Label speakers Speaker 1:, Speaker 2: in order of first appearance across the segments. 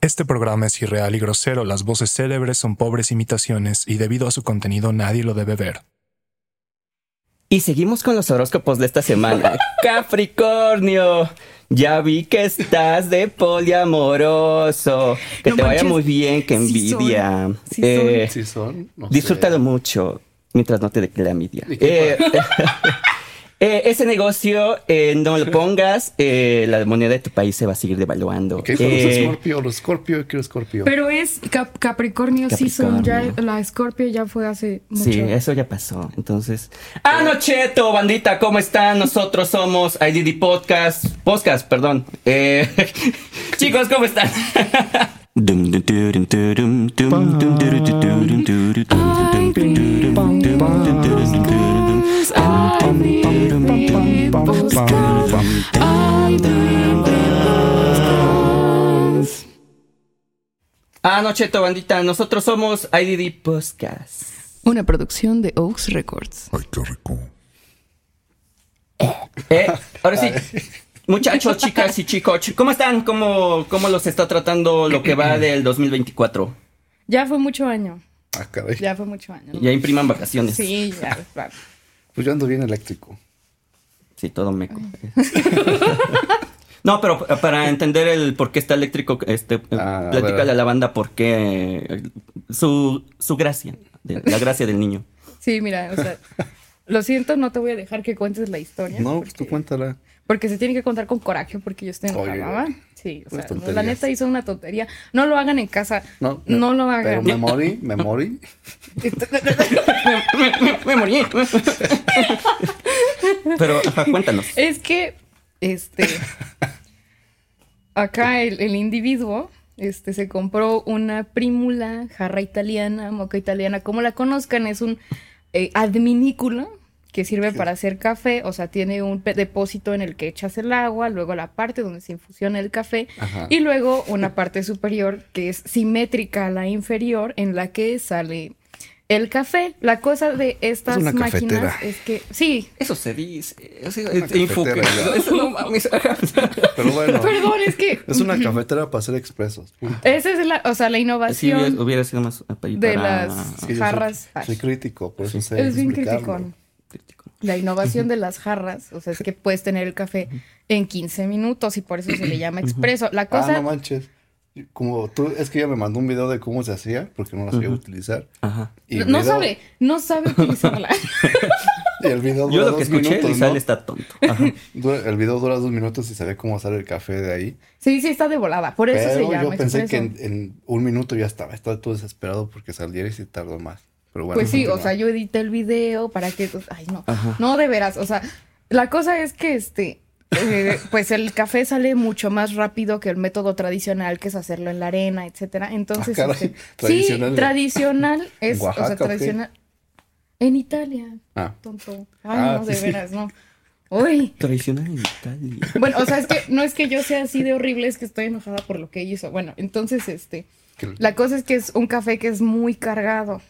Speaker 1: Este programa es irreal y grosero, las voces célebres son pobres imitaciones y debido a su contenido nadie lo debe ver.
Speaker 2: Y seguimos con los horóscopos de esta semana. Capricornio, ya vi que estás de poliamoroso. Que
Speaker 3: No
Speaker 2: te
Speaker 3: manches,
Speaker 2: vaya muy bien, que
Speaker 3: sí son,
Speaker 2: envidia.
Speaker 3: sí
Speaker 2: Eh,
Speaker 4: Sí pues, son. No sé.
Speaker 2: Disfrútalo mucho mientras no te dé clamidia.
Speaker 4: ¿Y qué
Speaker 2: Eh, eh, ese negocio eh, no lo pongas, eh, la moneda de tu país se va a seguir devaluando.
Speaker 4: Ok, pues, con los
Speaker 2: Eh,
Speaker 4: Scorpio, los Scorpio, yo quiero Scorpio.
Speaker 3: Pero es Cap- Capricornio, sí son. Ya,
Speaker 2: Capricornio.
Speaker 3: la Scorpio ya fue hace mucho.
Speaker 2: Sí, eso ya pasó. Entonces. ¡Ah, no, Cheto! Bandita, ¿cómo están? Nosotros somos IDD Podcast. Podcast, perdón. Eh, chicos, ¿cómo están? Ah, no, Cheto, bandita. Nosotros somos IDD Podcast.
Speaker 3: Una producción de Oaks Records.
Speaker 5: Ay, qué rico.
Speaker 2: Eh, ahora sí. Muchachos, chicas y chicos, chi- ¿cómo están? ¿Cómo, ¿Cómo los está tratando lo que va del 2024?
Speaker 3: Ya fue mucho año.
Speaker 4: Ah, caray.
Speaker 3: Ya fue mucho año.
Speaker 2: Ya impriman vacaciones.
Speaker 3: Sí, ya. va.
Speaker 4: Pues yo ando bien eléctrico.
Speaker 2: Sí, todo meco. No, pero pa- para entender el por qué está eléctrico, este, eh,
Speaker 4: Ah, a
Speaker 2: platícale
Speaker 4: ver.
Speaker 2: a la banda por qué eh, su, su gracia, de- la gracia del niño.
Speaker 3: Sí, mira, o sea, lo siento, no te voy a dejar que cuentes la historia.
Speaker 4: No, pues tú cuéntala.
Speaker 3: Porque se tiene que contar con coraje, porque yo estoy
Speaker 4: Oye,
Speaker 3: enojada, ¿va? Sí, o
Speaker 4: unas
Speaker 3: sea, la
Speaker 4: tonterías.
Speaker 3: neta hizo una tontería. No lo hagan en casa. No,
Speaker 4: No,
Speaker 3: lo
Speaker 4: Pero
Speaker 3: hagan.
Speaker 4: me morí, me morí.
Speaker 2: Me, me- me morí. Pero ajá, cuéntanos.
Speaker 3: Es que, este, acá el, el individuo, este, se compró una prímula, jarra italiana, moca italiana, como la conozcan, es un eh, adminículo que sirve para hacer café, o sea, tiene un pe- depósito en el que echas el agua, luego la parte donde se infusiona el café
Speaker 4: Ajá.
Speaker 3: y luego una parte superior que es simétrica a la inferior en la que sale el café. La cosa de estas
Speaker 5: una
Speaker 3: máquinas
Speaker 5: cafetera.
Speaker 3: es que sí,
Speaker 2: Eso se dice. Eso es
Speaker 4: Una
Speaker 2: info-
Speaker 4: cafetera,
Speaker 2: eso no mames.
Speaker 4: Pero bueno,
Speaker 3: Perdón, es que
Speaker 4: es una cafetera para hacer expresos. Punto.
Speaker 3: Esa es la, o sea, la
Speaker 2: Sí,
Speaker 3: innovación
Speaker 2: hubiera, hubiera sido más para-
Speaker 3: de las
Speaker 4: Sí, yo soy-
Speaker 3: jarras. Ay,
Speaker 4: Soy crítico, por eso sé.
Speaker 3: es bien
Speaker 4: explicarlo.
Speaker 3: criticón.
Speaker 2: crítico.
Speaker 3: La innovación de las jarras, o sea, es que puedes tener el café en 15 minutos y por eso se le llama expreso. La
Speaker 4: Ah,
Speaker 3: cosa,
Speaker 4: no manches. Como tú, es que ella me mandó un video de cómo se hacía, porque no la sabía utilizar.
Speaker 2: Ajá.
Speaker 4: Y el
Speaker 3: no
Speaker 4: video-
Speaker 3: sabe, no sabe utilizarla.
Speaker 4: Y el video dura
Speaker 2: Yo lo
Speaker 4: dos
Speaker 2: que escuché,
Speaker 4: minutos,
Speaker 2: Lizal
Speaker 4: ¿no?
Speaker 2: está tonto. Ajá.
Speaker 4: Dura- el video dura dos minutos y sabía cómo hacer el café de ahí.
Speaker 3: sí, sí, está de volada, por eso
Speaker 4: Pero
Speaker 3: se llama
Speaker 4: yo pensé que
Speaker 3: expreso.
Speaker 4: en, en un minuto ya estaba. Estaba todo desesperado porque saliera y se tardó más. Pero bueno.
Speaker 3: Pues sí, o
Speaker 4: continúa.
Speaker 3: sea, yo edité el video para que. pues, Ay, no. No, de veras. O sea, la cosa es que este. eh, pues el café sale mucho más rápido que el método tradicional, que es hacerlo en la arena, etcétera. Entonces,
Speaker 4: Ah, caray,
Speaker 3: este, sí,
Speaker 4: tradicional de-
Speaker 3: tradicional es,
Speaker 4: ¿En Oaxaca
Speaker 3: o sea,
Speaker 4: o qué?
Speaker 3: tradicional en Italia,
Speaker 4: Ah,
Speaker 3: tonto. Ay,
Speaker 4: Ah,
Speaker 3: no, de
Speaker 4: sí.
Speaker 3: veras, no. Uy.
Speaker 2: Tradicional en Italia.
Speaker 3: Bueno, o sea, es que no es que yo sea así de horrible, es que estoy enojada por lo que hizo. Bueno, entonces, este,
Speaker 4: que- pues
Speaker 3: la cosa es que es un café que es muy cargado.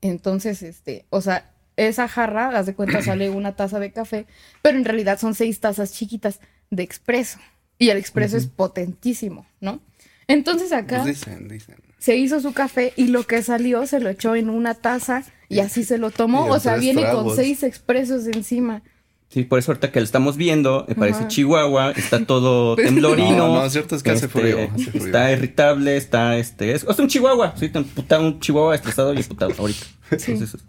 Speaker 3: Entonces, este, o sea, esa jarra, haz de cuenta, sale una taza de café, pero en realidad son seis tazas chiquitas de expreso. Y el expreso es potentísimo, ¿no? Entonces acá
Speaker 4: pues dicen, dicen.
Speaker 3: se hizo su café y lo que salió se lo echó en una taza y así se lo tomó.
Speaker 4: Eh, Y
Speaker 3: O sea,
Speaker 4: tres
Speaker 3: viene con
Speaker 4: tragos.
Speaker 3: seis expresos encima.
Speaker 2: Sí, por eso ahorita que lo estamos viendo, eh, parece
Speaker 3: Ajá.
Speaker 2: Chihuahua, está todo temblorino.
Speaker 4: No, no, es cierto, es que hace
Speaker 2: Este,
Speaker 4: frío, hace frío.
Speaker 2: Está irritable, está este. Es, es un Chihuahua, sí, tan puta, un Chihuahua estresado y emputado ahorita. Entonces,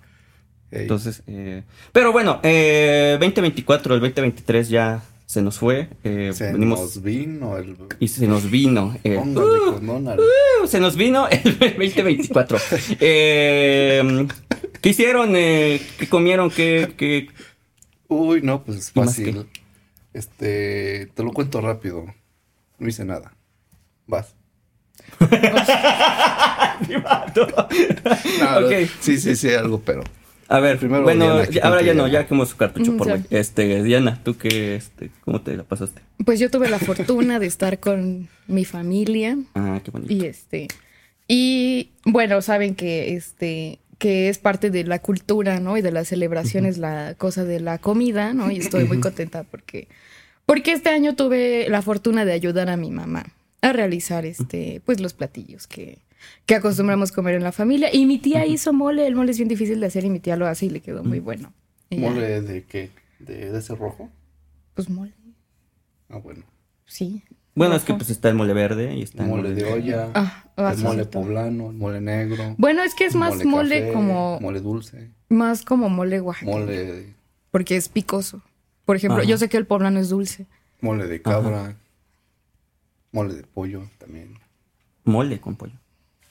Speaker 4: Ey,
Speaker 2: entonces eh, pero bueno, eh, 2024, el 2023 ya se nos fue. eh,
Speaker 4: se
Speaker 2: venimos
Speaker 4: nos vino el.
Speaker 2: y se nos vino. eh,
Speaker 4: Póngale
Speaker 2: ¡uh!
Speaker 4: con Donald.
Speaker 2: Uh, se nos vino el 2024. Eh, ¿Qué hicieron? Eh, ¿Qué comieron? ¿Qué, qué?
Speaker 4: Uy, no, pues
Speaker 2: ¿Y más
Speaker 4: fácil. Este, te lo cuento rápido. No hice nada. Vas. No, no,
Speaker 2: Ok.
Speaker 4: Sí, sí, sí, algo, pero.
Speaker 2: A ver,
Speaker 4: Primero
Speaker 2: bueno,
Speaker 4: Diana, ¿qué
Speaker 2: ya- ahora ya
Speaker 4: contó
Speaker 2: no,
Speaker 4: Diana?
Speaker 2: ya quemó su cartucho
Speaker 3: Mm,
Speaker 2: por
Speaker 3: ya.
Speaker 2: hoy. Este, Diana, ¿tú qué, este, cómo te la pasaste?
Speaker 3: Pues yo tuve la fortuna de estar con mi familia,
Speaker 2: Ah, qué bonito.
Speaker 3: Y este. Y bueno, saben que este que es parte de la cultura, ¿no? Y de las celebraciones, la cosa de la comida, ¿no? Y estoy muy contenta porque, porque este año tuve la fortuna de ayudar a mi mamá. a realizar este, pues los platillos que, que acostumbramos comer en la familia. Y mi tía hizo mole, el mole es bien difícil de hacer y mi tía lo hace y le quedó muy bueno. Y ya,
Speaker 4: ¿Mole de qué? ¿De, de ese rojo?
Speaker 3: pues mole,
Speaker 4: Ah, bueno.
Speaker 3: sí.
Speaker 2: Bueno, es que
Speaker 3: Ajá.
Speaker 2: pues está el mole eh, verde y está el
Speaker 4: Mole de olla,
Speaker 3: Ah, ah,
Speaker 4: el
Speaker 3: sí,
Speaker 4: mole
Speaker 3: sí, todo.
Speaker 4: poblano, el mole negro.
Speaker 3: Bueno, es que es más mole,
Speaker 4: café,
Speaker 3: como,
Speaker 4: Mole dulce,
Speaker 3: más como mole oaxaqueño,
Speaker 4: mole,
Speaker 3: porque es picoso. Por ejemplo,
Speaker 2: Ajá.
Speaker 3: yo sé que el poblano es dulce.
Speaker 4: mole de cabra, mole de pollo también.
Speaker 2: mole con pollo.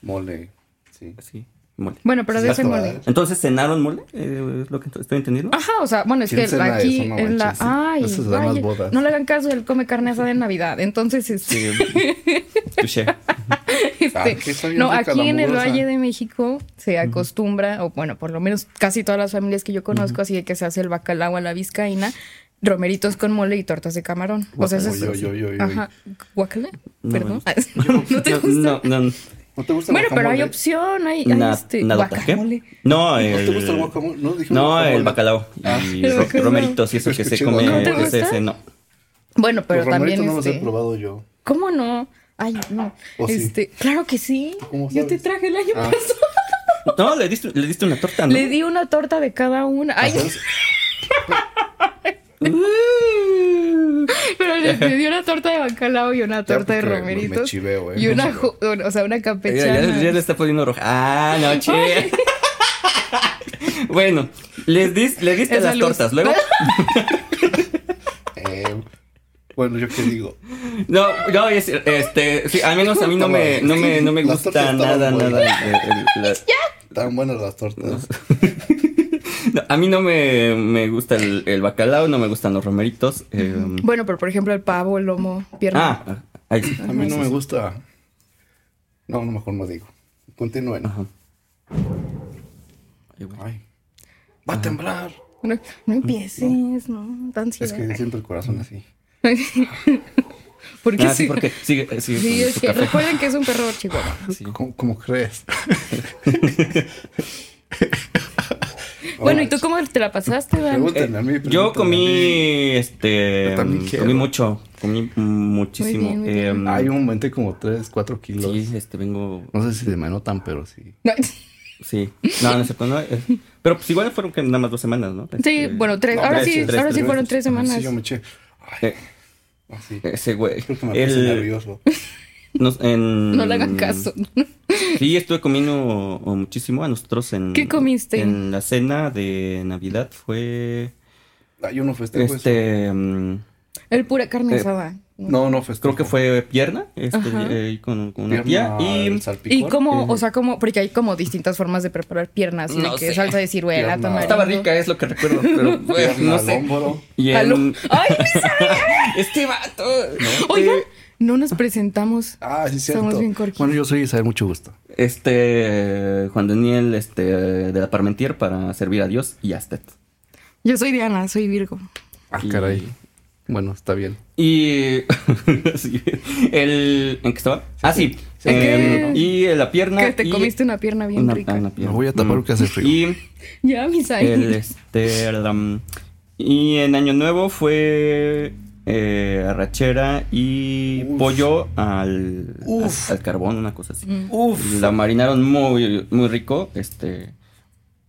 Speaker 4: Mole, sí.
Speaker 2: Sí, mole.
Speaker 3: Bueno, pero de
Speaker 4: Ya
Speaker 3: ese
Speaker 4: estaba-
Speaker 3: mole.
Speaker 2: Entonces, ¿cenaron mole? Eh, ¿Es lo que ent- estoy entendiendo?
Speaker 3: Ajá, o sea, bueno, es
Speaker 4: ¿Quién
Speaker 3: que
Speaker 4: cena
Speaker 3: aquí
Speaker 4: eso? No
Speaker 3: en la.
Speaker 4: manches.
Speaker 3: Ay,
Speaker 4: Eso se da en las
Speaker 3: vaya,
Speaker 4: bodas.
Speaker 3: no le hagan caso, él come carne asada en Navidad. Entonces, este.
Speaker 2: Sí, Eh, touché.
Speaker 3: este,
Speaker 4: Ah, que está bien
Speaker 3: no,
Speaker 4: rica
Speaker 3: aquí
Speaker 4: la
Speaker 3: en el
Speaker 4: hamburguesa.
Speaker 3: Valle de México se acostumbra, o bueno, por lo menos casi todas las familias que yo conozco, así de que se hace el bacalao a la vizcaína, romeritos con mole y tortas de camarón. O sea, eso es.
Speaker 4: Guacala. Oye, oye, oye, oye.
Speaker 3: Ajá. ¿Guacala?
Speaker 2: No me
Speaker 3: Perdón.
Speaker 2: gusta.
Speaker 3: ¿No te gusta?
Speaker 2: No, no, no.
Speaker 4: ¿No te gusta
Speaker 3: Bueno,
Speaker 4: el
Speaker 3: pero
Speaker 4: guacamole?
Speaker 3: hay opción, hay, hay
Speaker 2: Na-
Speaker 3: este,
Speaker 2: nadota, ¿qué?
Speaker 3: guacamole.
Speaker 2: No, el...
Speaker 4: ¿No te gusta el guacamole? No, dije
Speaker 2: No,
Speaker 4: guacamole.
Speaker 2: el bacalao
Speaker 4: Ah.
Speaker 2: y
Speaker 3: El
Speaker 2: ro-
Speaker 3: bacalao.
Speaker 2: romeritos y eso
Speaker 4: Es
Speaker 2: que
Speaker 4: que
Speaker 2: se
Speaker 4: chido,
Speaker 2: come.
Speaker 4: ¿no?
Speaker 3: ¿No te
Speaker 2: ese-
Speaker 3: gusta?
Speaker 2: ese no.
Speaker 3: Bueno, pero
Speaker 4: Los romeritos
Speaker 3: también
Speaker 4: no los he
Speaker 3: este,
Speaker 4: probado yo.
Speaker 3: ¿Cómo no? Ay, no.
Speaker 4: ¿O sí?
Speaker 3: Este, claro que sí.
Speaker 4: cómo
Speaker 3: Yo te
Speaker 4: sabes?
Speaker 3: traje el año
Speaker 4: Ah.
Speaker 3: pasado.
Speaker 2: No, le diste, le diste una torta, ¿no?
Speaker 3: Le di una torta de cada una. Ay,
Speaker 4: ¿Sabes?
Speaker 2: Uh.
Speaker 3: pero le, le di una torta de bacalao y una
Speaker 4: Ya,
Speaker 3: torta de
Speaker 4: porque me-
Speaker 3: romeritos.
Speaker 4: me chiveo, eh.
Speaker 3: Y una,
Speaker 4: Me chiveo.
Speaker 3: ju- o sea, una
Speaker 2: Mira,
Speaker 3: campechana.
Speaker 2: ya, ya le está poniendo roja. Ah, no, che. bueno, les dis- le diste
Speaker 3: Esa
Speaker 2: las
Speaker 3: luz.
Speaker 2: tortas, luego.
Speaker 4: Eh, bueno, yo qué digo.
Speaker 2: No, no, es- este, sí, al menos a mí no me, no me, no me
Speaker 4: Las
Speaker 2: gusta
Speaker 4: tortas estaban
Speaker 2: nada,
Speaker 4: buenas.
Speaker 2: nada. el- el- la-
Speaker 4: Están buenas las tortas.
Speaker 2: no, a mí no me, me gusta el, el bacalao, no me gustan los romeritos. eh,
Speaker 3: Bueno, pero por ejemplo, el pavo, el lomo, pierna.
Speaker 2: ah, ahí sí.
Speaker 4: A mí no me gusta. No, no, mejor no digo. Continúen.
Speaker 2: Ajá. Ay, güey.
Speaker 4: Ay. Va a temblar.
Speaker 3: No, no empieces, no. Tan
Speaker 4: Es que Ah, siento el corazón así.
Speaker 3: ¿Por qué
Speaker 2: Ah, sí,
Speaker 3: sí?
Speaker 2: porque sigue, sigue
Speaker 3: Sí,
Speaker 2: con
Speaker 3: es
Speaker 2: su
Speaker 3: que
Speaker 2: café.
Speaker 3: recuerden que es un perro chihuahua.
Speaker 2: Sí.
Speaker 4: ¿Cómo, cómo crees?
Speaker 3: Bueno, ¿y tú cómo te la pasaste, Dan?
Speaker 4: Pregúntenme a mí.
Speaker 2: Eh, Yo
Speaker 4: pregúntenme a mí.
Speaker 2: comí, este,
Speaker 4: Yo también
Speaker 2: comí
Speaker 4: quiero.
Speaker 2: mucho, comí muchísimo.
Speaker 3: Muy bien, muy bien.
Speaker 2: Em,
Speaker 4: Ay, yo aumenté como 3, 4 kilos.
Speaker 2: sí, este, vengo,
Speaker 4: No sé si se me notan, pero sí.
Speaker 3: No,
Speaker 2: sí, no, no es cierto, no, eh, pero pues igual fueron que nada más dos semanas, ¿no? Este,
Speaker 3: Sí, bueno, tres.
Speaker 4: No,
Speaker 3: ahora
Speaker 4: tres,
Speaker 3: sí,
Speaker 2: tres,
Speaker 3: ahora sí
Speaker 2: tres
Speaker 3: fueron
Speaker 2: veces.
Speaker 3: tres
Speaker 4: Así
Speaker 3: semanas.
Speaker 4: yo me eché. Ay,
Speaker 2: Eh,
Speaker 4: así.
Speaker 2: ese güey,
Speaker 4: Creo que me puse
Speaker 2: el,
Speaker 4: nervioso.
Speaker 2: nos- en-
Speaker 3: No le
Speaker 4: Mm.
Speaker 3: hagan caso.
Speaker 2: Sí, estuve comiendo o, muchísimo a nosotros en.
Speaker 3: ¿Qué comiste?
Speaker 2: En la cena de Navidad fue,
Speaker 4: Ay, yo no festejo eso.
Speaker 2: este, em,
Speaker 3: El pura carne
Speaker 2: Eh,
Speaker 3: asada.
Speaker 4: No, no festejo.
Speaker 2: creo que fue pierna, este,
Speaker 3: Ajá.
Speaker 2: eh, con, con una tía
Speaker 4: Pierna al
Speaker 2: y
Speaker 4: salpicón.
Speaker 3: Y como, o
Speaker 2: Eh.
Speaker 3: sea, como, porque hay como distintas formas de preparar piernas, y
Speaker 2: No
Speaker 3: de que
Speaker 2: sé.
Speaker 3: salsa de ciruela,
Speaker 4: Pierna.
Speaker 3: tamarindo.
Speaker 2: estaba rica, es lo que recuerdo, pero eh,
Speaker 4: Pierna
Speaker 2: no
Speaker 4: al
Speaker 2: sé.
Speaker 4: hombro.
Speaker 2: Y en-
Speaker 3: Aló. ¡Ay, me sabe!
Speaker 2: Este vato.
Speaker 3: Oigan, no nos presentamos.
Speaker 4: Ah, sí, cierto.
Speaker 3: Somos bien corquitos.
Speaker 4: Bueno, yo soy Isabel, mucho gusto.
Speaker 2: Este. Juan Daniel, este. De la Parmentier para servir a Dios y a usted.
Speaker 3: Yo soy Diana, soy Virgo.
Speaker 4: Ah,
Speaker 2: Y-
Speaker 4: caray. Bueno, está bien.
Speaker 2: Y. sí, el. ¿En qué estaba? ah, sí.
Speaker 3: sí.
Speaker 2: Em,
Speaker 3: ¿Qué?
Speaker 2: y la pierna.
Speaker 3: que te
Speaker 2: y-
Speaker 3: comiste una pierna bien
Speaker 2: una-
Speaker 3: rica.
Speaker 2: ah, una pierna.
Speaker 4: Me voy a tapar porque hace frío.
Speaker 2: Y
Speaker 3: Ya, Misael.
Speaker 2: el este. el, um, y en Año Nuevo fue. Eh, arrachera y
Speaker 4: Uf.
Speaker 2: pollo al,
Speaker 4: Uf.
Speaker 2: al, al carbón, una cosa así.
Speaker 3: Mm.
Speaker 4: Uf.
Speaker 2: La marinaron muy, muy rico. Este.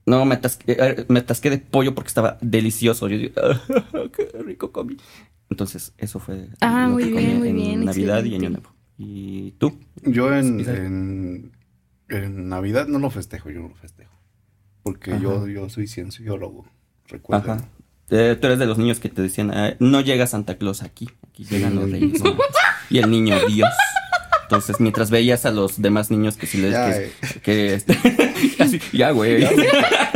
Speaker 2: No, me atasqué, eh, me atasqué de pollo porque estaba delicioso. Yo digo, qué rico comí. Entonces, eso fue.
Speaker 3: Ah,
Speaker 2: lo
Speaker 3: muy
Speaker 2: que
Speaker 3: bien,
Speaker 2: comí
Speaker 3: muy
Speaker 2: en
Speaker 3: bien,
Speaker 2: Navidad y
Speaker 3: excelente.
Speaker 2: Año Nuevo. ¿Y tú?
Speaker 4: Yo
Speaker 2: Pues,
Speaker 4: en, en, en Navidad no lo festejo, yo no lo festejo. Porque yo, yo soy cienciólogo, recuerda.
Speaker 2: Ajá. Eh, tú eres de los niños que te decían, "Ah, no llega Santa Claus aquí. Aquí llegan los reyes. Magos". Y el niño Dios. Entonces, mientras veías a los demás niños que si les.
Speaker 4: Ya, eh.
Speaker 2: que, que, este, así, ya, güey.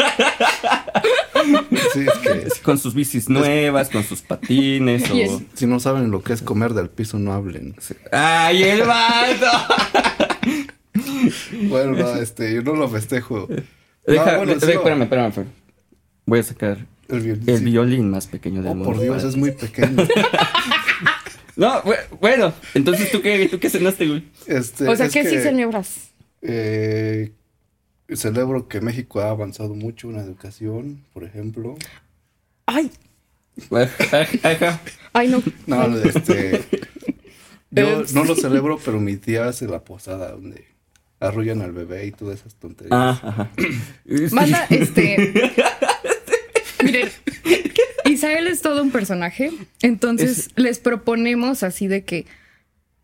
Speaker 4: Sí, es que
Speaker 2: Con sus bicis nuevas, con sus patines.
Speaker 3: Y
Speaker 2: o-
Speaker 3: es-
Speaker 4: si no saben lo que es comer del piso, no hablen.
Speaker 2: ¡Ay, el vato!
Speaker 4: Bueno, no, este, yo no lo festejo. No,
Speaker 2: Deja,
Speaker 4: bueno,
Speaker 2: de-
Speaker 4: sí
Speaker 2: de-
Speaker 4: lo-
Speaker 2: espérame, espérame, espérame. Voy a sacar
Speaker 4: El violín.
Speaker 2: el
Speaker 4: sí.
Speaker 2: violín más pequeño del
Speaker 4: Oh,
Speaker 2: mundo.
Speaker 4: por Dios,
Speaker 2: para-
Speaker 4: es muy pequeño.
Speaker 2: No, bu- bueno, entonces tú qué, tú qué cenaste, güey.
Speaker 4: Este,
Speaker 3: o sea,
Speaker 4: es
Speaker 3: que, sí celebras.
Speaker 4: eh, celebro que México ha avanzado mucho en la educación, por ejemplo.
Speaker 3: Ay,
Speaker 2: Ajá.
Speaker 3: ay, no.
Speaker 4: No, este. Yo
Speaker 3: Ups.
Speaker 4: no lo celebro, pero mi tía hace la posada donde arrullan al bebé y todas esas tonterías.
Speaker 2: Ah, ajá.
Speaker 3: Manda, este. Miren, Isabel es todo un personaje. Entonces les proponemos así de que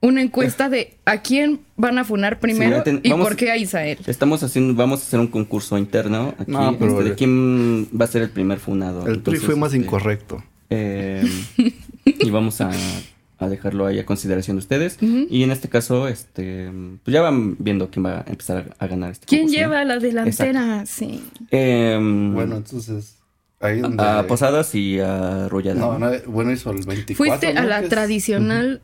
Speaker 3: una encuesta de a quién van a funar primero
Speaker 2: ten-
Speaker 3: y
Speaker 2: vamos-
Speaker 3: por qué a Isael.
Speaker 2: Estamos haciendo, vamos a hacer un concurso interno aquí,
Speaker 4: No, pero-
Speaker 2: este, de quién va a ser el primer funado.
Speaker 4: El tri
Speaker 2: Entonces,
Speaker 4: fue más
Speaker 2: este,
Speaker 4: incorrecto.
Speaker 2: eh, y vamos a, a dejarlo ahí a consideración de ustedes. Y en este caso, este, pues ya van viendo quién va a empezar a, a ganar este
Speaker 3: ¿Quién
Speaker 2: concurso, ¿no?
Speaker 3: lleva la delantera? Sí.
Speaker 2: Em,
Speaker 4: Bueno, entonces, ahí donde...
Speaker 2: a, a Posadas y a Arrollada.
Speaker 4: No, no, bueno, hizo el 24.
Speaker 3: Fuiste a
Speaker 4: ¿no?
Speaker 3: la
Speaker 4: Que es-
Speaker 3: tradicional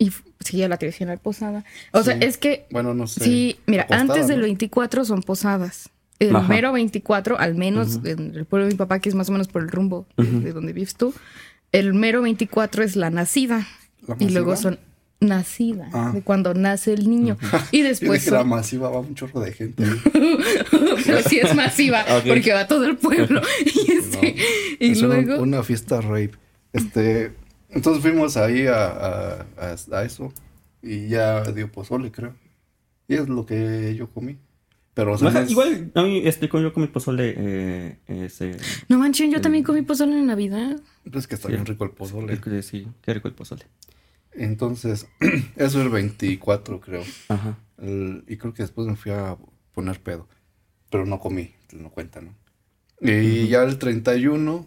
Speaker 3: y f- sí, a la tradicional posada. O sea,
Speaker 4: Sí.
Speaker 3: es que
Speaker 4: Bueno, no sé.
Speaker 3: Sí, mira,
Speaker 4: Acostada,
Speaker 3: antes del
Speaker 4: ¿no?
Speaker 3: 24 son posadas. El
Speaker 2: Ajá.
Speaker 3: mero 24, al menos en el pueblo de mi papá, que es más o menos por el rumbo de- de donde vives tú, el mero 24 es la nacida.
Speaker 4: ¿La
Speaker 3: y luego
Speaker 4: masiva?
Speaker 3: son nacida,
Speaker 4: Ah.
Speaker 3: de cuando nace el niño. Y
Speaker 4: Yo
Speaker 3: después
Speaker 4: dije, la
Speaker 3: son,
Speaker 4: masiva va un chorro de gente.
Speaker 3: pero sí es masiva,
Speaker 2: Ok.
Speaker 3: porque va todo el pueblo. Y, este, y
Speaker 4: Es una-
Speaker 3: luego,
Speaker 4: Una, fiesta rape. Este, entonces fuimos ahí a, a- a- a eso y ya dio pozole, creo. Y es lo que yo comí. Pero, o sea,
Speaker 2: Ajá,
Speaker 4: no es-
Speaker 2: Igual, a mí este, con- yo comí pozole eh, ese.
Speaker 3: no manchen, yo también comí pozole en Navidad.
Speaker 4: pues que está bien rico el pozole.
Speaker 2: Sí, qué rico el pozole.
Speaker 4: Entonces, eso es el 24, creo.
Speaker 2: Ajá.
Speaker 4: El- y creo que después me fui a poner pedo. Pero no comí, entonces no cuenta, ¿no? Y ya el 31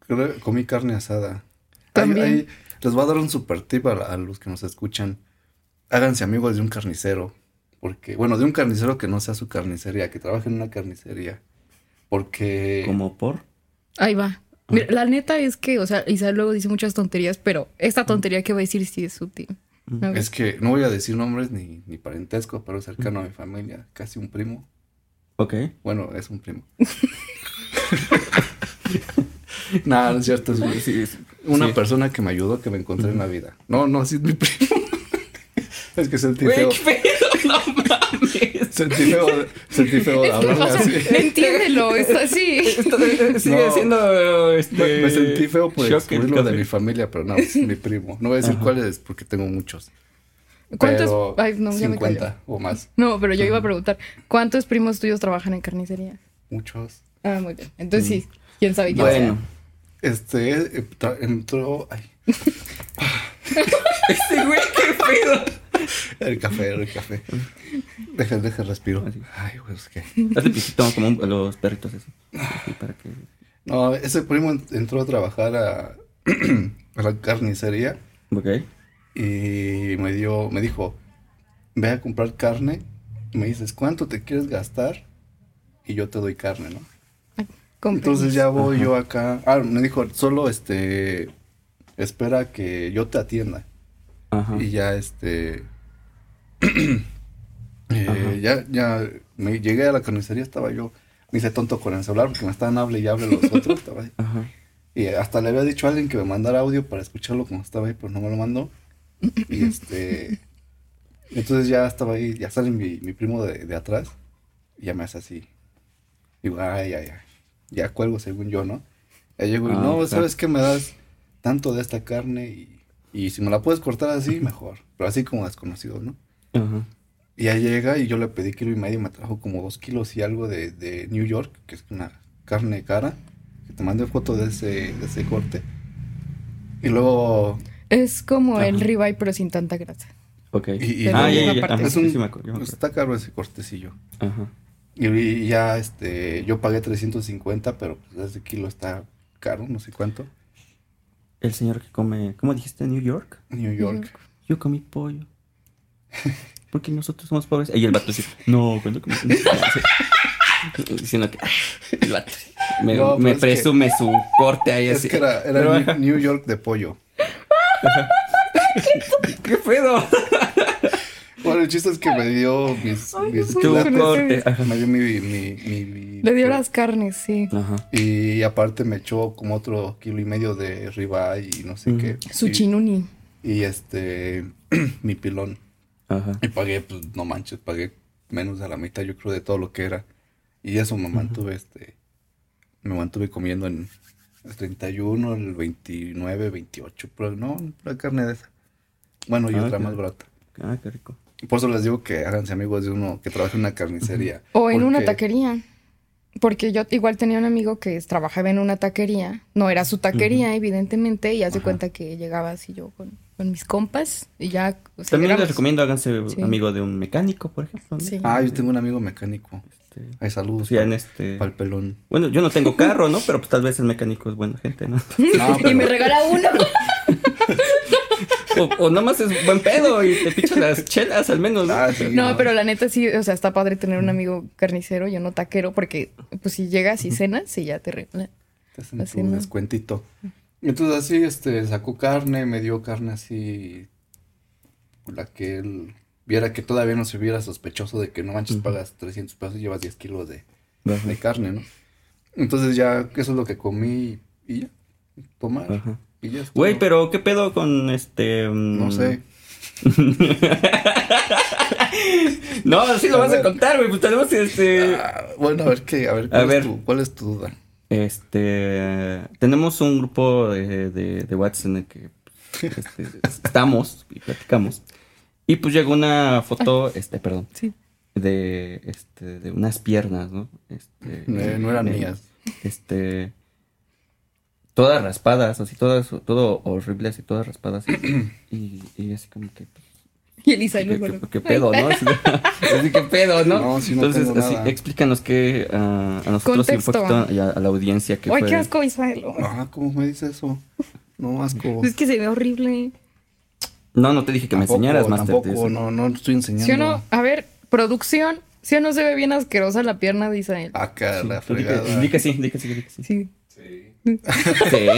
Speaker 4: creo- comí carne asada. Ahí-
Speaker 3: También.
Speaker 4: ahí les voy a dar un super tip a, la- a los que nos escuchan. Háganse amigos de un carnicero. Porque, bueno, de un carnicero que no sea su carnicería, que trabaje en una carnicería. Porque.
Speaker 2: Como por.
Speaker 3: Ahí va. Mira, la neta es que, o sea, Isabel luego dice muchas tonterías, pero esta tontería que va a decir sí es útil. ¿no?
Speaker 4: Es que no voy a decir nombres ni, ni parentesco, pero cercano a mi familia, casi un primo.
Speaker 2: Ok.
Speaker 4: Bueno, es un primo. Nada, no es cierto. Es un-
Speaker 2: Sí, sí.
Speaker 4: una
Speaker 2: Sí.
Speaker 4: persona que me ayudó, que me encontré en la vida. No, no, sí es mi primo. es que sentí
Speaker 2: Güey,
Speaker 4: feo.
Speaker 2: qué pedo, no mames.
Speaker 4: Sentí feo, de- sentí feo de
Speaker 3: Es que,
Speaker 4: hablarle
Speaker 3: o sea,
Speaker 4: así.
Speaker 3: entiéndelo, está así.
Speaker 2: Esto sigue
Speaker 4: No. Ah,
Speaker 2: siendo este.
Speaker 4: Me, me sentí feo por
Speaker 2: shock,
Speaker 4: excluirlo de
Speaker 2: café.
Speaker 4: mi familia, pero no, es mi primo. No voy a decir cuál es porque tengo muchos.
Speaker 3: ¿Cuántos?
Speaker 4: Pero
Speaker 3: Ay, no, ya me callo.
Speaker 4: 50 o más.
Speaker 3: No, pero yo iba
Speaker 2: Mm.
Speaker 3: a preguntar, ¿cuántos primos tuyos trabajan en carnicería?
Speaker 4: Muchos.
Speaker 3: Ah, muy bien. Entonces sí, quién sabe quién
Speaker 2: Mm. Bueno.
Speaker 4: Este, eh, tra- entró... Ay,
Speaker 2: Este güey, qué pedo.
Speaker 4: el café, el café. Deja, deja, respiro. Ay, güey, es que...
Speaker 2: Hazle pisito como un- los perritos así. Así para que.
Speaker 4: No, ese primo en- entró a trabajar a, a la carnicería
Speaker 2: Ok.
Speaker 4: y me dio, me dijo, ve a comprar carne, me dices, ¿cuánto te quieres gastar? Y yo te doy carne, ¿no?
Speaker 3: sea. Con
Speaker 4: Entonces
Speaker 3: permiso.
Speaker 4: ya voy yo acá. Ah, me dijo, solo este, espera que yo te atienda.
Speaker 2: Ajá.
Speaker 4: Y ya este, eh, ya, ya, me llegué a la carnicería, estaba yo, me hice tonto con el celular porque me estaban hable y hable los otros, estaba ahí.
Speaker 2: Ajá.
Speaker 4: Y hasta le había dicho a alguien que me mandara audio para escucharlo como estaba ahí, pero no me lo mandó. Y este. Entonces ya estaba ahí, ya sale mi, mi primo de, de atrás. Y ya me hace así. Digo, ay, ay, ay. Ya cuelgo según yo, ¿no? Ya llego y
Speaker 2: Ah,
Speaker 4: no,
Speaker 2: claro.
Speaker 4: ¿sabes qué? Me das tanto de esta carne y, y si me la puedes cortar así, mejor. Pero así como desconocido, ¿no?
Speaker 2: Ajá.
Speaker 4: Y ya llega y yo le pedí kilo y medio y me trajo como dos kilos y algo de, de New York, que es una carne cara. Que te mandé foto de ese, de ese corte. Y luego.
Speaker 3: Es como el
Speaker 2: Ajá.
Speaker 3: ribeye, pero sin tanta grasa.
Speaker 2: Ok.
Speaker 4: Y, y
Speaker 3: Pero
Speaker 2: ah,
Speaker 4: luego-
Speaker 2: ya, ya, ya.
Speaker 3: aparte.
Speaker 2: Ajá,
Speaker 4: es un-
Speaker 2: sí me acuerdo, ya me acuerdo.
Speaker 4: está caro ese cortecillo.
Speaker 2: Ajá.
Speaker 4: Y, y ya este, yo pagué 350, pero pues, ese kilo está caro, no sé cuánto.
Speaker 2: El señor que come. ¿Cómo dijiste? ¿New York?
Speaker 4: New York.
Speaker 2: Yo comí pollo. Porque nosotros somos pobres. Y el vato dice, no, cuando comí. Diciendo que. "Ay, El vato. Me,
Speaker 4: No, pero
Speaker 2: me
Speaker 4: es que-
Speaker 2: presume su corte ahí
Speaker 4: Es
Speaker 2: así.
Speaker 4: que era, era
Speaker 2: Pero,
Speaker 4: New- New York de pollo.
Speaker 2: ¿Qué pedo?
Speaker 4: Bueno, el chiste es que me dio mis. mis
Speaker 3: no
Speaker 2: Tu
Speaker 3: puedo
Speaker 4: platos,
Speaker 3: conocer.
Speaker 2: corte. Ajá.
Speaker 4: me dio mi. mi, mi- mi-
Speaker 3: Le dio las carnes, sí.
Speaker 2: Ajá.
Speaker 4: Y aparte me echó como otro kilo y medio de ribeye y no sé qué.
Speaker 3: Su
Speaker 4: Y-
Speaker 3: chinuni.
Speaker 4: Y este. mi pilón.
Speaker 2: Ajá.
Speaker 4: Y pagué, pues no manches, pagué menos de la mitad, yo creo, de todo lo que era. Y eso me mantuve, este, me mantuve comiendo en el 31, el 29, 28, pero no, la carne de esa. Bueno, y
Speaker 2: Ah,
Speaker 4: otra
Speaker 2: ok.
Speaker 4: más barata.
Speaker 2: Ah, qué rico.
Speaker 4: Por eso les digo que háganse amigos de uno que trabaja en una carnicería.
Speaker 3: O en una
Speaker 4: Porque-
Speaker 3: taquería. Porque yo igual tenía un amigo que es- trabajaba en una taquería. No era su taquería, evidentemente. Y hace
Speaker 2: Ajá.
Speaker 3: cuenta que llegaba así yo con, con mis compas. Y ya. o sea,
Speaker 2: También les
Speaker 3: éramos-
Speaker 2: recomiendo háganse
Speaker 3: Sí.
Speaker 2: amigo de un mecánico, por ejemplo. ¿no?
Speaker 3: Sí.
Speaker 4: Ah, yo tengo un amigo mecánico.
Speaker 2: Este,
Speaker 4: Ay, saludos.
Speaker 2: pues ya en
Speaker 4: pal-
Speaker 2: este...
Speaker 4: palpelón.
Speaker 2: Bueno, yo no tengo carro, ¿no? Pero pues tal vez el mecánico es buena gente, ¿no?
Speaker 4: No,
Speaker 3: Y
Speaker 4: pero-
Speaker 3: me regala uno.
Speaker 2: O, o nomás es buen pedo y te pichas las chelas al menos, ¿no?
Speaker 4: Ah, sí,
Speaker 3: No, pero la neta sí, o sea, está padre tener un amigo carnicero y no taquero, porque pues si llegas y cenas, y ya te regala.
Speaker 4: Te hacen
Speaker 3: Así
Speaker 4: tu
Speaker 3: no.
Speaker 4: descuentito. Entonces así, este, sacó carne, me dio carne así, la que él viera que todavía no se viera sospechoso de que no manches, pagas 300 pesos y llevas 10 kilos de, de carne, ¿no? Entonces ya, eso es lo que comí y ya, tomar,
Speaker 2: Ajá.
Speaker 4: y ya estuvo.
Speaker 2: Güey, pero ¿qué pedo con este...?
Speaker 4: No sé,
Speaker 2: No, sí lo
Speaker 4: A
Speaker 2: vas a
Speaker 4: ver.
Speaker 2: contar, güey. Pues tenemos este...
Speaker 4: Ah, bueno, a ver qué, a ver,
Speaker 2: A
Speaker 4: ¿cuál,
Speaker 2: ver.
Speaker 4: Es, tu, cuál es tu duda?
Speaker 2: Este, tenemos un grupo de, de, de WhatsApp en el que pues, este, estamos y platicamos. Y pues llegó una
Speaker 4: Ah.
Speaker 2: foto, este, perdón,
Speaker 3: Sí.
Speaker 2: de, este, de unas piernas, ¿no? Este,
Speaker 4: Eh, no eran
Speaker 2: eh,
Speaker 4: mías.
Speaker 2: Este, todas raspadas, así, todas, todo horrible, así, todas raspadas. Y, y, y así como que, pues,
Speaker 3: Y Elisa, y
Speaker 2: ¿Qué,
Speaker 3: luego,
Speaker 2: qué-
Speaker 3: luego.
Speaker 2: qué pedo, no? Así, así, ¿qué pedo, no?
Speaker 4: No, sí, no
Speaker 2: Entonces,
Speaker 4: tengo
Speaker 2: así,
Speaker 4: nada.
Speaker 2: explícanos que ah, a nosotros y un
Speaker 3: Contexto.
Speaker 2: poquito y a, a la audiencia que
Speaker 3: Ay,
Speaker 2: fue.
Speaker 3: qué asco, Ismael.
Speaker 4: Ah, ¿cómo me dice eso? No, asco.
Speaker 3: Es que se ve horrible.
Speaker 2: No, no te dije que me
Speaker 4: Tampoco,
Speaker 2: enseñaras, Master. te-
Speaker 4: Tampoco, no, no estoy enseñando.
Speaker 3: ¿Sí o no? A ver, producción. ¿Sí o no se ve bien asquerosa la pierna de Ismael?
Speaker 4: Acá,
Speaker 2: Sí,
Speaker 4: la
Speaker 2: tú di que-
Speaker 4: fregada.
Speaker 2: di que sí, di que sí, di que sí.
Speaker 3: Sí.
Speaker 2: Sí.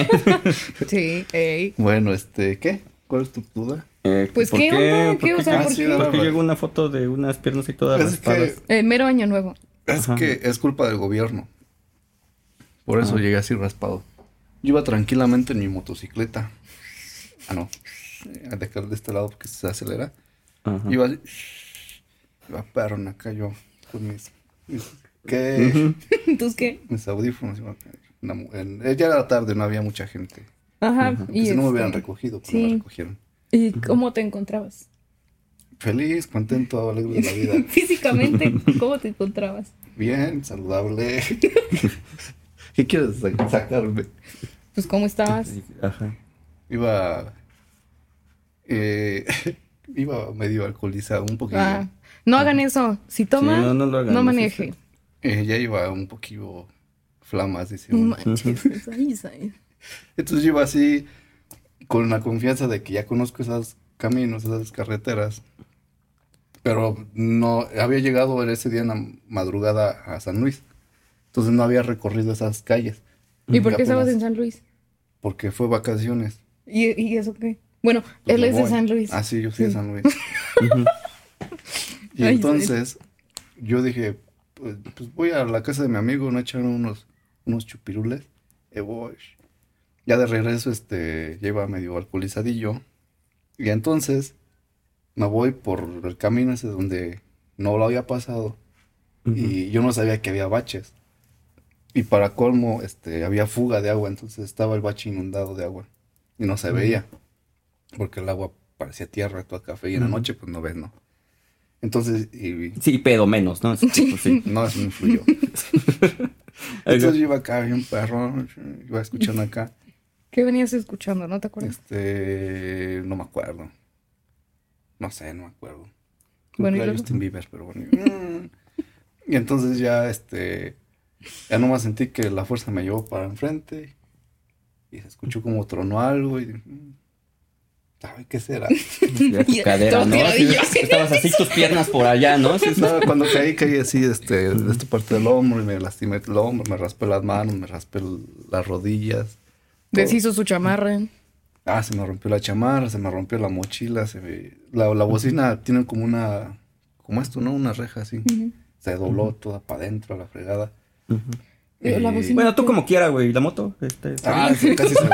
Speaker 3: Sí, ey.
Speaker 4: Bueno, este, ¿qué? ¿Cuál es tu duda?
Speaker 2: Eh,
Speaker 3: Pues,
Speaker 2: ¿por
Speaker 3: ¿qué onda? ¿Qué?
Speaker 2: ¿Por
Speaker 3: O sea,
Speaker 4: ¿por
Speaker 2: ¿por
Speaker 4: qué?
Speaker 2: por qué llegó una foto de unas piernas y todas
Speaker 4: Es que,
Speaker 2: raspadas?
Speaker 3: Eh, mero año nuevo.
Speaker 4: es
Speaker 2: Ajá.
Speaker 4: que es culpa del gobierno. Por eso llegué así raspado. Yo iba tranquilamente en mi motocicleta. Ah, no. A dejar de este lado porque se acelera.
Speaker 2: Ajá.
Speaker 4: Iba así. Iba perrón acá yo. Con mis. mis ¿Qué?
Speaker 3: ¿Entonces qué?
Speaker 4: Mis audífonos. iba acá. Una mu- en- eh, ya era tarde, no había mucha gente.
Speaker 3: Ajá.
Speaker 4: Que si no me
Speaker 3: este,
Speaker 4: hubieran recogido, pero
Speaker 3: sí.
Speaker 4: me recogieron.
Speaker 3: ¿Y cómo te encontrabas?
Speaker 4: Feliz, contento, alegre de la vida.
Speaker 3: Físicamente, ¿cómo te encontrabas?
Speaker 4: Bien, saludable. ¿Qué quieres sa- sacarme?
Speaker 3: Pues, ¿cómo estabas?
Speaker 2: Ajá.
Speaker 4: Iba. eh, iba medio alcoholizado, un poquillo.
Speaker 3: Ah, no hagan eso. Si toman,
Speaker 2: Sí, no,
Speaker 3: no,
Speaker 2: no lo hagan, no
Speaker 3: maneje.
Speaker 4: Eh, ya iba un poquillo flamas, dice
Speaker 3: No
Speaker 4: uno.
Speaker 3: manches, esa Isa, eh.
Speaker 4: Entonces yo iba así, con la confianza de que ya conozco esos caminos, esas carreteras. Pero no, había llegado en ese día en la madrugada a San Luis. Entonces no había recorrido esas calles.
Speaker 3: ¿Y por qué
Speaker 4: Ya
Speaker 3: estabas
Speaker 4: apenas-
Speaker 3: en San Luis?
Speaker 4: Porque fue vacaciones.
Speaker 3: ¿Y, y eso qué? Bueno,
Speaker 4: Pues
Speaker 3: él
Speaker 4: me
Speaker 3: es de
Speaker 4: voy.
Speaker 3: San Luis.
Speaker 4: Ah, sí, yo soy de
Speaker 3: Sí.
Speaker 4: San Luis.
Speaker 2: Ujú.
Speaker 4: Y
Speaker 3: Ay,
Speaker 4: entonces yo dije, pues, pues voy a la casa de mi amigo, no echaron unos, unos chupirules. Eh, voy. Ya de regreso, este, lleva medio alcoholizadillo. Y entonces me voy por el camino ese donde no lo había pasado. Y yo no sabía que había baches. Y para colmo, este, había fuga de agua, entonces estaba el bache inundado de agua. Y no se veía. Porque el agua parecía tierra, toda café. Y en la
Speaker 2: Ujú.
Speaker 4: noche, pues no ves, ¿no? Entonces, y,
Speaker 2: Sí, pedo menos, ¿no? Sí, pues, sí.
Speaker 4: no, eso no influyó. Entonces yo iba acá, bien perro, iba escuchando acá.
Speaker 3: ¿Qué venías escuchando? ¿No te acuerdas?
Speaker 4: Este, no me acuerdo. No sé, no me acuerdo. Creo
Speaker 3: Bueno,
Speaker 4: que
Speaker 3: ¿y
Speaker 4: era
Speaker 3: luego?
Speaker 4: Justin Bieber, pero bueno. Mm. Y entonces ya, este, ya nomás sentí que la fuerza me llevó para enfrente y se escuchó como tronó algo y dije, "Mm, ¿sabe qué será?
Speaker 2: Ya pues, tu
Speaker 3: Y-
Speaker 2: cadera,
Speaker 3: todo
Speaker 2: ¿no? Así,
Speaker 3: tiradillo.
Speaker 2: estabas así, tus piernas por allá, ¿no? Sí, sí.
Speaker 4: No, cuando caí, caí así, este, de esta parte del hombro y me lastimé el hombro, me raspé las manos, me raspé el- las rodillas.
Speaker 3: Deshizo su chamarra.
Speaker 4: Ah, se me rompió la chamarra, se me rompió la mochila, se me- la, la bocina tiene como una, como esto, ¿no? Una reja así. Se dobló toda para adentro, la fregada.
Speaker 3: Eh, la
Speaker 4: Eh,
Speaker 3: bocina.
Speaker 2: Bueno, tú como quiera, güey. La moto, este, está
Speaker 4: Ah, sí, casi se me-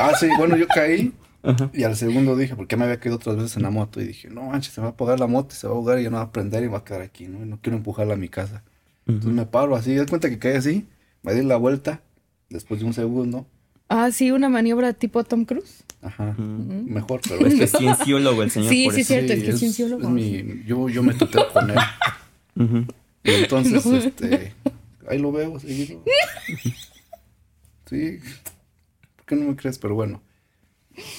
Speaker 4: Ah, sí, bueno, yo caí
Speaker 2: bien. Ajá.
Speaker 4: y al segundo dije, porque me había caído otras veces en la moto y dije, no manches, se me va a apagar la moto y se va a ahogar y ya no va a prender y va a quedar aquí, ¿no? Y no quiero empujarla a mi casa. Entonces pues me paro así, das cuenta que caí así, me di la vuelta, después de un segundo,
Speaker 3: Ah, sí, una maniobra tipo Tom Cruise.
Speaker 4: Ajá.
Speaker 2: Ujú.
Speaker 4: Mejor, pero.
Speaker 2: Pues que es cienciólogo el señor.
Speaker 3: Sí,
Speaker 2: por
Speaker 3: sí,
Speaker 2: eso.
Speaker 3: Cierto, es que es cienciólogo.
Speaker 4: mi- yo, yo me tuteo con él.
Speaker 2: Ujú.
Speaker 4: Y entonces, este. Ahí lo veo seguido. Sí. ¿Por qué no me crees? Pero bueno.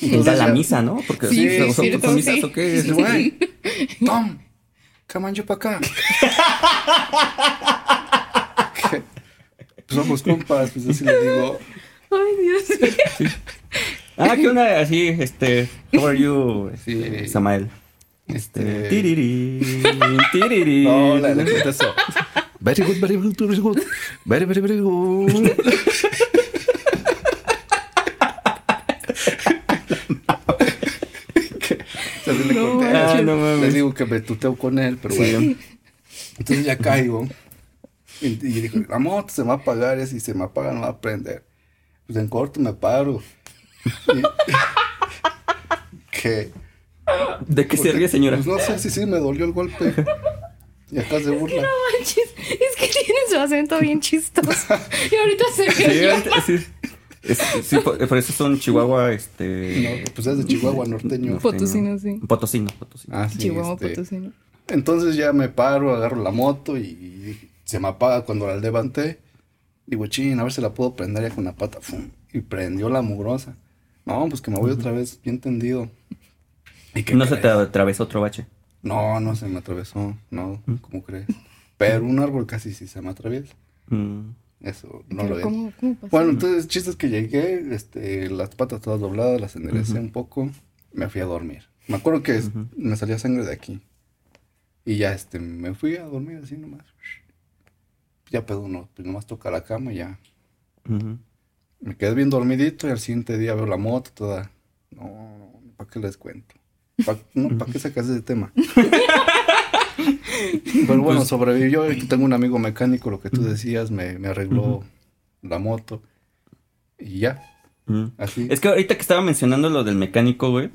Speaker 2: Y Pues da la
Speaker 4: ya-
Speaker 2: misa, ¿no? Porque
Speaker 3: Sí,
Speaker 2: ¿son- son,
Speaker 3: cierto,
Speaker 2: son misas
Speaker 3: sí.
Speaker 2: o qué
Speaker 4: Dice, güey, Tom, camancho para acá. ¿Qué? Pues somos compas, pues así le digo.
Speaker 3: Ay, Dios mío.
Speaker 2: Ah, ¿qué onda? Así, este, how are you, este,
Speaker 4: Sí.
Speaker 2: Samael? Este,
Speaker 4: Este.
Speaker 2: tirirín, tirirín.
Speaker 4: No, le, le contesto. Very good, very good, very good. Very, very, very good. O sea, sí le
Speaker 3: No
Speaker 4: conté.
Speaker 2: manches. Ah, no mames.
Speaker 4: Les digo que me tuteo con él, pero bueno.
Speaker 2: Sí.
Speaker 4: Entonces ya caigo. Y, y dijo, la moto se me va a apagar, y si se me apaga no va a prender. Pues en corto me paro. Y- ¿Qué?
Speaker 2: ¿De qué se ríe, señora?
Speaker 4: Pues no sé si sí me dolió el golpe. Y acá se burla.
Speaker 3: No manches, es que tienen su acento bien chistoso. Y ahorita se
Speaker 2: Sí,
Speaker 3: ríe.
Speaker 2: ahorita- sí. Es- sí, por, por eso son Chihuahua, este...
Speaker 4: No, pues es de Chihuahua, norteño.
Speaker 3: Potosino, sí.
Speaker 2: Potosino, Potosino.
Speaker 4: Ah, sí,
Speaker 3: Pues, Chihuahua pues,
Speaker 4: este,
Speaker 3: Potosino.
Speaker 4: Entonces ya me paro, agarro la moto y, y se me apaga cuando la levanté. Digo, chin, a ver si la puedo prender ya con la pata. Fum, y prendió la mugrosa. No, pues que me voy otra vez, bien tendido. ¿Y qué
Speaker 2: no se te
Speaker 4: crees?
Speaker 2: atravesó otro bache.
Speaker 4: No, no se me atravesó. No, ¿cómo crees? Pero un árbol casi sí se me atraviesa.
Speaker 2: Mm.
Speaker 4: Eso no
Speaker 3: Pero
Speaker 4: lo es.
Speaker 3: ¿cómo, ¿Cómo pasó?
Speaker 4: Bueno, entonces, chistes que llegué, este, las patas todas dobladas, las enderecé un poco, me fui a dormir. Me acuerdo que es- me salía sangre de aquí. Y ya, este, me fui a dormir así nomás. Ya pedo uno, pues nomás toca la cama y ya.
Speaker 2: Ujú.
Speaker 4: Me quedé bien dormidito y al siguiente día veo la moto toda. No, no, ¿para qué les cuento? Pa- no, ¿para qué sacas ese tema? Pero bueno,
Speaker 2: Pues,
Speaker 4: sobrevivió. Yo tengo un amigo mecánico, lo que tú decías, me, me arregló la moto. Y ya,
Speaker 2: Mm.
Speaker 4: así.
Speaker 2: Es que ahorita que estaba mencionando lo del mecánico, güey.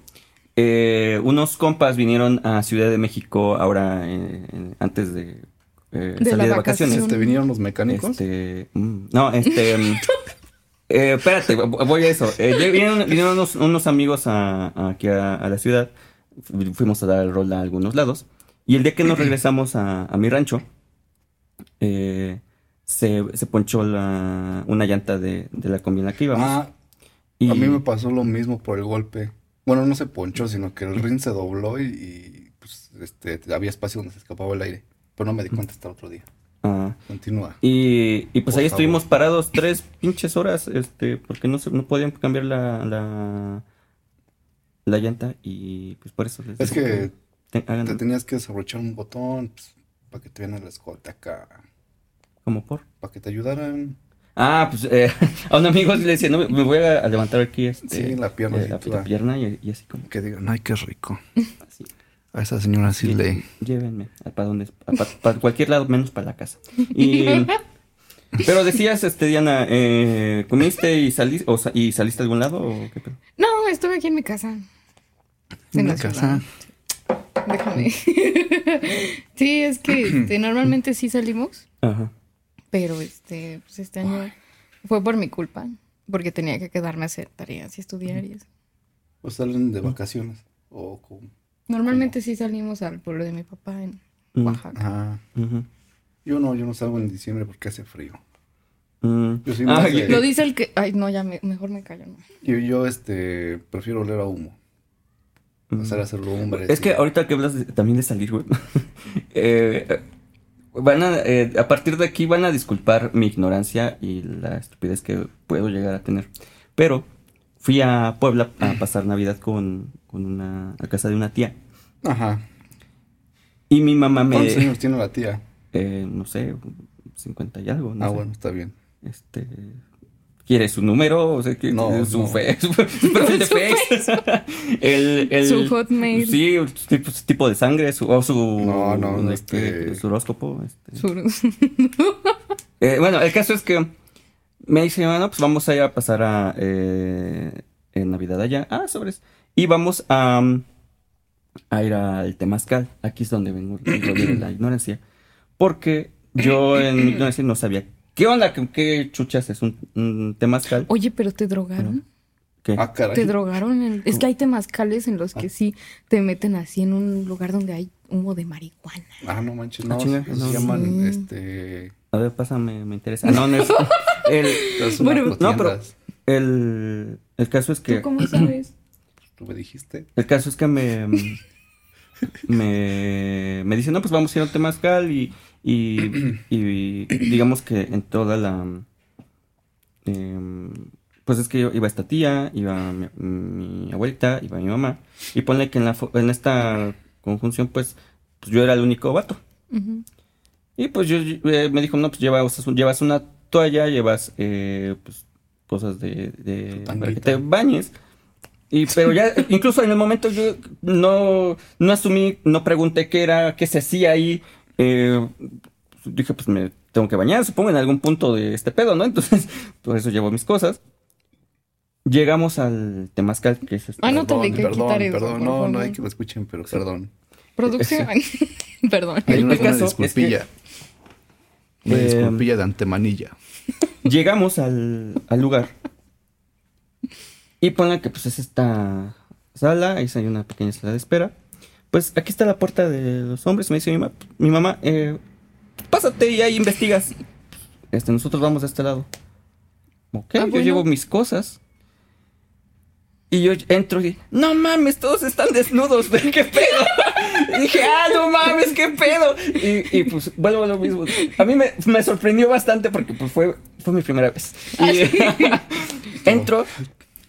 Speaker 2: eh, unos compas vinieron a Ciudad de México ahora, eh, en- antes de, eh,
Speaker 3: De
Speaker 2: salir
Speaker 3: la
Speaker 2: de vacaciones.
Speaker 4: Este, vinieron los mecánicos.
Speaker 2: Este, mm, no, este. mm, eh, espérate, vo- voy a eso. Eh, ya vinieron vinieron unos, unos amigos a, a aquí a, a la ciudad. Fu- Fuimos a dar el rol a algunos lados. Y el día que nos regresamos a, a mi rancho, eh, se, se ponchó la, una llanta de, de la combi en la que íbamos.
Speaker 4: Ah,
Speaker 2: y,
Speaker 4: a mí me pasó lo mismo por el golpe. Bueno, no se ponchó, sino que el rin se dobló y, y, pues, este, había espacio donde se escapaba el aire. Pero no me di cuenta hasta otro día.
Speaker 2: ah,
Speaker 4: Continúa.
Speaker 2: Y, y pues
Speaker 4: Por
Speaker 2: ahí
Speaker 4: favor.
Speaker 2: estuvimos parados tres pinches horas, este, porque no se, no podían cambiar la, la, la llanta y pues por eso les
Speaker 4: Es
Speaker 2: digo
Speaker 4: que
Speaker 2: te- hagan
Speaker 4: Te tenías que desabrochar un botón pues, para que te vieran la escolta acá,
Speaker 2: como por.
Speaker 4: para que te ayudaran.
Speaker 2: Ah, pues eh, a un amigo le decía, no, me- me voy a, a levantar aquí este,
Speaker 4: Sí, la pierna,
Speaker 2: eh,
Speaker 4: sí,
Speaker 2: la,
Speaker 4: tú
Speaker 2: la
Speaker 4: da.
Speaker 2: pierna y, y así como
Speaker 4: Que digan, ay, qué rico.
Speaker 2: así.
Speaker 4: A esa señora sí
Speaker 2: Lle-
Speaker 4: le...
Speaker 2: Llévenme, para donde, para cualquier lado menos para la casa. Y, pero decías, este Diana, eh, ¿comiste y, saliste o, sa- y saliste a algún lado o qué pedo?
Speaker 3: No, estuve aquí en mi casa. En la ciudad. Déjame. sí, es que este, normalmente sí salimos,
Speaker 2: Ajá.
Speaker 3: pero este, pues este año fue por mi culpa, porque tenía que quedarme a hacer tareas y estudiar y eso.
Speaker 4: O salen de vacaciones. O con...
Speaker 3: Normalmente sí salimos al pueblo de mi papá en
Speaker 2: Mm.
Speaker 3: Oaxaca.
Speaker 4: Ah,
Speaker 2: ujú.
Speaker 4: yo no, yo no salgo en diciembre porque hace frío.
Speaker 2: Mm.
Speaker 4: Yo soy
Speaker 2: Ah,
Speaker 4: más
Speaker 2: ya-
Speaker 4: de-
Speaker 3: Lo dice el que. Ay, no, ya me- mejor me callo, no.
Speaker 4: Yo, yo este, prefiero oler a humo.
Speaker 2: Mm.
Speaker 4: Pasar a hacerlo hombre.
Speaker 2: Es que ahorita que hablas de- también de salir, güey. eh, eh, van a, eh, a partir de aquí van a disculpar mi ignorancia y la estupidez que puedo llegar a tener. Pero fui a Puebla a pasar Navidad con, con una, a casa de una tía.
Speaker 4: Ajá.
Speaker 2: Y mi mamá
Speaker 4: ¿Cuántos
Speaker 2: me...
Speaker 4: años tiene la tía?
Speaker 2: eh, no sé, 50 y algo. No
Speaker 4: ah,
Speaker 2: sé.
Speaker 4: bueno, está bien.
Speaker 2: Este... ¿Quiere su número? O sea, que
Speaker 4: No,
Speaker 2: su
Speaker 4: no.
Speaker 2: Facebook, su perfil de Facebook. el, el-
Speaker 3: Su Hotmail.
Speaker 2: Sí, su tipo, su tipo de sangre, su, o su,
Speaker 4: No, no, no,
Speaker 2: este,
Speaker 4: este-
Speaker 2: su horóscopo. este.
Speaker 3: Sur-
Speaker 2: Eh, bueno, el caso es que me dice, bueno, pues vamos a ir a pasar a eh, en Navidad allá. Ah, sobres. Y vamos a, mm, a ir al Temazcal. Aquí es donde vengo digo, de la ignorancia. Porque yo en mi ignorancia no sabía qué onda, qué, qué chuchas es un, un Temazcal.
Speaker 3: Oye, pero te drogaron.
Speaker 2: ¿Qué?
Speaker 4: Ah, caray.
Speaker 3: Te drogaron. en- Es que hay temazcales en los que
Speaker 2: Ah.
Speaker 3: sí te meten así en un lugar donde hay humo de marihuana.
Speaker 4: Ah, no manches, no.
Speaker 2: Ah, chinga,
Speaker 4: se
Speaker 2: no.
Speaker 4: llaman,
Speaker 3: Sí.
Speaker 4: este...
Speaker 2: A ver, pásame, me interesa. Ah, no, no es. el,
Speaker 4: las
Speaker 3: Bueno,
Speaker 2: no, pero
Speaker 4: narcotiendas.
Speaker 2: el, el caso es que.
Speaker 3: ¿Tú cómo sabes?
Speaker 4: Tú me dijiste.
Speaker 2: El caso es que me. mm, Me, me dice, no, pues vamos a ir a un temazcal y, y, y digamos que en toda la. em, pues es que yo- iba esta tía, iba mi, mi abuelita, iba mi mamá. Y ponle que en, la, fo- en esta conjunción, pues, pues yo era el único vato.
Speaker 3: Ujú.
Speaker 2: Y pues yo yo- eh, me dijo, no, pues llevas, llevas una toalla, llevas eh, pues, cosas de, de-
Speaker 4: tanguita.
Speaker 2: para que te bañes. Y pero ya, incluso en el momento yo no, no asumí, no pregunté qué era, qué se hacía ahí. Eh, dije, pues me tengo que bañar, supongo, en algún punto de este pedo, ¿no? Entonces, por eso llevo mis cosas. Llegamos al Temazcal, que es este.
Speaker 3: Ah, no, Anótale,
Speaker 4: Perdón,
Speaker 3: que
Speaker 4: perdón,
Speaker 3: quitar eso,
Speaker 4: perdón,
Speaker 3: por
Speaker 4: no, no
Speaker 3: favor.
Speaker 4: hay que lo escuchen, pero perdón.
Speaker 3: Producción. Perdón.
Speaker 4: Hay una,
Speaker 2: El
Speaker 4: una
Speaker 2: este caso es que-
Speaker 4: disculpilla. Una
Speaker 2: Eh,
Speaker 4: disculpilla de antemanilla.
Speaker 2: Llegamos al, al lugar. Y pongan que pues es esta sala, ahí hay una pequeña sala de espera. Pues aquí está la puerta de los hombres, me dice mi, ma- mi mamá, eh, pásate y ahí investigas. Este, nosotros vamos de este lado. Ok,
Speaker 3: Ah,
Speaker 2: yo
Speaker 3: bueno.
Speaker 2: llevo mis cosas. Y yo entro y, no mames, todos están desnudos, ¿qué pedo? Y dije, ah, no mames, qué pedo. Y, y, pues vuelvo a lo mismo. A mí me, me sorprendió bastante porque pues, fue, fue mi primera vez. Y, entro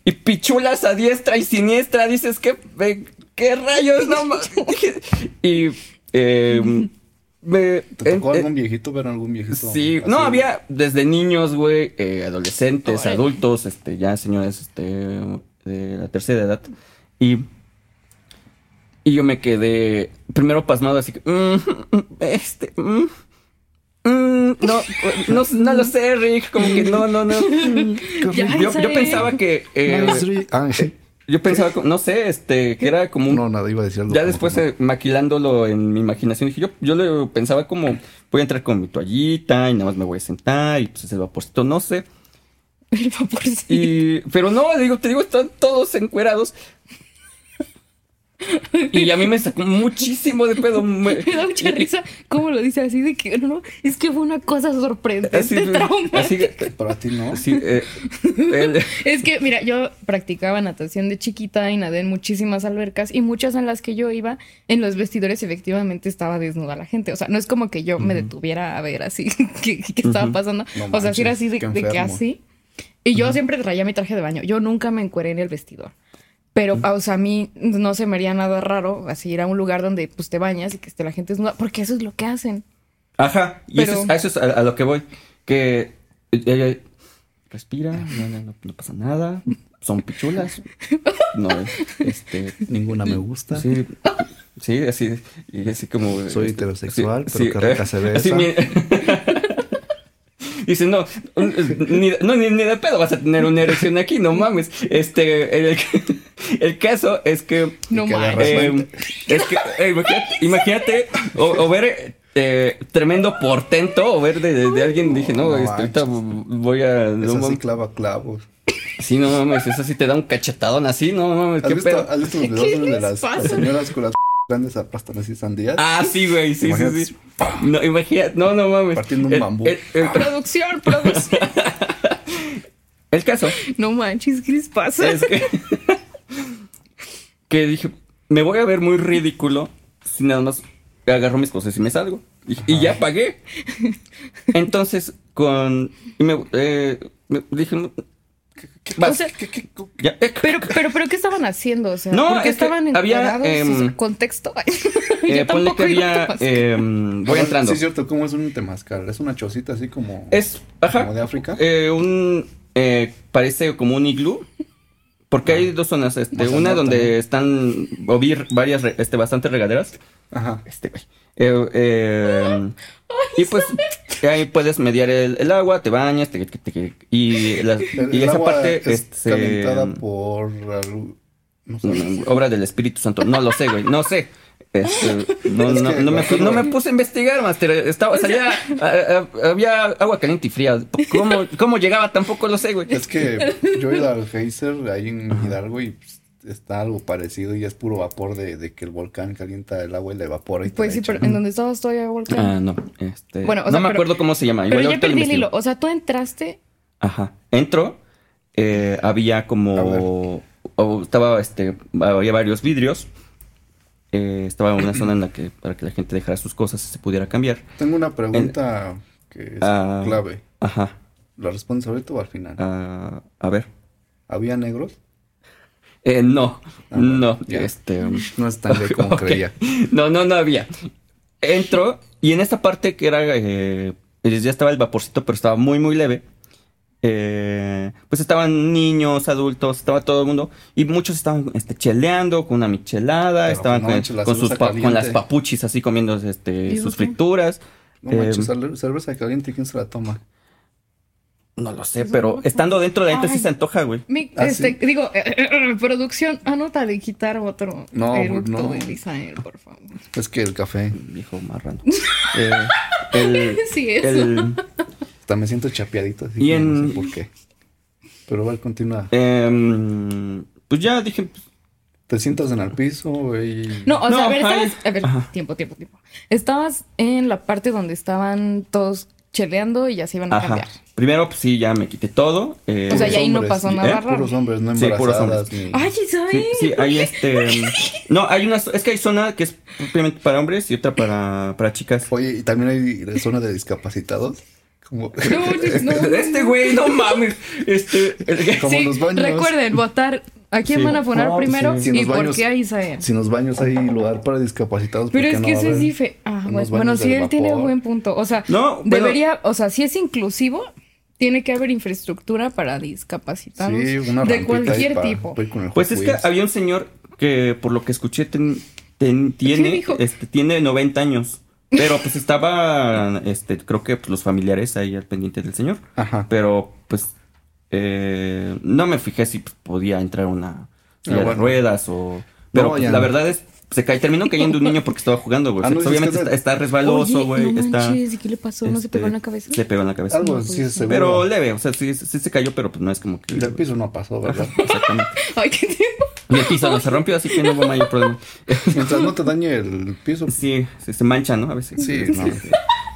Speaker 2: y pichulas a diestra y siniestra, dices, ¿qué, eh, qué rayos? No mames. Y eh, me...
Speaker 4: ¿Te tocó
Speaker 2: eh,
Speaker 4: algún viejito ver algún viejito?
Speaker 2: Sí,
Speaker 4: así?
Speaker 2: no, había desde niños, güey, eh, adolescentes,
Speaker 3: Órale.
Speaker 2: adultos, este, ya señores, este, de la tercera edad. Y, y yo me quedé primero pasmado, así que, mm, mm, este, mm, mm, no, no, no lo sé, Rick, como que no, no, no.
Speaker 3: Ya,
Speaker 2: Yo, yo
Speaker 3: sabe.
Speaker 2: pensaba que, eh,
Speaker 4: Ah, sí.
Speaker 2: yo pensaba, como- no sé, este, que era como un
Speaker 4: No, nada, iba a decir algo.
Speaker 2: ya
Speaker 4: como
Speaker 2: después
Speaker 4: que no.
Speaker 2: eh, maquilándolo en mi imaginación, dije, yo, yo lo pensaba como, voy a entrar con mi toallita y nada más me voy a sentar y pues es el vaporcito, no sé.
Speaker 3: El vaporcito.
Speaker 2: Y, pero no, digo, te digo, están todos encuerados. Y a mí me sacó muchísimo de pedo. me-
Speaker 3: Me da mucha risa cómo lo dice así de que no, es que fue una cosa sorprendente,
Speaker 2: así,
Speaker 3: traumática.
Speaker 2: así, que-
Speaker 4: Pero a ti no.
Speaker 2: sí, eh, el-
Speaker 3: Es que, mira, yo practicaba natación de chiquita y nadé en muchísimas albercas y muchas en las que yo iba, en los vestidores efectivamente estaba desnuda la gente. O sea, no es como que yo me detuviera a ver así qué, qué estaba pasando.
Speaker 4: No
Speaker 3: o sea, si era así de,
Speaker 4: manches, qué
Speaker 3: de que
Speaker 4: enfermo.
Speaker 3: así. Y yo siempre traía mi traje de baño. Yo nunca me encueré en el vestidor. Pero, o sea, a mí no se me haría nada raro así ir a un lugar donde pues te bañas y que esté la gente desnuda, porque eso es lo que hacen.
Speaker 2: Ajá, y eso
Speaker 3: Pero-
Speaker 2: es, a eso es a, a lo que voy. Que eh, eh, respira, no, no, no, no pasa nada, son pichulas. No, este,
Speaker 4: Ninguna me gusta.
Speaker 2: Sí, sí, así, y así como...
Speaker 4: Soy
Speaker 2: este,
Speaker 4: heterosexual, pero qué rica
Speaker 2: eh,
Speaker 4: se ve
Speaker 2: así
Speaker 4: esa.
Speaker 2: mi- Dice, no, ni, no ni, ni de pedo vas a tener una erección aquí, no mames. Este, el, el caso es que...
Speaker 3: No
Speaker 4: que
Speaker 3: mames.
Speaker 4: agarras-
Speaker 2: eh, es que, eh, imagínate, imagínate, o, o ver eh, tremendo portento, o ver de, de- de alguien, dije, no,
Speaker 4: No
Speaker 2: este, ahorita voy a... no
Speaker 4: Es así
Speaker 2: mames.
Speaker 4: clava clavos.
Speaker 2: sí, no mames, eso sí te da un cachetadón así, no mames,
Speaker 4: ¿Has
Speaker 2: qué
Speaker 4: visto,
Speaker 2: pedo.
Speaker 4: ¿Has visto
Speaker 3: ¿Qué
Speaker 4: los videos donde
Speaker 3: les
Speaker 4: las,
Speaker 3: pasa?
Speaker 4: las señoras con las grandes aplastan así sandías?
Speaker 2: Ah, sí, güey, sí, sí, sí. No, imagínate, no, no mames.
Speaker 4: Partiendo un
Speaker 2: El-
Speaker 4: bambú.
Speaker 2: El, el-
Speaker 3: Producción, producción.
Speaker 2: el caso
Speaker 3: no manches, ¿qué les pasa?
Speaker 2: es que, que dije, me voy a ver muy ridículo si nada más agarro mis cosas y me salgo. Y, y ya pagué. Entonces, con... Y me, eh, me dije, no, vas,
Speaker 3: O sea,
Speaker 2: ya, eh,
Speaker 3: Pero, pero, pero, ¿qué estaban haciendo? O sea,
Speaker 2: No,
Speaker 3: ¿por qué
Speaker 2: es que
Speaker 3: estaban
Speaker 2: había,
Speaker 3: enterados?
Speaker 2: em,
Speaker 3: O sea, contexto.
Speaker 2: eh, ponle
Speaker 3: Yo tampoco
Speaker 2: que
Speaker 3: iba
Speaker 2: había...
Speaker 3: a tomar.
Speaker 2: em, voy
Speaker 4: Ah,
Speaker 2: entrando.
Speaker 4: Sí, es cierto, ¿cómo es un temazcal? Es una chocita así como.
Speaker 2: Es, ajá.
Speaker 4: ¿Como de África?
Speaker 2: eh, un, eh, parece como un iglú. Porque hay dos zonas, este,
Speaker 4: Ah. O sea,
Speaker 2: una
Speaker 4: no,
Speaker 2: donde
Speaker 4: también.
Speaker 2: están, o vi r- varias, re- este, bastantes regaderas.
Speaker 4: Ajá.
Speaker 2: Este, güey. Eh, eh, y pues ahí puedes mediar el, el agua, te bañas, te, te- te- y, la-
Speaker 4: El-
Speaker 2: y
Speaker 4: el
Speaker 2: esa
Speaker 4: agua
Speaker 2: parte
Speaker 4: es
Speaker 2: este,
Speaker 4: calentada por. algo- No sé.
Speaker 2: mm, obra del Espíritu Santo. No lo sé, güey, no sé. Este, no, no, no me, fui- no me puse a investigar, Master. Estaba, salía, a- a- había agua caliente y fría. ¿Cómo, cómo llegaba? Tampoco lo sé, güey.
Speaker 4: Es que yo he ido al geyser ahí en Hidalgo y pues, está algo parecido y es puro vapor de, de que el volcán calienta el agua y la evapora. Y te
Speaker 3: Pues
Speaker 4: la
Speaker 3: sí,
Speaker 4: echa.
Speaker 3: pero en donde estabas todavía volcán.
Speaker 2: Ah, no. Este,
Speaker 3: Bueno, o
Speaker 2: no
Speaker 3: sea,
Speaker 2: me
Speaker 3: pero-
Speaker 2: acuerdo cómo se llama.
Speaker 3: Pero
Speaker 2: Igual
Speaker 3: ya
Speaker 2: ahorita lo
Speaker 3: perdí el
Speaker 2: investigo.
Speaker 3: hilo. O sea, tú entraste.
Speaker 2: Ajá. Entro, eh, había
Speaker 4: A ver.
Speaker 2: como. o estaba, este, había varios vidrios. Eh, estaba una zona en la que para que la gente dejara sus cosas y se pudiera cambiar.
Speaker 4: Tengo una pregunta que es
Speaker 2: Ah.
Speaker 4: clave.
Speaker 2: Ajá.
Speaker 4: ¿La respondes ahorita o al final?
Speaker 2: Ah, a ver.
Speaker 4: ¿Había negros?
Speaker 2: Eh, no,
Speaker 4: Ah, bueno,
Speaker 2: no,
Speaker 4: ya.
Speaker 2: este.
Speaker 4: No es tan gay como
Speaker 2: ok.
Speaker 4: creía.
Speaker 2: No, no, no había. Entro y en esta parte que era. eh, ya estaba el vaporcito, pero estaba muy, muy leve. eh, pues estaban niños, adultos, estaba todo el mundo. Y muchos estaban este, cheleando con una michelada,
Speaker 4: Pero
Speaker 2: estaban
Speaker 4: no
Speaker 2: con,
Speaker 4: manches, la
Speaker 2: con sus
Speaker 4: cerveza
Speaker 2: pa- con las
Speaker 4: caliente.
Speaker 2: papuchis así comiendo
Speaker 3: ¿Y
Speaker 2: este,
Speaker 3: eso
Speaker 2: sus
Speaker 3: qué?
Speaker 2: frituras.
Speaker 4: No
Speaker 2: Eh,
Speaker 4: manches, cerve- cerveza caliente, ¿quién se la toma?
Speaker 2: no lo sé,
Speaker 3: Eso
Speaker 2: pero
Speaker 3: no.
Speaker 2: estando dentro de la gente sí
Speaker 3: Pues Ay.
Speaker 2: se antoja, güey.
Speaker 3: Mi-
Speaker 4: Ah,
Speaker 3: este,
Speaker 4: sí.
Speaker 3: Digo, eh, eh, eh, producción, anota de quitar otro
Speaker 4: No, pues
Speaker 3: eructo
Speaker 4: no.
Speaker 3: de Lizael, por favor.
Speaker 4: Es que el café.
Speaker 2: Viejo marrano. Eh, el-
Speaker 3: Sí, eso.
Speaker 2: el-
Speaker 4: Hasta me siento chapeadito, así
Speaker 2: Y
Speaker 4: que no
Speaker 2: en- Eh.
Speaker 4: sé por qué. Pero va, continúa.
Speaker 2: Em, pues ya dije, pues,
Speaker 4: Te sientas en el piso y...
Speaker 3: No, o sea,
Speaker 2: No,
Speaker 3: a ver,
Speaker 2: ay.
Speaker 3: estabas. A ver, tiempo, tiempo, tiempo. Estabas en la parte donde estaban todos cheleando y ya se iban a
Speaker 2: ajá.
Speaker 3: cambiar.
Speaker 2: Primero, pues sí, ya me quité todo. eh,
Speaker 3: O sea, ya ahí no pasó
Speaker 4: ni-
Speaker 3: nada
Speaker 4: ¿eh?
Speaker 3: raro.
Speaker 4: Puros hombres, no
Speaker 2: Sí, puros
Speaker 4: embarazadas ni...
Speaker 3: Ay, Isabel.
Speaker 2: Sí, sí, hay este. no, hay una. Es que hay zona que es propiamente para hombres y otra para, para chicas.
Speaker 4: Oye, y también hay zona de discapacitados. Como,
Speaker 3: No, no, no.
Speaker 2: Este güey, no mames. Este. el-
Speaker 4: como
Speaker 3: Sí,
Speaker 4: los baños.
Speaker 3: Recuerden votar a quién
Speaker 2: Sí.
Speaker 3: van a poner
Speaker 2: No, pues
Speaker 3: primero
Speaker 4: sí. Si en
Speaker 3: y
Speaker 4: los
Speaker 3: por
Speaker 4: baños-
Speaker 3: qué a Isabel.
Speaker 4: Si en los baños hay lugar para discapacitados. ¿por
Speaker 3: Pero
Speaker 4: qué
Speaker 3: es
Speaker 4: no
Speaker 3: que
Speaker 4: va a
Speaker 3: eso es
Speaker 4: haber
Speaker 3: diferente. Ah,
Speaker 4: unos
Speaker 3: bueno,
Speaker 4: baños
Speaker 3: bueno,
Speaker 4: de
Speaker 3: si él tiene
Speaker 4: vapor?
Speaker 3: buen punto. O sea,
Speaker 2: No, bueno.
Speaker 3: debería, o sea, si es inclusivo, tiene que haber infraestructura para discapacitados
Speaker 4: Sí, una rampita
Speaker 3: de
Speaker 4: ahí
Speaker 3: cualquier
Speaker 4: para-
Speaker 3: tipo.
Speaker 4: voy con el
Speaker 2: Pues
Speaker 4: Hot
Speaker 2: es que
Speaker 4: Wheels.
Speaker 2: había un señor que, por lo que escuché, ten- ten-
Speaker 3: Sí,
Speaker 2: tiene,
Speaker 3: dijo.
Speaker 2: este, tiene 90 años. Pero pues estaba, este, creo que pues, los familiares ahí al pendiente del señor.
Speaker 4: Ajá.
Speaker 2: Pero pues eh, no me fijé si pues, podía entrar una silla
Speaker 4: Ah,
Speaker 2: de
Speaker 4: bueno.
Speaker 2: ruedas o... Pero
Speaker 4: No,
Speaker 2: pues,
Speaker 4: ya
Speaker 2: la
Speaker 4: no.
Speaker 2: verdad es, se cae, terminó cayendo un niño porque estaba jugando, güey.
Speaker 4: Ah, no,
Speaker 2: Pues,
Speaker 4: es que
Speaker 2: obviamente
Speaker 4: no-
Speaker 2: está, está resbaloso,
Speaker 3: Oye,
Speaker 2: güey.
Speaker 3: no
Speaker 2: está,
Speaker 3: manches, ¿y qué le pasó? ¿No se pegó en la
Speaker 2: este,
Speaker 3: cabeza?
Speaker 2: Le pegó en la cabeza.
Speaker 4: Algo
Speaker 3: No,
Speaker 4: sí
Speaker 3: pues,
Speaker 4: es seguro.
Speaker 2: Pero leve, o sea, sí, sí se cayó, pero pues no es como que...
Speaker 4: Y del piso no pasó, ¿verdad?
Speaker 2: Exactamente.
Speaker 3: Ay, qué tiempo.
Speaker 2: Y el piso no se rompió, así que no hubo mayor problema.
Speaker 4: Mientras no te dañe el piso.
Speaker 2: Sí, se, se mancha, ¿no? A veces.
Speaker 4: Sí, no.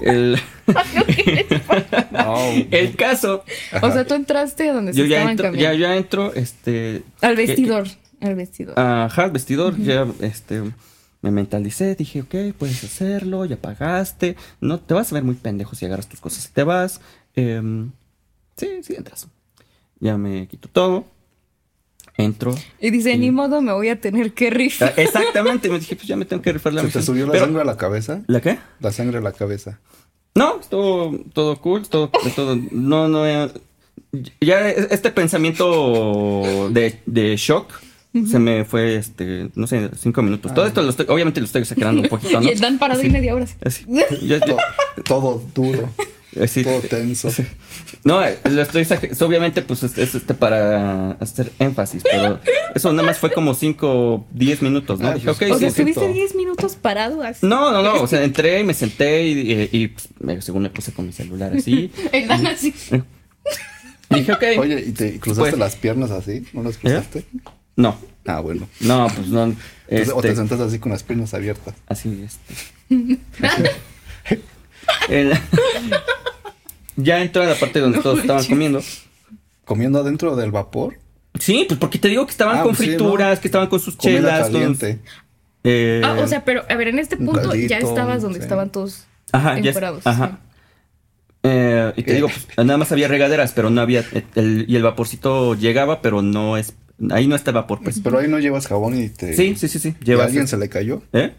Speaker 2: El,
Speaker 4: No,
Speaker 2: el caso,
Speaker 3: O sea, tú entraste a donde se
Speaker 2: yo ya
Speaker 3: Pues estaban
Speaker 2: entro, ya,
Speaker 3: cambiando.
Speaker 2: ya entro, este...
Speaker 3: Al
Speaker 2: que- que-
Speaker 3: vestidor. Al vestidor.
Speaker 2: Ajá, el vestidor, ya este, me mentalicé, dije, ok, puedes hacerlo, ya pagaste, no, te vas a ver muy pendejo si agarras tus cosas y te vas. Em, sí, sí, entras. Ya me quito todo, entro.
Speaker 3: y dice,
Speaker 2: sí.
Speaker 3: ni modo, me voy a tener que
Speaker 2: Ah,
Speaker 3: rifar.
Speaker 2: Exactamente, me dije, pues ya me tengo que rifar la
Speaker 4: ¿Se te
Speaker 2: misión.
Speaker 4: subió la
Speaker 2: Pero-
Speaker 4: sangre a la cabeza?
Speaker 2: ¿La qué?
Speaker 4: La sangre a la cabeza.
Speaker 2: No, todo, todo cool, todo, todo, no, no, eh, ya e- este pensamiento de, de shock se me fue, este, no sé, cinco minutos.
Speaker 4: Ah.
Speaker 2: Todo esto lo estoy, obviamente lo estoy exagerando un poquito, ¿no?
Speaker 3: Y dan parado y media hora.
Speaker 2: Así. Yo- yo-
Speaker 4: To- todo duro.
Speaker 2: así.
Speaker 4: Todo tenso.
Speaker 2: No, eh, lo estoy exager- Obviamente, pues es, es, este para hacer énfasis, pero eso nada más fue como 5, 10 minutos, ¿no?
Speaker 4: Ah,
Speaker 2: Dije,
Speaker 4: pues,
Speaker 2: ok,
Speaker 3: O sea,
Speaker 2: sí, sí.
Speaker 3: estuviste
Speaker 4: cierto.
Speaker 3: 10 minutos parado así.
Speaker 2: No, no, no. O sea, entré y me senté y, y- y, pues, me- según me puse con mi celular así.
Speaker 3: El
Speaker 2: mm,
Speaker 3: Dan así.
Speaker 2: Dije, ok.
Speaker 4: Oye, ¿y te cruzaste
Speaker 2: Pues- ¿Eh?
Speaker 4: las piernas así? ¿No las cruzaste?
Speaker 2: No,
Speaker 4: Ah, bueno.
Speaker 2: no, pues no.
Speaker 4: Entonces, O te
Speaker 2: este,
Speaker 4: sentas así con las piernas abiertas.
Speaker 2: Así, este. El- ya entré a la parte donde todos estaban comiendo.
Speaker 4: ¿Comiendo adentro del vapor?
Speaker 2: Sí, pues porque te digo que estaban
Speaker 4: Ah,
Speaker 2: con
Speaker 4: pues sí, ¿no?
Speaker 2: frituras, que estaban con sus
Speaker 4: Comida
Speaker 2: chelas, con,
Speaker 4: caliente.
Speaker 2: Eh,
Speaker 3: Ah, o sea, pero a ver, en este
Speaker 4: un
Speaker 3: punto ya
Speaker 4: caldito,
Speaker 3: estabas donde
Speaker 4: sí.
Speaker 3: estaban todos
Speaker 2: ajá, ya,
Speaker 3: encuerados.
Speaker 2: ajá. Eh, y te digo, pues, nada más había regaderas, pero no había eh, el, y el vaporcito llegaba, pero no es ahí no está el vapor, pues.
Speaker 4: Pero ahí no llevas jabón y te...
Speaker 2: Sí, sí, sí, sí.
Speaker 4: ¿Y a
Speaker 2: Llevas
Speaker 4: alguien se le cayó?
Speaker 2: ¿Eh?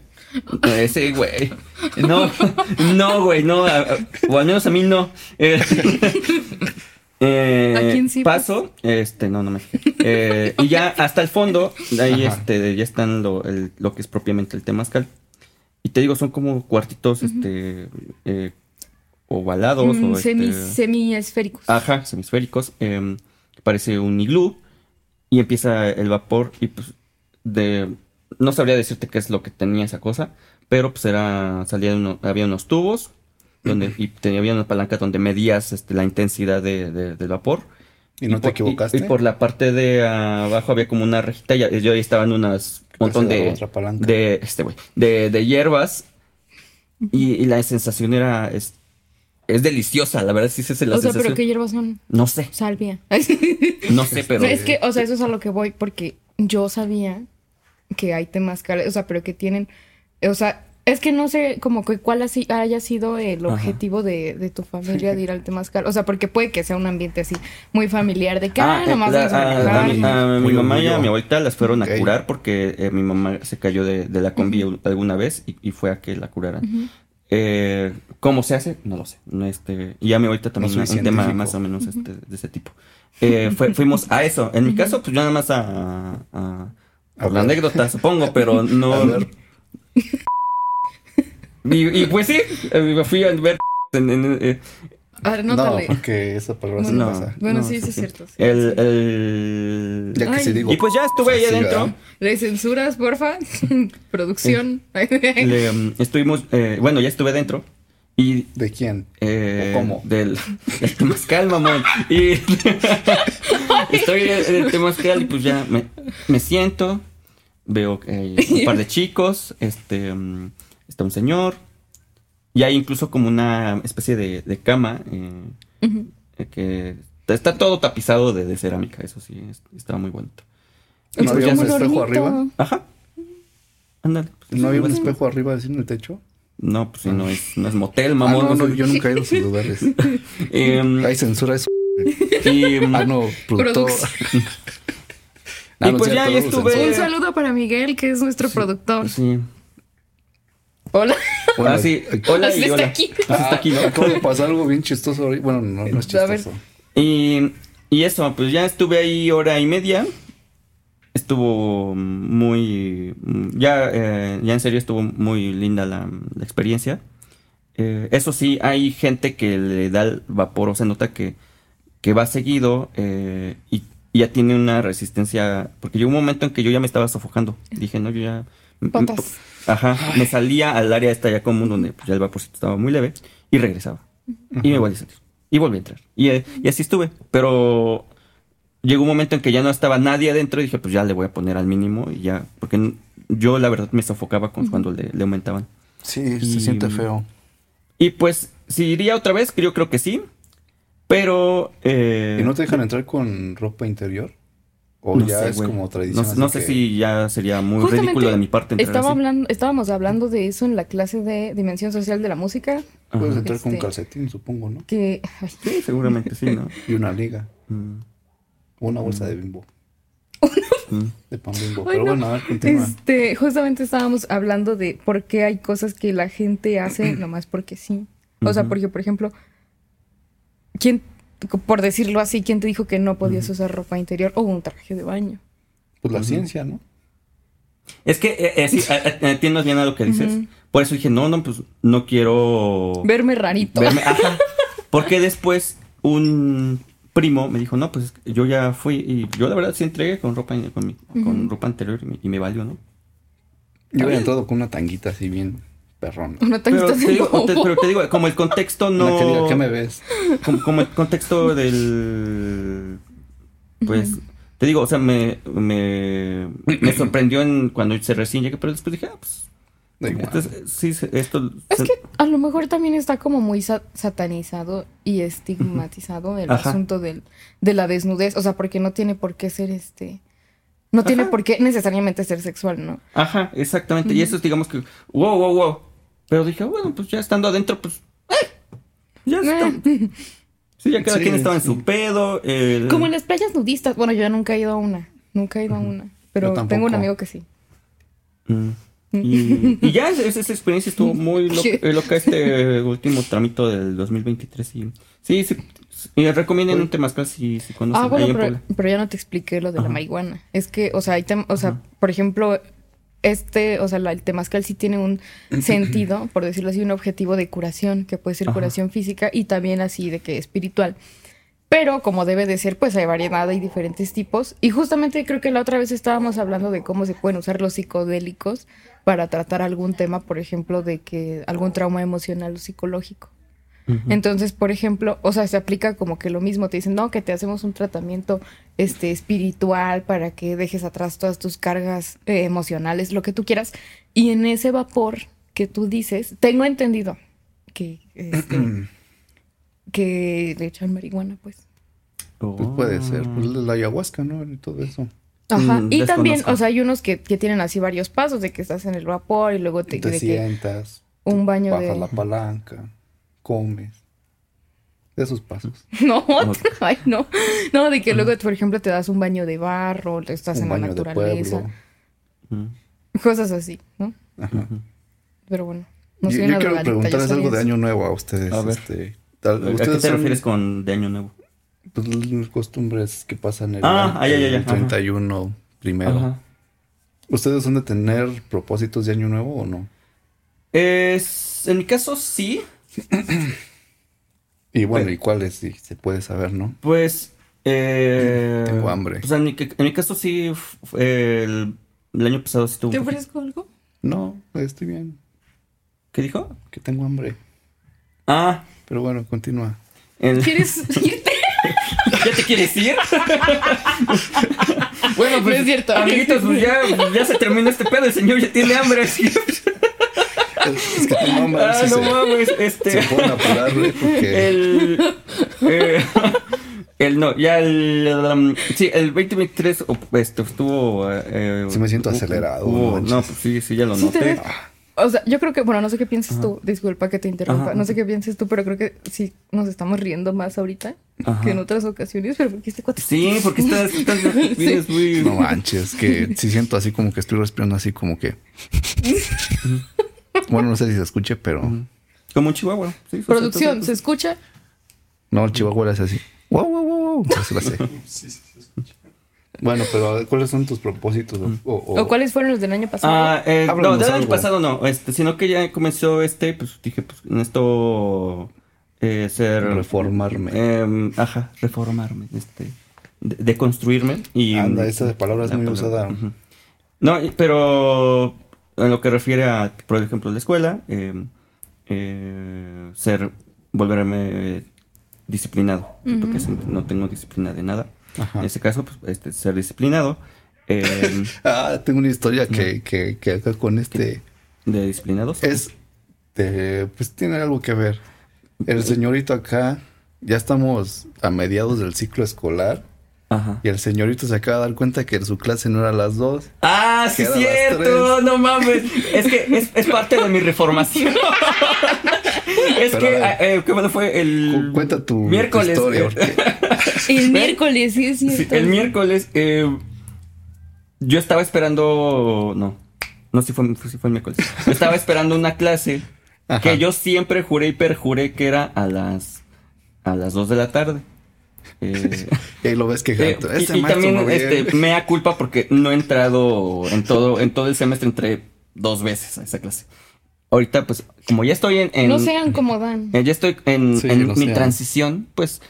Speaker 2: Ese güey. No, no, güey, no. a- a- O al menos a mí no. Eh, eh,
Speaker 3: ¿A quién sí, pues?
Speaker 2: paso, este, no, no me fijé. Eh, y ya hasta el fondo, de ahí
Speaker 4: Ajá.
Speaker 2: este, ya están lo, el- lo que es propiamente el temazcal. Y te digo, son como cuartitos, este, eh, ovalados
Speaker 3: Mm,
Speaker 2: o
Speaker 3: semi,
Speaker 2: este,
Speaker 3: Semiesféricos.
Speaker 2: Ajá, semisféricos. em, que parece un iglú. Y empieza el vapor. Y pues. De. No sabría decirte qué es lo que tenía esa cosa, pero pues era, salía uno- había unos tubos donde, y tenía, había una palanca donde medías este, la intensidad de- de- del vapor.
Speaker 4: Y no te
Speaker 2: por-
Speaker 4: equivocaste.
Speaker 2: Y, por la parte de abajo había como una rejita. y yo ahí estaban unas montón
Speaker 4: Parece la
Speaker 2: de,
Speaker 4: otra palanca.
Speaker 2: de este güey, de, de hierbas. Y, y la sensación era es, es deliciosa, la verdad sí se la
Speaker 3: O sea,
Speaker 2: sensación.
Speaker 3: pero qué hierbas son
Speaker 2: No sé,
Speaker 3: salvia.
Speaker 2: no sé, pero
Speaker 3: es que, o sea, eso es a lo que voy, porque yo sabía que hay temazcales, o sea, pero que tienen, o sea, es que no sé como que cuál ha si- haya sido el
Speaker 2: Ajá.
Speaker 3: objetivo de, de tu familia de ir al temazcal, o sea, porque puede que sea un ambiente así muy familiar de que, ah,
Speaker 2: Ah, eh,
Speaker 3: nomás
Speaker 2: la-
Speaker 3: vamos a
Speaker 2: a-
Speaker 3: manejar".
Speaker 2: a mi- a mi
Speaker 1: Muy
Speaker 2: mamá y a
Speaker 1: orgullo.
Speaker 2: mi abuelita las fueron
Speaker 4: Ok.
Speaker 2: a curar porque eh, mi mamá se cayó de, de la combi alguna vez y, y fue a que la curaran. Eh, ¿Cómo se hace? No lo sé. No, Este, y a mi abuelita también
Speaker 4: soy
Speaker 2: un tema
Speaker 4: científico.
Speaker 2: más o menos este, de ese tipo. Eh, fue- fuimos a eso. En mi caso, pues yo nada más a, a- por la
Speaker 4: ver.
Speaker 2: anécdota, supongo, pero no.
Speaker 4: A ver.
Speaker 2: Y, y pues sí, eh, fui a ver. en- en- eh,
Speaker 3: Anótale.
Speaker 4: No, porque esa palabra se
Speaker 3: No.
Speaker 4: pasa.
Speaker 3: Bueno,
Speaker 2: no,
Speaker 3: sí, sí es cierto, sí,
Speaker 2: el,
Speaker 3: sí.
Speaker 2: el-
Speaker 4: Ya que
Speaker 3: Ay.
Speaker 4: sí digo.
Speaker 2: Y pues ya estuve ahí
Speaker 4: Sí,
Speaker 2: adentro.
Speaker 4: ¿verdad?
Speaker 3: ¿Le censuras, porfa? Producción.
Speaker 2: Le, um, estuvimos, eh, bueno, ya estuve dentro y...
Speaker 4: ¿De quién?
Speaker 2: eh,
Speaker 4: ¿O cómo?
Speaker 2: Del, del temazcal, mamón. Y estoy en el temazcal y pues ya me, me siento, veo eh, un par de chicos, este, um, está un señor, y hay incluso como una especie de, de cama eh, eh, que está todo tapizado de, de cerámica, eso sí, es- estaba muy bonito. Y
Speaker 4: ¿No
Speaker 2: pues
Speaker 4: había
Speaker 2: ya
Speaker 4: un
Speaker 2: se-
Speaker 4: espejo arriba?
Speaker 2: Ajá. Ándale. pues,
Speaker 4: ¿No había un
Speaker 2: bueno.
Speaker 4: espejo arriba así en el techo?
Speaker 2: No, pues si no es, no es motel,
Speaker 4: Ah,
Speaker 2: mamón. no
Speaker 4: no, no,
Speaker 2: sé.
Speaker 4: yo nunca he ido a esos lugares.
Speaker 2: Em,
Speaker 4: Hay censura eso.
Speaker 2: y,
Speaker 4: Ah, no, productor.
Speaker 3: Producción.
Speaker 4: Ah,
Speaker 2: Y
Speaker 4: no es
Speaker 2: pues ya, ya
Speaker 4: cierto, no lo
Speaker 2: estuve.
Speaker 4: censura.
Speaker 3: Un saludo para Miguel, que es nuestro productor.
Speaker 2: pues, Sí.
Speaker 3: Hola.
Speaker 4: Bueno,
Speaker 2: ah, sí.
Speaker 4: ay,
Speaker 2: Hola
Speaker 3: Así
Speaker 2: y
Speaker 3: está
Speaker 2: hola.
Speaker 3: aquí.
Speaker 2: Así
Speaker 4: Pues
Speaker 2: está aquí, ¿no?
Speaker 4: Acabo de pasar algo bien chistoso ahorita. Bueno, no, no es
Speaker 3: A ver.
Speaker 4: chistoso.
Speaker 2: Y, y eso, pues ya estuve ahí hora y media. Estuvo muy... Ya, eh, ya en serio estuvo muy linda la, la experiencia. Eh, eso sí, hay gente que le da el vapor, o se nota que, que va seguido eh, y, y ya tiene una resistencia. Porque llegó un momento en que yo ya me estaba sofocando. Dije, no, yo ya...
Speaker 3: Patas.
Speaker 2: Ajá, me salía al área esta ya común donde pues, ya el vaporcito estaba muy leve y regresaba. Y me volví a salir. Y volví a entrar. Y, eh, y así estuve. Pero llegó un momento en que ya no estaba nadie adentro y dije, pues ya le voy a poner al mínimo y ya. Porque n- yo la verdad me sofocaba con, cuando le, le aumentaban.
Speaker 5: Sí,
Speaker 2: Y-
Speaker 5: se siente feo.
Speaker 2: Y pues, si iría otra vez, que yo creo que sí. Pero. eh,
Speaker 4: ¿Y no te dejan entrar con ropa interior? ¿O
Speaker 2: no
Speaker 4: ya
Speaker 2: sé,
Speaker 4: es
Speaker 2: güey.
Speaker 4: como tradición?
Speaker 2: No, sé-
Speaker 4: así
Speaker 2: no sé
Speaker 4: que-
Speaker 2: si ya sería muy
Speaker 3: Justamente
Speaker 2: ridículo de mi parte. entrar
Speaker 3: Estaba
Speaker 2: así.
Speaker 3: hablando, estábamos hablando de eso en la clase de dimensión social de la música.
Speaker 2: Ajá.
Speaker 4: Puedes entrar con
Speaker 3: Este-
Speaker 4: calcetín, supongo, ¿no?
Speaker 3: Que ay,
Speaker 2: Sí, seguramente sí, ¿no?
Speaker 4: Y una liga.
Speaker 2: Mm.
Speaker 4: O una bolsa de bimbo.
Speaker 2: Mm.
Speaker 4: De pan bimbo.
Speaker 3: Ay,
Speaker 4: Pero
Speaker 3: no.
Speaker 4: bueno, a ver, continúa.
Speaker 3: este, justamente estábamos hablando de por qué hay cosas que la gente hace nomás porque sí. O sea,
Speaker 2: Ujú.
Speaker 3: porque, por ejemplo, ¿quién, por decirlo así, quién te dijo que no podías usar ropa interior o un traje de baño?
Speaker 4: Pues la ciencia, ¿no?
Speaker 2: Es que eh, eh, sí, eh, eh, entiendo bien a lo que dices.
Speaker 3: Ujú.
Speaker 2: Por eso dije, no, no, pues no quiero
Speaker 3: Verme rarito.
Speaker 2: verme- ajá. Porque después un primo me dijo, no, pues yo ya fui y yo la verdad sí entregué con ropa, con, mi- con ropa anterior y me, y me valió, ¿no?
Speaker 4: Yo había entrado con una tanguita así bien perrona.
Speaker 3: Una
Speaker 2: Pero
Speaker 3: tanguita
Speaker 2: te,
Speaker 3: de
Speaker 2: digo,
Speaker 3: bobo.
Speaker 2: te- pero te digo, como el contexto
Speaker 4: No. Una que
Speaker 2: no...
Speaker 4: diga, ¿qué me ves?
Speaker 2: como, como el contexto del... Pues, te digo, o sea, me, me, me sorprendió en cuando se recién llegué, pero después dije, ah, pues...
Speaker 4: Da igual.
Speaker 2: esto es- sí, se- esto...
Speaker 3: Es
Speaker 2: se-
Speaker 3: que a lo mejor también está como muy sa- satanizado y estigmatizado el
Speaker 2: Ajá.
Speaker 3: asunto del, de la desnudez. O sea, porque no tiene por qué ser este. No tiene por qué necesariamente ser sexual, ¿no?
Speaker 2: Ajá, exactamente. Y eso es, digamos que, wow, wow, wow. Pero dije, bueno, pues ya estando adentro, pues. ¡eh! Ya está. Sí, ya cada
Speaker 4: Sí,
Speaker 2: quien estaba en
Speaker 4: sí.
Speaker 2: su pedo. el-
Speaker 3: Como en las playas nudistas. Bueno, yo nunca he ido a una. Nunca he ido a una. Pero
Speaker 4: Yo tampoco.
Speaker 3: tengo un amigo que sí.
Speaker 2: Mm. Y, y ya es- es- esa experiencia estuvo muy lo-
Speaker 3: ¿Qué?
Speaker 2: eh, loca este último tramito del 2023. Y, sí, sí. Y
Speaker 4: Pues,
Speaker 2: recomienden un temazcal si, si conocen.
Speaker 3: Ah,
Speaker 2: ahí
Speaker 3: bueno,
Speaker 2: en
Speaker 3: pero,
Speaker 2: Puebla.
Speaker 3: pero ya no te expliqué lo de la
Speaker 2: Ajá.
Speaker 3: marihuana. Es que, o sea, hay tem- o sea, por ejemplo, este, o sea, la- el temazcal sí tiene un sentido, por decirlo así, un objetivo de curación, que puede ser
Speaker 2: Ajá.
Speaker 3: curación física y también así de que espiritual. Pero como debe de ser, pues hay variedad, hay diferentes tipos. Y justamente creo que la otra vez estábamos hablando de cómo se pueden usar los psicodélicos para tratar algún tema, por ejemplo, de que algún trauma emocional o psicológico. Entonces, por ejemplo, o sea, se aplica como que lo mismo, te dicen, no, que te hacemos un tratamiento este, espiritual para que dejes atrás todas tus cargas eh, emocionales, lo que tú quieras. Y en ese vapor que tú dices, tengo entendido que, este, que le echan marihuana, pues.
Speaker 4: Pues puede ser, pues
Speaker 2: Ah.
Speaker 4: la ayahuasca, ¿no? Y todo eso.
Speaker 3: Ajá.
Speaker 2: Mm,
Speaker 3: y también,
Speaker 2: desconozco.
Speaker 3: o sea, hay unos que, que tienen así varios pasos de que estás en el vapor y luego te,
Speaker 4: Te
Speaker 3: de que
Speaker 4: sientas,
Speaker 3: un baño
Speaker 4: bajas
Speaker 3: de...
Speaker 4: la palanca, comes. De esos pasos.
Speaker 3: No, ay, no. No, de que luego, por ejemplo, te das un baño de barro, estás
Speaker 4: un
Speaker 3: en la
Speaker 4: baño de
Speaker 3: naturaleza,
Speaker 4: pueblo.
Speaker 2: Ujú.
Speaker 3: cosas así, ¿no?
Speaker 4: Ajá.
Speaker 3: Pero bueno, no
Speaker 4: Yo,
Speaker 3: soy
Speaker 4: yo
Speaker 3: una
Speaker 4: quiero
Speaker 3: drogadicta, yo
Speaker 4: preguntarles
Speaker 3: soy
Speaker 4: algo de
Speaker 3: así.
Speaker 4: año nuevo a ustedes.
Speaker 2: A ver.
Speaker 4: este, tal-
Speaker 2: ¿A qué
Speaker 4: ustedes
Speaker 2: te
Speaker 4: son-
Speaker 2: refieres con de año nuevo?
Speaker 4: Pues las costumbres que pasan el,
Speaker 2: Ah, ah, ya, ya, ya,
Speaker 4: el 31 primero.
Speaker 2: Ajá.
Speaker 4: ¿Ustedes son de tener propósitos de año nuevo o no?
Speaker 2: Es, en mi caso sí,
Speaker 4: Y bueno,
Speaker 2: Pe-
Speaker 4: ¿y cuáles? Si se puede saber, ¿no?
Speaker 2: pues... eh,
Speaker 4: Tengo hambre.
Speaker 2: Pues en, mi, en mi caso sí, f- fue el, el año pasado sí tuvo...
Speaker 3: ¿Te
Speaker 2: un poquito-
Speaker 3: ofrezco algo?
Speaker 4: No, estoy bien,
Speaker 2: ¿Qué dijo?
Speaker 4: que tengo hambre.
Speaker 2: Ah,
Speaker 4: Pero bueno, continúa.
Speaker 2: el-
Speaker 3: ¿Quieres irte?
Speaker 2: ¿Ya te quieres ir? bueno,
Speaker 3: No es cierto.
Speaker 2: Pues, amiguitos, pues ya, ya se terminó este pedo. El señor ya tiene hambre. así.
Speaker 4: Es, es que tengo hambre. a
Speaker 2: ah,
Speaker 4: veces
Speaker 2: no
Speaker 4: se,
Speaker 2: mames. Este.
Speaker 4: se pueden apurar, güey, porque
Speaker 2: El. eh, el no, ya el. um, sí, el 2023 o- este, estuvo. eh,
Speaker 4: Sí me siento
Speaker 2: hubo-
Speaker 4: acelerado,
Speaker 2: hubo-
Speaker 4: no manches.
Speaker 2: no, pues sí, sí, ya lo
Speaker 3: Sí te
Speaker 2: noté.
Speaker 3: ves- O sea, yo creo que, bueno, no sé qué piensas tú, disculpa que te interrumpa,
Speaker 2: Ajá.
Speaker 3: no sé qué piensas tú, pero creo que sí nos estamos riendo más ahorita
Speaker 2: Ajá.
Speaker 3: que en otras ocasiones, pero porque este cuate...
Speaker 2: Sí, porque estás. estás vienes muy.
Speaker 4: no manches, que sí siento así como que estoy respirando así como que. bueno, no sé si se escuche, pero.
Speaker 2: Como un chihuahua. sí, o sea,
Speaker 3: Producción, ¿se
Speaker 2: entonces-
Speaker 3: escucha?
Speaker 4: No, el chihuahua es así. Wow, wow, wow, wow. Eso lo sé. Bueno, pero ¿cuáles son tus propósitos? O, o-
Speaker 3: ¿O cuáles fueron los del año pasado?
Speaker 2: oh. Ah, eh, no,
Speaker 4: Háblanos
Speaker 2: del año
Speaker 4: algo.
Speaker 2: pasado no, este, sino que ya comenzó este, pues dije, pues en esto eh, ser...
Speaker 4: Reformarme.
Speaker 2: Em, ajá, reformarme, este, de- deconstruirme y... mm,
Speaker 4: Anda, esa palabra es
Speaker 2: La
Speaker 4: muy
Speaker 2: palabra,
Speaker 4: usada.
Speaker 2: ujú. No, y- pero en lo que refiere a, por ejemplo, la escuela, em, eh, ser, volverme disciplinado, ¿sí? porque si no tengo disciplina de nada.
Speaker 4: Ajá.
Speaker 2: En este caso, pues, este, ser disciplinado. em,
Speaker 4: Ah, tengo una historia que, que, que acá con este
Speaker 2: de disciplinados.
Speaker 4: es de- pues tiene algo que ver. El señorito acá, ya estamos a mediados del ciclo escolar
Speaker 2: Ajá.
Speaker 4: y el señorito se acaba de dar cuenta que su clase no era a las dos.
Speaker 2: Ah, sí,
Speaker 4: Que
Speaker 2: es
Speaker 4: eran las
Speaker 2: cierto, no mames. Es que es, es parte de mi reformación. es
Speaker 4: Pero
Speaker 2: que,
Speaker 4: a ver.
Speaker 2: eh, eh, ¿qué bueno fue? El
Speaker 4: Cu- Cuenta tu, tu
Speaker 2: miércoles.
Speaker 4: historia.
Speaker 2: eh,
Speaker 4: porque-
Speaker 3: el miércoles, sí es
Speaker 2: sí,
Speaker 3: cierto.
Speaker 2: el miércoles, eh, yo estaba esperando. No, no, si fue, si fue el miércoles. Yo estaba esperando una clase
Speaker 4: Ajá.
Speaker 2: que yo siempre juré y perjuré que era a las, a las 2 de la tarde. Eh,
Speaker 4: Y ahí lo ves que
Speaker 2: Eh, y, y también
Speaker 4: pues,
Speaker 2: este, me da culpa porque no he entrado en todo, en todo el semestre entré dos veces a esa clase. Ahorita, pues, como ya estoy en, en-
Speaker 3: No sean como Dan.
Speaker 2: eh, ya estoy en,
Speaker 4: Sí,
Speaker 2: en
Speaker 4: no
Speaker 2: mi
Speaker 4: sean.
Speaker 2: transición, pues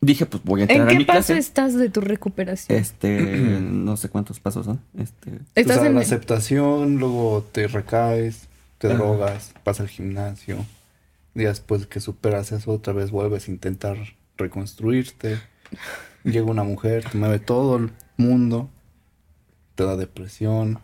Speaker 2: dije, pues voy a entrar
Speaker 3: ¿En
Speaker 2: a
Speaker 3: qué
Speaker 2: mi
Speaker 3: paso
Speaker 2: clase.
Speaker 3: estás de tu recuperación?
Speaker 2: Este, no sé cuántos pasos son. Este,
Speaker 3: estás en
Speaker 4: la aceptación, luego te recaes, te
Speaker 2: Ajá.
Speaker 4: drogas, vas al gimnasio. Y después que superas eso, otra vez vuelves a intentar reconstruirte. Llega una mujer, te mueve todo el mundo, te da depresión.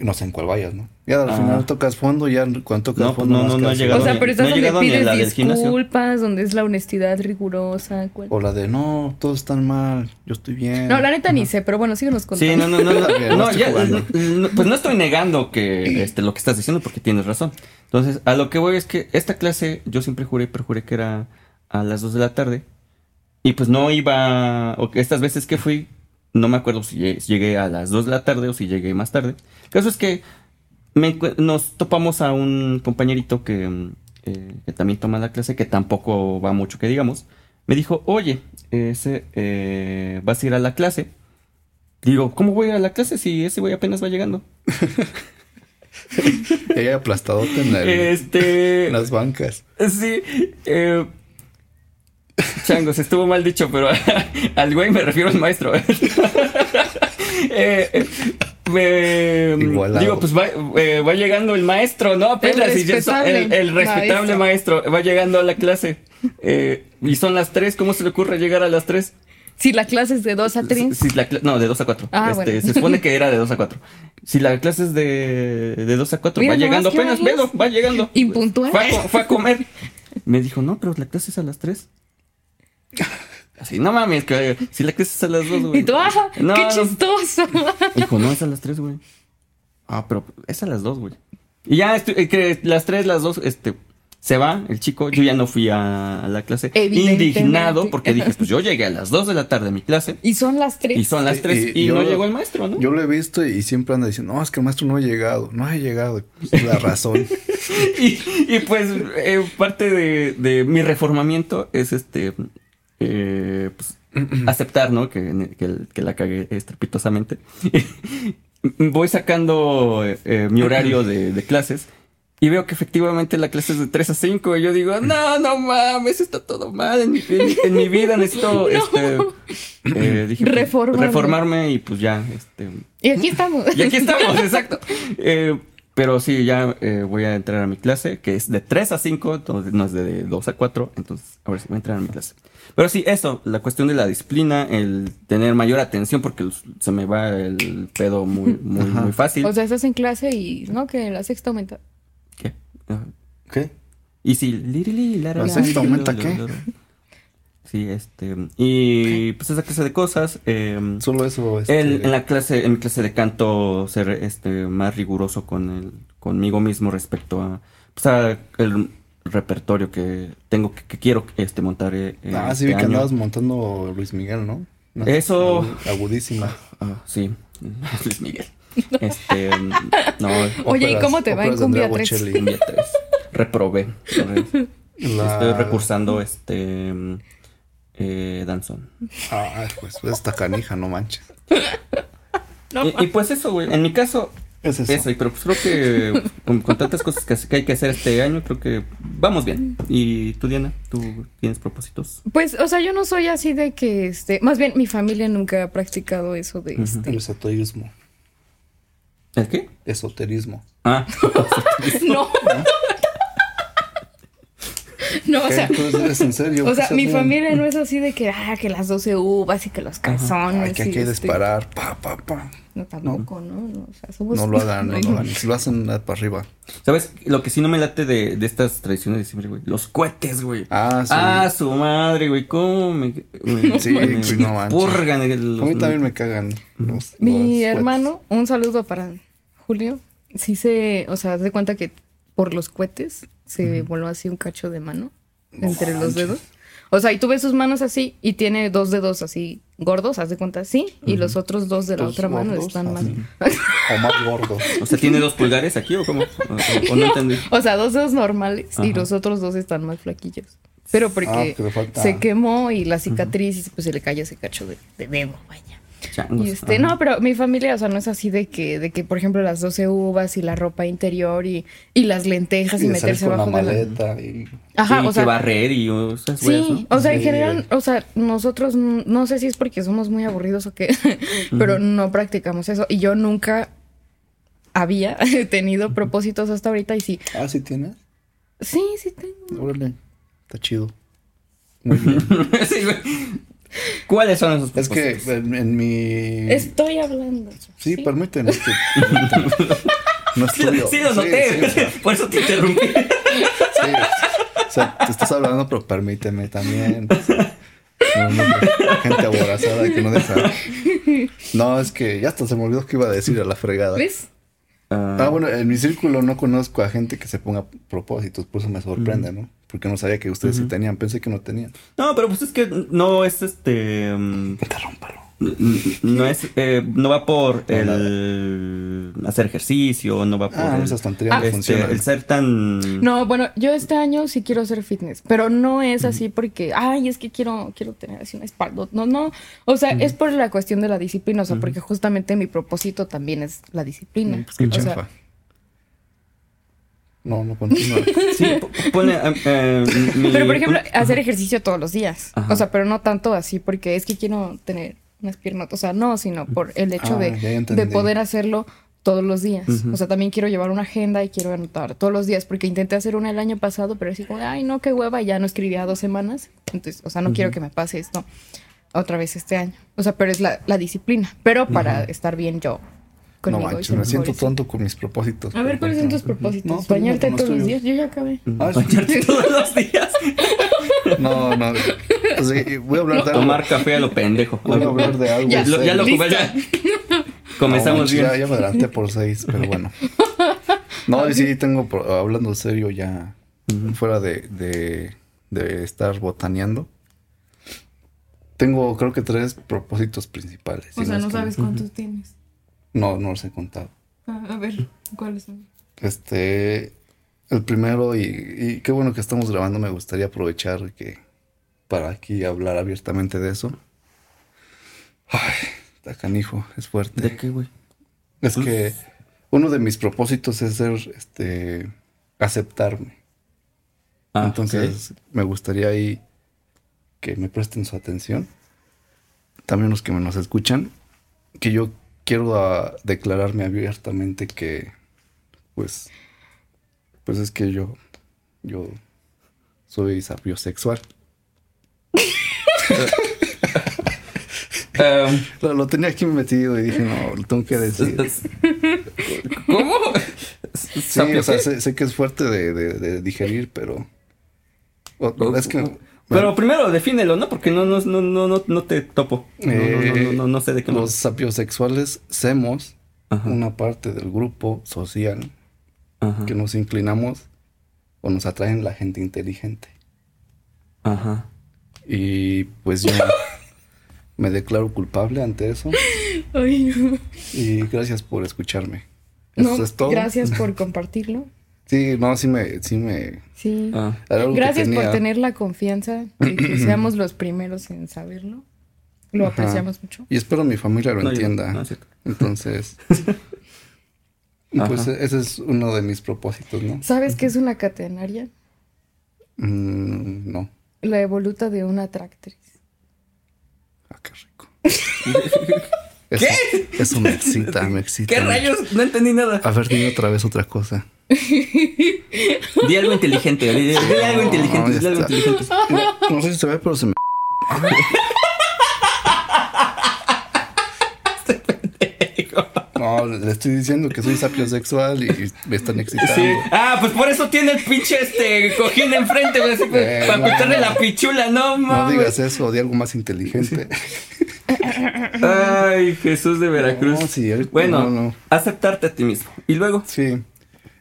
Speaker 4: Y No sé en cuál vayas, ¿no? Ya al
Speaker 2: Ah.
Speaker 4: final tocas fondo, ya cuando tocas
Speaker 2: No, pues,
Speaker 4: fondo
Speaker 2: no,
Speaker 4: más
Speaker 2: no, no
Speaker 4: quedas
Speaker 2: he
Speaker 4: igual.
Speaker 3: O
Speaker 2: llegado
Speaker 3: sea, pero
Speaker 2: No
Speaker 3: estás
Speaker 2: he
Speaker 3: donde
Speaker 2: llegado ni a la del
Speaker 3: pides
Speaker 2: gimnasio.
Speaker 3: disculpas, donde es la honestidad rigurosa. ¿cuál?
Speaker 4: O la de, no, todos están mal, yo estoy bien.
Speaker 3: No, la neta ni sé, pero bueno, síguenos
Speaker 2: sí,
Speaker 3: contando.
Speaker 2: no, no, no, no,
Speaker 4: No
Speaker 2: no,
Speaker 4: estoy
Speaker 2: ya,
Speaker 4: jugando.
Speaker 2: no, pues no estoy negando que este, lo que estás diciendo porque tienes razón. Entonces, a lo que voy es que esta clase yo siempre juré y perjuré que era a las 2 de la tarde. Y pues no iba, o que estas veces que fui, no me acuerdo si llegué, si llegué a las 2 de la tarde o si llegué más tarde. El caso es que me encu- nos topamos a un compañerito que, mm, eh, que también toma la clase, que tampoco va mucho que digamos. Me dijo, oye, ese, eh, vas a ir a la clase. Digo, ¿cómo voy a la clase si ese güey apenas va llegando?
Speaker 4: Y ahí aplastadote en, el-
Speaker 2: Este.
Speaker 4: en las bancas.
Speaker 2: Sí. eh, Changos, estuvo mal dicho, pero al güey me refiero al maestro. Eh, eh, me-
Speaker 4: Igualado.
Speaker 2: digo, pues va, eh, va llegando el maestro, ¿no? Apenas
Speaker 3: El
Speaker 2: y ya son-
Speaker 3: respetable
Speaker 2: el, el respetable maestro. va llegando a la clase. Eh, y son las tres, ¿cómo se le ocurre llegar a las tres?
Speaker 3: Si la clase es de 2 a 3.
Speaker 2: Si la cla- no, de 2 a 4.
Speaker 3: Ah, bueno.
Speaker 2: Se supone que era de 2 a 4. Si la clase es de, de 2 a 4,
Speaker 3: Mira
Speaker 2: va
Speaker 3: nomás,
Speaker 2: llegando
Speaker 3: qué
Speaker 2: apenas,
Speaker 3: horarios.
Speaker 2: velo, va llegando.
Speaker 3: Impuntual.
Speaker 2: Fue a, co- fue a comer. Me dijo, no, pero la clase es a las 3. Así, no mames, que, si la clase es a las 2, güey.
Speaker 3: Y tú, ¡ah!
Speaker 2: No,
Speaker 3: ¡Qué
Speaker 2: no.
Speaker 3: chistoso!
Speaker 2: Dijo, no, es a las 3, güey. Ah, pero es a las 2, güey. Y ya, estu- eh, que las 3, las 2, este, se va el chico. Yo ya no fui a, a la clase.
Speaker 3: Evidentemente.
Speaker 2: Indignado, porque dije, pues yo llegué a las 2 de la tarde a mi clase.
Speaker 3: y son las 3.
Speaker 2: Y son las 3 y,
Speaker 4: yo-
Speaker 2: no llegó el maestro, ¿no?
Speaker 4: Yo lo he visto y siempre anda diciendo, no, es que el maestro no ha llegado, no ha llegado. Pues, Es la razón.
Speaker 2: y, y, pues eh, parte de, de mi reformamiento es este eh, pues, aceptar, ¿no? Que, que, que la cagué estrepitosamente. Voy sacando eh, eh, mi horario de, de clases y veo que efectivamente la clase es de 3 a 5 y yo digo, no, no mames, está todo mal en mi, en- en mi vida, necesito este, eh, dije, pues,
Speaker 3: Reformarme.
Speaker 2: reformarme y pues ya, este,
Speaker 3: Y aquí estamos.
Speaker 2: y aquí estamos, exacto. Eh, pero sí, ya eh, voy a entrar a mi clase, que es de 3 a 5, entonces no es de 2 a 4, entonces ahora sí voy a entrar a mi clase. Pero sí, eso, la cuestión de la disciplina, el tener mayor atención, porque los- se me va el pedo muy, muy,
Speaker 4: Ajá.
Speaker 2: muy fácil.
Speaker 3: O sea, estás en clase y, ¿no? Que la sexta aumenta.
Speaker 2: ¿Qué? Ajá.
Speaker 4: ¿Qué?
Speaker 2: Y sí, lirili, lara,
Speaker 4: ¿La
Speaker 2: lara,
Speaker 4: sexta aumenta
Speaker 2: lara,
Speaker 4: qué?
Speaker 2: lara. Sí, este. Y pues esa clase de cosas. eh,
Speaker 4: Solo eso. este,
Speaker 2: El- en la clase, en mi clase de canto, ser este más riguroso con el, conmigo mismo respecto a, pues, a el repertorio que tengo, que, que quiero este montar. eh, eh,
Speaker 4: Ah, sí,
Speaker 2: este
Speaker 4: vi que
Speaker 2: año.
Speaker 4: andabas montando Luis Miguel, ¿no? Una-
Speaker 2: Eso.
Speaker 4: agu- Agudísima.
Speaker 2: Ah, sí, Luis Miguel. Este, mm, no,
Speaker 3: Oye, ¿y
Speaker 4: Óperas-
Speaker 3: cómo te va en
Speaker 4: óperas de Andrea
Speaker 3: cumbia 3?
Speaker 4: Bocelli.
Speaker 2: cumbia tres. reprobé. Re-
Speaker 4: La-
Speaker 2: Estoy recursando este mm, eh, danzón.
Speaker 4: Ah, pues esta canija, no manches.
Speaker 2: Y, y pues eso, güey. En mi caso,
Speaker 4: Es eso.
Speaker 2: eso. y pero pues creo que con, con tantas cosas que, que hay que hacer este año, creo que vamos bien. Y tú, Diana, tú tienes propósitos.
Speaker 3: Pues, o sea, yo no soy así de que, este, más bien mi familia nunca ha practicado eso de,
Speaker 2: Ujú.
Speaker 3: este,
Speaker 4: El esoterismo.
Speaker 2: ¿El qué?
Speaker 4: Esoterismo.
Speaker 2: Ah,
Speaker 3: no. no, o
Speaker 4: ¿Qué?
Speaker 3: sea,
Speaker 4: Tú eres en serio.
Speaker 3: o sea,
Speaker 4: ¿Qué
Speaker 3: mi
Speaker 4: hacen?
Speaker 3: familia no es así de que, ah, que las 12 uvas y que los calzones.
Speaker 4: Ay, que hay
Speaker 3: y
Speaker 4: que
Speaker 3: este,
Speaker 4: disparar. Pa, pa, pa.
Speaker 3: No, tampoco, ¿no? No, o sea, somos-
Speaker 4: No lo hagan, no
Speaker 3: Ay,
Speaker 4: lo hagan. Si lo hacen, nada para arriba.
Speaker 2: ¿sabes? Lo que sí no me late de, de estas tradiciones de siempre, güey. Los cohetes, güey.
Speaker 4: Ah, sí.
Speaker 2: Ah, su madre, güey. ¿Cómo me. me-
Speaker 4: Sí,
Speaker 2: me-
Speaker 4: sí,
Speaker 2: me
Speaker 4: no manches.
Speaker 2: purgan el-
Speaker 4: A mí
Speaker 2: los-
Speaker 4: también me cagan. los- los
Speaker 3: Mi
Speaker 4: cuates.
Speaker 3: hermano, un saludo para Julio. Sí se, o sea, haz de cuenta que por los cohetes se voló así un cacho de mano entre los dedos. O sea, y tú ves sus manos así y tiene dos dedos así gordos, haz de cuenta así, y los otros dos de la
Speaker 4: Dos
Speaker 3: otra mano
Speaker 4: gordos, ah,
Speaker 3: están más.
Speaker 4: así. O más gordo.
Speaker 2: O sea, ¿tiene dos pulgares aquí o cómo? O, o- o no entendí.
Speaker 3: O sea, dos dedos normales y
Speaker 2: Ajá.
Speaker 3: los otros dos están más flaquillos. Pero porque
Speaker 4: Ah, que le falta-
Speaker 3: se quemó y la cicatriz, pues se le cayó ese cacho de, de dedo, vaya.
Speaker 2: Changos.
Speaker 3: Y este,
Speaker 2: Ajá.
Speaker 3: no, pero mi familia, o sea, no es así de que, de que, por ejemplo, las 12 uvas y la ropa interior y, y las lentejas y,
Speaker 4: Y de salir
Speaker 3: meterse
Speaker 4: con la
Speaker 3: abajo de la...
Speaker 4: maleta. Y...
Speaker 3: Ajá,
Speaker 2: Sí,
Speaker 3: o sea,
Speaker 2: que barrer y o esas weas,
Speaker 3: sí,
Speaker 2: ¿no?
Speaker 3: o sea, en
Speaker 4: Sí.
Speaker 3: general, o sea, nosotros, n- no sé si es porque somos muy aburridos o qué, pero no practicamos eso y yo nunca había tenido propósitos hasta ahorita y sí,
Speaker 4: Ah, sí tienes.
Speaker 3: sí, sí tengo.
Speaker 4: Órale. Está chido.
Speaker 2: Sí, güey. ¿Cuáles son esos
Speaker 4: Es que
Speaker 2: propósitos?
Speaker 4: en, en mi.
Speaker 3: Estoy hablando.
Speaker 4: Sí, permíteme. es que- permíteme. No es
Speaker 2: Sí, lo-
Speaker 4: tuyo.
Speaker 2: sí, lo noté.
Speaker 4: sí, o sea,
Speaker 2: Por eso te interrumpí.
Speaker 4: sí. O sea, te estás hablando, pero permíteme también. O sea, no, no, gente aborazada que no deja. No, es que ya hasta se me olvidó que iba a decir a la fregada.
Speaker 3: ¿Ves?
Speaker 4: Ah, bueno, en mi círculo no conozco a gente que se ponga propósitos, por eso me sorprende, ¿no? Porque no sabía que ustedes sí tenían, pensé que no tenían.
Speaker 2: No, pero pues es que no es este. mm,
Speaker 4: Interrúmpalo.
Speaker 2: n- No es. eh, no va por el. Hacer ejercicio, no va por.
Speaker 4: Ah,
Speaker 2: el,
Speaker 4: esas tonterías no
Speaker 2: este,
Speaker 4: funcionan.
Speaker 2: el ser tan.
Speaker 3: No, bueno, yo este año sí quiero hacer fitness, pero no es así porque, ay, es que quiero, quiero tener así una espalda. No, no. O sea, es por la cuestión de la disciplina, o sea, porque
Speaker 4: Mm, pues
Speaker 3: pues, justamente mi propósito también es la disciplina.
Speaker 4: Qué
Speaker 3: o sea,
Speaker 4: chafa. No, no continúa.
Speaker 2: Sí, p- pone. eh, eh, mi-
Speaker 3: Pero, por ejemplo,
Speaker 2: un-
Speaker 3: hacer ejercicio todos los días.
Speaker 2: Ajá.
Speaker 3: O sea, pero no tanto así, porque es que quiero tener unas piernas. O sea, no, sino por el hecho
Speaker 4: Ah,
Speaker 3: de,
Speaker 4: ya entendí.
Speaker 3: de poder hacerlo todos los días.
Speaker 2: Ujú.
Speaker 3: O sea, también quiero llevar una agenda y quiero anotar todos los días, porque intenté hacer una el año pasado, pero así como, ay, no, qué hueva, ya no escribía dos semanas. Entonces, o sea, no quiero que me pase esto otra vez este año. O sea, pero es la, la disciplina, pero para estar bien yo
Speaker 4: No
Speaker 3: conmigo. y
Speaker 4: manches,
Speaker 3: ser
Speaker 4: me siento
Speaker 3: mejor.
Speaker 4: tonto con mis propósitos.
Speaker 3: A ver, ¿cuáles son tus propósitos? Bañarte todos los días. Yo ya acabé.
Speaker 4: Ah,
Speaker 2: Bañarte todos los días.
Speaker 4: No, no. Pues, eh, voy a hablar de algo.
Speaker 2: Tomar café a lo pendejo.
Speaker 4: Voy a hablar de algo.
Speaker 3: Ya.
Speaker 2: Lo- ya lo
Speaker 3: Listo.
Speaker 2: ocupé, ya. Comenzamos
Speaker 4: No, pues
Speaker 2: bien.
Speaker 4: Ah, Ya, ya me adelanté por seis, pero bueno. No, y sí tengo, pro- hablando en serio, ya fuera de, de, de estar botaneando. Tengo, creo que tres propósitos principales. si es que-
Speaker 3: cuántos tienes.
Speaker 4: No, no los he contado.
Speaker 3: A ver, ¿cuáles son?
Speaker 4: Este, el primero, y, y qué bueno que estamos grabando, me gustaría aprovechar que para aquí hablar abiertamente de eso. Ay, está canijo, es fuerte.
Speaker 2: ¿De qué, güey?
Speaker 4: Es que uno de mis propósitos es ser, este, aceptarme.
Speaker 2: Ah,
Speaker 4: Entonces, me gustaría ahí que me presten su atención. También los que nos escuchan, que yo quiero ah, declararme abiertamente que, pues, pues es que yo, yo soy sapiosexual.
Speaker 2: ok. Em,
Speaker 4: Lo, lo tenía aquí metido y dije, no, lo tengo que decir.
Speaker 2: ¿Cómo?
Speaker 4: Sí, o sea, sé, sé que es fuerte de, de- de digerir, pero... o- es que...
Speaker 2: Pero primero defínelo, ¿no? Porque no, no, no, no, no, no te topo. No, no, no, no, no, no sé de qué
Speaker 4: Los
Speaker 2: más.
Speaker 4: sapiosexuales semos
Speaker 2: Ajá.
Speaker 4: una parte del grupo social
Speaker 2: Ajá.
Speaker 4: que nos inclinamos o nos atraen la gente inteligente.
Speaker 2: Ajá.
Speaker 4: Y pues yo me declaro culpable ante eso.
Speaker 3: Ay, no.
Speaker 4: Y gracias por escucharme.
Speaker 3: No,
Speaker 4: Eso es todo.
Speaker 3: Gracias por compartirlo.
Speaker 4: Sí, no, sí me... Sí me
Speaker 3: Sí.
Speaker 2: Ah.
Speaker 4: era algo que
Speaker 3: Gracias por
Speaker 4: tenía.
Speaker 3: tener la confianza de que seamos los primeros en saberlo. Lo
Speaker 4: Ajá.
Speaker 3: apreciamos mucho.
Speaker 4: Y espero mi familia lo
Speaker 2: No, yo-
Speaker 4: entienda.
Speaker 2: no, es cierto.
Speaker 4: Entonces... y pues
Speaker 2: Ajá.
Speaker 4: ese es uno de mis propósitos, ¿no?
Speaker 3: ¿Sabes qué es una catenaria?
Speaker 4: Mm, no.
Speaker 3: La evoluta de una tractriz.
Speaker 4: Ah, qué rico. Eso, eso me excita, me excita.
Speaker 2: ¿Qué
Speaker 4: mucho.
Speaker 2: rayos? No entendí nada.
Speaker 4: A ver, dime otra vez otra cosa.
Speaker 2: Di algo inteligente. Di, di- di algo
Speaker 4: No,
Speaker 2: inteligente.
Speaker 4: ya
Speaker 2: Di algo
Speaker 4: está.
Speaker 2: inteligente.
Speaker 4: No, no sé si se ve, pero se me. No, le estoy diciendo que soy sapiosexual y me están excitando.
Speaker 2: Sí. Ah, pues por eso tiene el pinche este cojín de enfrente, güey. así,
Speaker 4: Eh,
Speaker 2: para
Speaker 4: no,
Speaker 2: quitarle
Speaker 4: no.
Speaker 2: la pichula, no
Speaker 4: No
Speaker 2: mames.
Speaker 4: digas eso, di algo más inteligente.
Speaker 2: Ay, Jesús de Veracruz.
Speaker 4: No, sí, ahorita-
Speaker 2: bueno,
Speaker 4: no, no.
Speaker 2: aceptarte a ti mismo. Y luego.
Speaker 4: Sí,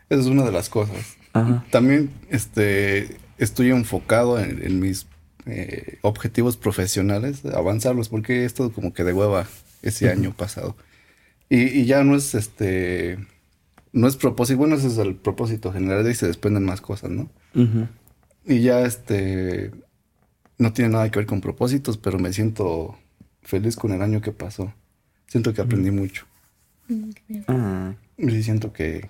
Speaker 4: esa es una de las cosas.
Speaker 2: Ajá.
Speaker 4: También este, estoy enfocado en, en mis eh, objetivos profesionales, avanzarlos, porque he estado como que de hueva ese año pasado. Y, y ya no es este, no es propósito, bueno, ese es el propósito general y se desprenden más cosas, ¿no?
Speaker 2: Ujú.
Speaker 4: Y ya este, no tiene nada que ver con propósitos, pero me siento feliz con el año que pasó. Siento que aprendí mucho.
Speaker 3: Mm,
Speaker 2: Ah.
Speaker 4: Y sí siento que,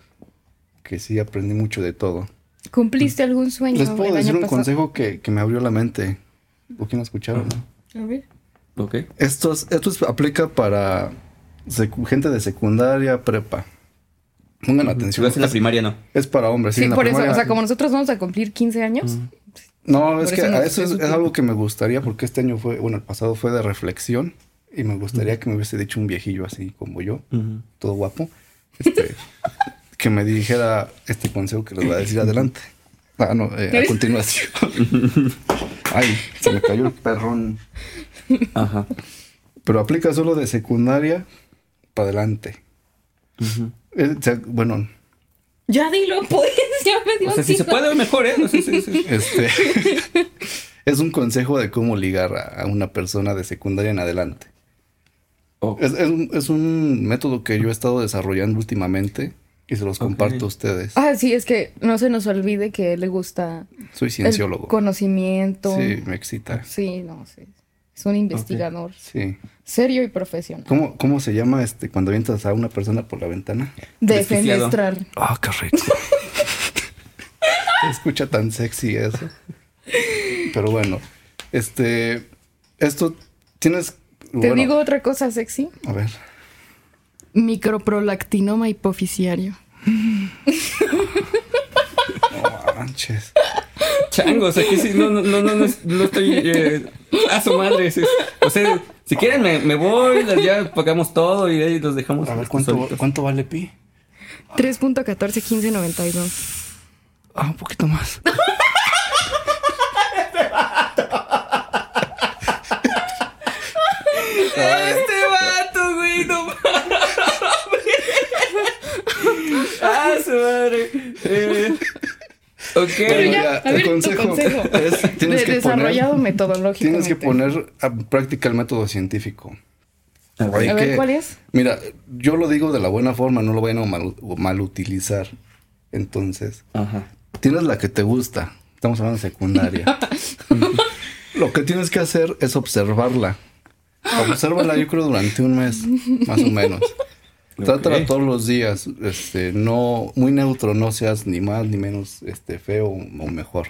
Speaker 4: que sí aprendí mucho de todo.
Speaker 3: ¿Cumpliste algún sueño
Speaker 4: Les puedo
Speaker 3: el
Speaker 4: decir
Speaker 3: año
Speaker 4: un
Speaker 3: pasado?
Speaker 4: consejo que, que me abrió la mente. ¿O quién escucharon?
Speaker 3: A ver.
Speaker 2: Ok.
Speaker 4: Esto, es- esto es- aplica para secu- gente de secundaria, prepa. Pongan
Speaker 2: Si
Speaker 4: atención.
Speaker 2: vas en la
Speaker 4: Es,
Speaker 2: primaria, no.
Speaker 4: es para hombres. sí,
Speaker 3: Sí,
Speaker 4: en la
Speaker 3: por eso.
Speaker 4: primaria-
Speaker 3: O sea, como nosotros vamos a cumplir 15 años.
Speaker 4: No, es
Speaker 3: por
Speaker 4: que
Speaker 3: eso
Speaker 4: a
Speaker 3: nos-
Speaker 4: eso es,
Speaker 3: eso
Speaker 4: es
Speaker 3: te-
Speaker 4: algo que me gustaría porque este año fue, bueno, el pasado fue de reflexión y me gustaría que me hubiese dicho un viejillo así como yo,
Speaker 2: Ujú.
Speaker 4: todo guapo, este, que me dijera este consejo que les voy a decir adelante. Ah, no, eh, a continuación. Ay, se me cayó el perrón.
Speaker 2: Ajá.
Speaker 4: Pero aplica solo de secundaria para adelante.
Speaker 2: Ujú.
Speaker 4: Eh, o sea, bueno,
Speaker 3: Ya dilo, pues. Ya me dio
Speaker 2: O sea, si se
Speaker 3: ansiedad.
Speaker 2: puede, mejor, ¿eh? No, sí, sí, sí.
Speaker 4: este es un consejo de cómo ligar a, a una persona de secundaria en adelante.
Speaker 2: Ok.
Speaker 4: Es, es un, es un método que yo he estado desarrollando últimamente y se los comparto a ustedes.
Speaker 3: Ah, sí, es que no se nos olvide que le gusta
Speaker 4: Soy
Speaker 3: el
Speaker 4: cienciólogo.
Speaker 3: conocimiento.
Speaker 4: Sí, me excita.
Speaker 3: Sí, no, sí. Es un investigador
Speaker 4: Sí.
Speaker 3: serio y profesional.
Speaker 4: ¿Cómo, cómo se llama este cuando avientas a una persona por la ventana?
Speaker 3: Defenestrar.
Speaker 4: Ah, qué rico. Se escucha tan sexy eso. Pero bueno, este. Esto tienes.
Speaker 3: Te digo otra cosa sexy.
Speaker 4: A ver.
Speaker 3: Microprolactinoma hipoficiario.
Speaker 4: No manches.
Speaker 2: Changos, aquí sí, no, no, no, no, no, es- no estoy. eh, a su madre. sí. O sea, si quieren, me, me voy, ya pagamos todo y ahí los dejamos. este,
Speaker 3: Pues
Speaker 4: A ver cuánto,
Speaker 2: solitos.
Speaker 4: cuánto vale Pi.
Speaker 3: 3.141592.
Speaker 4: Ah, un poquito más.
Speaker 2: Este vato, güey, no mames. Ah, su madre. Eh,
Speaker 3: Pero
Speaker 2: ok.
Speaker 3: ya, a ver, tu consejo.
Speaker 4: es, tienes
Speaker 3: De-
Speaker 4: que
Speaker 3: desarrollado
Speaker 4: poner,
Speaker 3: metodológicamente.
Speaker 4: Tienes que poner a práctica el método científico. Hay
Speaker 3: A ver,
Speaker 4: que-
Speaker 3: ¿cuál es?
Speaker 4: Mira, yo lo digo de la buena forma, no lo vayan a mal, mal utilizar. Entonces,
Speaker 2: Ajá.
Speaker 4: tienes la que te gusta. Estamos hablando de secundaria. lo que tienes que hacer es observarla. Obsérvala, yo creo, durante un mes, más o menos. Trátala
Speaker 2: Ok.
Speaker 4: todos los días. Este, no, muy neutro, no seas ni más ni menos este, feo o mejor.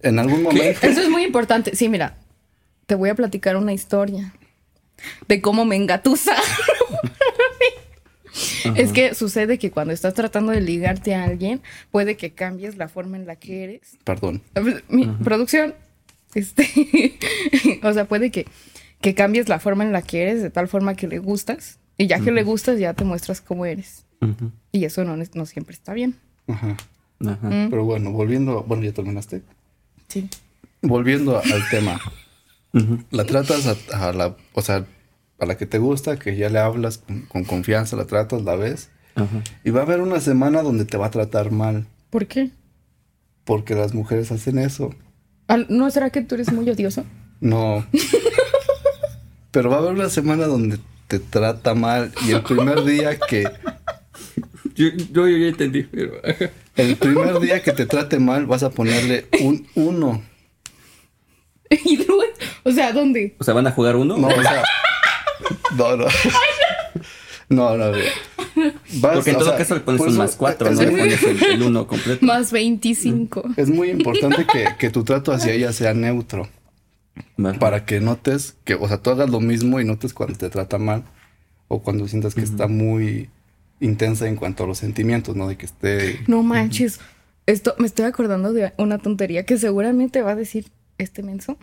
Speaker 4: En algún momento.
Speaker 3: Eso es muy importante. Sí, mira, te voy a platicar una historia de cómo me engatusa. Es que sucede que cuando estás tratando de ligarte a alguien, puede que cambies la forma en la que eres
Speaker 4: Perdón.
Speaker 3: mi producción. Este, o sea, puede que, que cambies la forma en la que eres de tal forma que le gustas. Y ya que le gustas, ya te muestras cómo eres.
Speaker 2: Ujú.
Speaker 3: Y eso no, es- no siempre está bien. Mm,
Speaker 4: Ajá.
Speaker 2: Ajá.
Speaker 4: Ah, Pero bueno, volviendo. Bueno, ya terminaste.
Speaker 3: Sí.
Speaker 4: Volviendo al tema.
Speaker 2: Ujú.
Speaker 4: La tratas a, a la. O sea, a la que te gusta, que ya le hablas con, con confianza, la tratas, la ves.
Speaker 2: Ajá.
Speaker 4: Y va a haber una semana donde te va a tratar mal.
Speaker 3: ¿Por qué?
Speaker 4: Porque las mujeres hacen eso.
Speaker 3: Al- ¿No será que tú eres muy odioso?
Speaker 4: No. Pero va a haber una semana donde te trata mal. Y el primer día que.
Speaker 2: Yo, yo, yo ya entendí, pero. ajá.
Speaker 4: El primer día que te trate mal, vas a ponerle un 1.
Speaker 3: Y luego, o sea, ¿dónde?
Speaker 2: O sea, van a jugar uno.
Speaker 4: No, o sea. No, no. No, no, mira. Vas,
Speaker 2: Porque en
Speaker 4: o
Speaker 2: todo
Speaker 4: sea,
Speaker 2: caso le pones
Speaker 4: por
Speaker 2: un
Speaker 4: eso
Speaker 2: más cuatro,
Speaker 4: es
Speaker 2: no le
Speaker 4: muy-
Speaker 2: pones el, el uno completo.
Speaker 3: Más 25.
Speaker 4: Es muy importante que, que tu trato hacia ella sea neutro.
Speaker 2: Ajá.
Speaker 4: Para que notes que, o sea, tú hagas lo mismo y notes cuando te trata mal. O cuando sientas que está muy intensa en cuanto a los sentimientos, ¿no? De que esté.
Speaker 3: No manches. Esto me estoy acordando de una tontería que seguramente va a decir este menso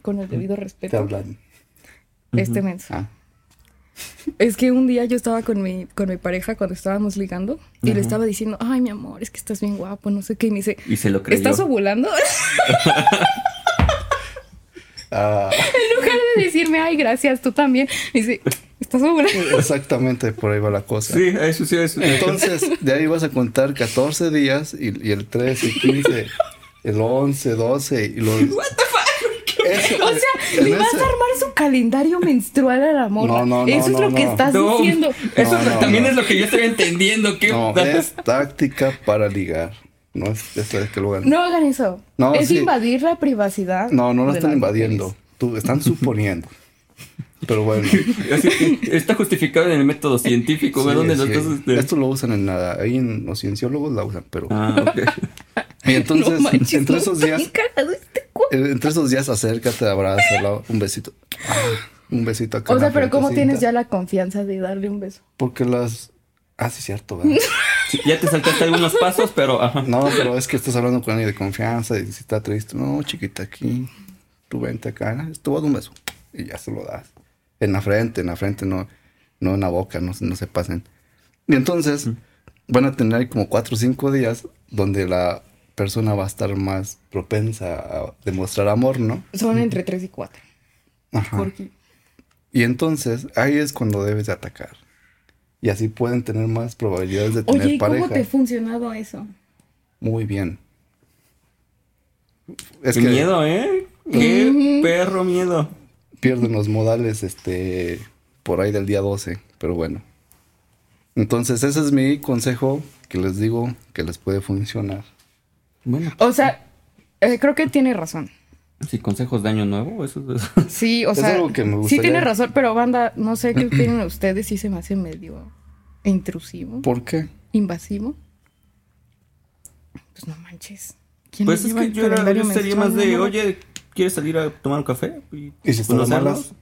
Speaker 3: con el debido
Speaker 4: Te
Speaker 3: respeto.
Speaker 4: hablan.
Speaker 3: Este menso.
Speaker 4: Ah,
Speaker 3: Es que un día yo estaba con mi, con mi pareja cuando estábamos ligando y le estaba diciendo, ay, mi amor, es que estás bien guapo, no sé qué. Y me dice,
Speaker 2: Y se lo creyó.
Speaker 3: ¿estás ovulando?
Speaker 4: Ah,
Speaker 3: en lugar de decirme, ay, gracias, tú también. Me dice, ¿estás ovulando?
Speaker 4: exactamente por ahí va la cosa.
Speaker 2: Sí, a eso sí, a eso.
Speaker 3: Eh,
Speaker 4: Entonces, de ahí vas a contar 14 días y, y el 13, 15, el 11, 12 y los. ¿What the fuck?
Speaker 3: O sea, le vas a armar su calendario menstrual al amor.
Speaker 4: No, no, no,
Speaker 3: Eso es
Speaker 4: no,
Speaker 3: lo que
Speaker 4: no.
Speaker 3: estás
Speaker 2: No,
Speaker 3: diciendo.
Speaker 2: Eso es lo-
Speaker 4: No, no,
Speaker 2: también
Speaker 4: no.
Speaker 2: es lo que yo estoy entendiendo. ¿Qué?
Speaker 4: No, es táctica para ligar. No es, es el que lo hagan.
Speaker 3: No hagan eso.
Speaker 4: No,
Speaker 3: es
Speaker 4: sí.
Speaker 3: invadir la privacidad.
Speaker 4: No, no lo
Speaker 3: de
Speaker 4: están
Speaker 3: las
Speaker 4: invadiendo.
Speaker 3: mujeres.
Speaker 4: Tú, están suponiendo. Pero bueno.
Speaker 2: Así que está justificado en el método científico, güey.
Speaker 4: sí,
Speaker 2: ¿Dónde lo
Speaker 4: sí.
Speaker 2: estás? este?
Speaker 4: Esto lo usan en nada. Ahí en los cienciólogos la usan, pero.
Speaker 2: Ah, ok.
Speaker 4: Y entonces,
Speaker 3: no manches,
Speaker 4: entre
Speaker 3: no,
Speaker 4: esos
Speaker 3: está
Speaker 4: días,
Speaker 3: bien cagado este cu-
Speaker 4: eh, entre esos días, acércate, abrázala, un besito. Ah, Un besito acá.
Speaker 3: O
Speaker 4: en la
Speaker 3: sea, pero ¿cómo
Speaker 4: frentecita.
Speaker 3: tienes ya la confianza de darle un beso?
Speaker 4: Porque las. Ah, sí, cierto, ¿verdad?
Speaker 2: Sí, ya te saltaste algunos pasos, pero. Ajá.
Speaker 4: No, pero es que estás hablando con alguien de confianza y si está triste, no, chiquita, aquí, tú vente acá, ah, tú vas un beso y ya se lo das. En la frente, en la frente, no, no en la boca, no, se- no se pasen. Y
Speaker 3: Mm.
Speaker 4: entonces van a tener como cuatro o cinco días donde la persona va a estar más propensa a demostrar amor, ¿no?
Speaker 3: Son entre 3 y 4.
Speaker 4: Ajá.
Speaker 3: Porque
Speaker 4: Y entonces ahí es cuando debes de atacar. Y así pueden tener más probabilidades de tener
Speaker 3: Oye, ¿y
Speaker 4: pareja.
Speaker 3: cómo te ha funcionado eso?
Speaker 4: Muy bien. Es
Speaker 2: Qué miedo, ¿eh? Qué perro miedo.
Speaker 4: pierden los modales este por ahí del día 12, pero bueno. Entonces, ese es mi consejo que les digo que les puede funcionar.
Speaker 2: Bueno,
Speaker 3: O sea, eh, creo que tiene razón.
Speaker 2: si consejos de año nuevo, eso es.
Speaker 3: Sí, o
Speaker 4: Es
Speaker 3: sea,
Speaker 4: algo que me
Speaker 3: sí
Speaker 4: gustaría-
Speaker 3: tiene razón, pero banda, no sé qué tienen ustedes, sí se me hace medio intrusivo,
Speaker 4: ¿Por qué?
Speaker 3: invasivo. pues no manches. ¿Quién
Speaker 2: Pues
Speaker 3: le
Speaker 2: es
Speaker 3: lleva
Speaker 2: que
Speaker 3: el
Speaker 2: yo era-
Speaker 3: calendario
Speaker 2: yo sería
Speaker 3: menstrual,
Speaker 2: más de,
Speaker 3: no?
Speaker 2: oye, ¿quieres salir a tomar un café? Y,
Speaker 4: ¿Y si están de
Speaker 2: conocernos?
Speaker 4: malas?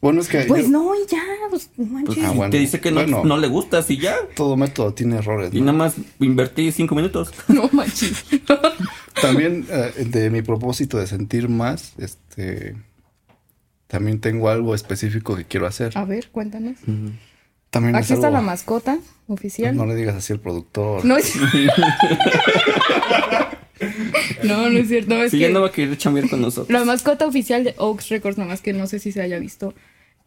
Speaker 4: Bueno, es que
Speaker 3: Pues
Speaker 4: yo-
Speaker 3: no, y ya, pues no manches.
Speaker 2: Pues,
Speaker 4: Ah,
Speaker 2: si
Speaker 4: bueno.
Speaker 2: te dice que no,
Speaker 4: Bueno.
Speaker 2: no le gustas y ya.
Speaker 4: todo método tiene errores.
Speaker 2: Y
Speaker 4: ¿no?
Speaker 2: nada más invertí cinco minutos.
Speaker 3: No manches.
Speaker 4: También eh, de mi propósito de sentir más, este, también tengo algo específico que quiero hacer.
Speaker 3: A ver, cuéntanos.
Speaker 4: También es
Speaker 3: Ah, Aquí está
Speaker 4: algo-
Speaker 3: la mascota oficial.
Speaker 4: No
Speaker 3: No,
Speaker 4: le digas así al productor.
Speaker 3: es... no, no es cierto. Es
Speaker 2: Si
Speaker 3: que
Speaker 2: ya no va a querer chambear con nosotros.
Speaker 3: La mascota oficial de Oaks Records, nada más que no sé si se haya visto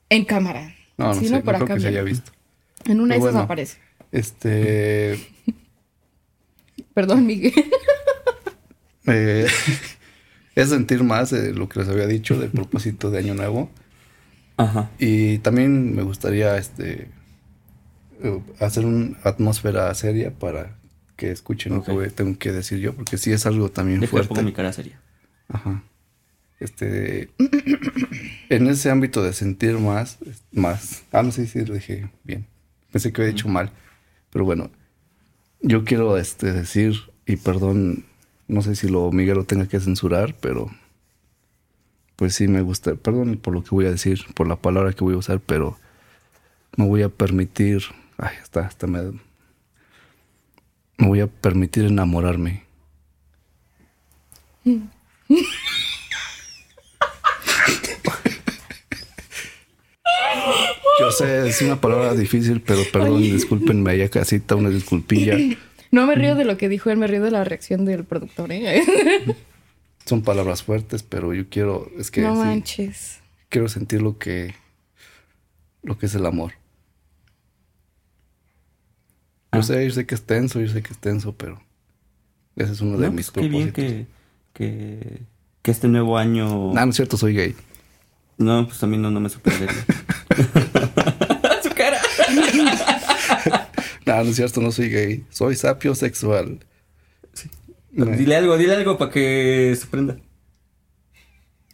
Speaker 3: en cámara.
Speaker 4: No, no
Speaker 3: Sí,
Speaker 4: sé, no
Speaker 3: por
Speaker 4: creo
Speaker 3: acá
Speaker 4: que se
Speaker 3: bien.
Speaker 4: haya visto.
Speaker 3: En una de
Speaker 4: Pero
Speaker 3: esas
Speaker 4: bueno.
Speaker 3: aparece.
Speaker 4: Este,
Speaker 3: Perdón, Miguel.
Speaker 4: eh, es sentir más eh, lo que les había dicho del propósito de Año Nuevo.
Speaker 2: Ajá.
Speaker 4: Y también me gustaría este eh, hacer una atmósfera seria para que escuchen
Speaker 2: Ok.
Speaker 4: lo que tengo que decir yo, porque sí es algo también
Speaker 2: Déjame pongo mi
Speaker 4: fuerte.
Speaker 2: cara seria.
Speaker 4: Ajá. Este, en ese ámbito de sentir más, más. Ah, no sé si lo dije bien. Pensé que había dicho mal, pero bueno, yo quiero este decir y perdón, no sé si lo Miguel lo tenga que censurar, pero pues sí me gusta. Perdón por lo que voy a decir, por la palabra que voy a usar, pero me voy a permitir. Ay, hasta, hasta me. Me voy a permitir enamorarme. Yo sé, es una palabra difícil, pero perdón, discúlpenme, ya casita, una disculpilla.
Speaker 3: No me río de lo que dijo él, me río de la reacción del productor, ¿eh?
Speaker 4: Son palabras fuertes, pero yo quiero, es que
Speaker 3: no
Speaker 4: sí,
Speaker 3: manches.
Speaker 4: quiero sentir lo que, lo que es el amor. Yo sé, yo sé que es tenso, yo sé que es tenso, pero ese es uno de
Speaker 2: No,
Speaker 4: mis
Speaker 2: pues qué bien
Speaker 4: propósitos.
Speaker 2: que, que, que este nuevo año.
Speaker 4: Ah, no es cierto, soy gay.
Speaker 2: No, pues a mí no, no me sorprendería. Su cara.
Speaker 4: No, no es cierto, no soy gay. Soy sapio sexual.
Speaker 2: Dile algo, dile algo para que se prenda.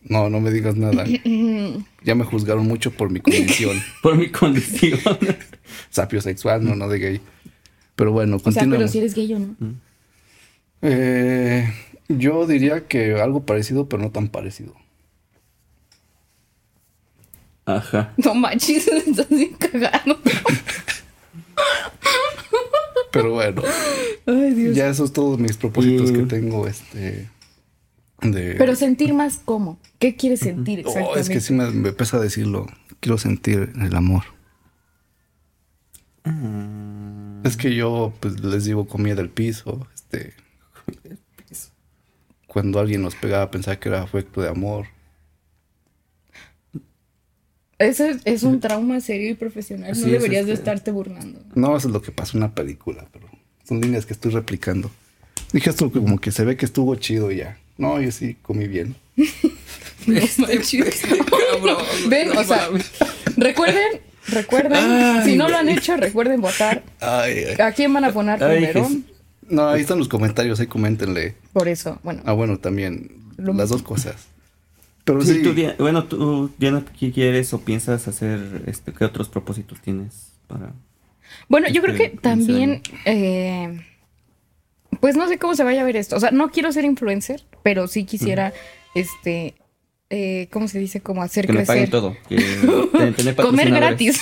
Speaker 4: No, no me digas nada. Ya me juzgaron mucho por mi condición.
Speaker 2: Por mi condición.
Speaker 4: sapio sexual, no, no de gay. Pero bueno,
Speaker 3: O sea,
Speaker 4: continuamos.
Speaker 3: pero si eres gay o no.
Speaker 4: Mm. Eh, yo diría que algo parecido, pero no tan parecido.
Speaker 2: Ajá.
Speaker 3: No manches, estás bien cagado.
Speaker 4: Pero bueno,
Speaker 3: Ay, Dios.
Speaker 4: ya esos todos mis propósitos
Speaker 2: Y-
Speaker 4: que tengo, este, de...
Speaker 3: Pero sentir más cómo. ¿Qué quieres sentir
Speaker 4: Oh,
Speaker 3: exactamente?
Speaker 4: es que sí me, me pesa decirlo. Quiero sentir el amor. Es que yo, pues, les digo comía del piso, este... Cuando alguien nos pegaba pensaba que era afecto de amor.
Speaker 3: Ese es un trauma serio y profesional.
Speaker 2: Sí,
Speaker 3: no
Speaker 2: es
Speaker 3: deberías de
Speaker 2: este-
Speaker 3: estarte burlando.
Speaker 4: No, eso es lo que pasó en una película, pero son líneas que estoy replicando. Dije esto como que se ve que estuvo chido y ya. No, yo sí comí bien.
Speaker 3: No
Speaker 2: Este,
Speaker 3: manches. Ven, o sea, recuerden, recuerden, si no lo han hecho, recuerden votar.
Speaker 4: Ay, ay.
Speaker 3: ¿A quién van a poner
Speaker 2: Ay,
Speaker 3: primero?
Speaker 2: Jesús.
Speaker 4: No, ahí están los comentarios, ahí coméntenle.
Speaker 3: Por eso, bueno,
Speaker 4: Ah, bueno, también
Speaker 3: Lo
Speaker 4: las dos cosas. Pero
Speaker 2: Sí,
Speaker 4: Pues sí,
Speaker 2: tú, Dia- bueno, tú, Diana, ¿qué quieres o piensas hacer? Este, ¿Qué otros propósitos tienes para...?
Speaker 3: Bueno, yo creo que
Speaker 2: Este,
Speaker 3: también, eh, pues no sé cómo se vaya a ver esto. O sea, no quiero ser influencer, pero sí quisiera, este, eh, ¿cómo se dice? Como hacer
Speaker 2: Que me paguen
Speaker 3: crecer.
Speaker 2: todo. Que ten- tener
Speaker 3: Comer
Speaker 2: patrocinadores.
Speaker 3: gratis.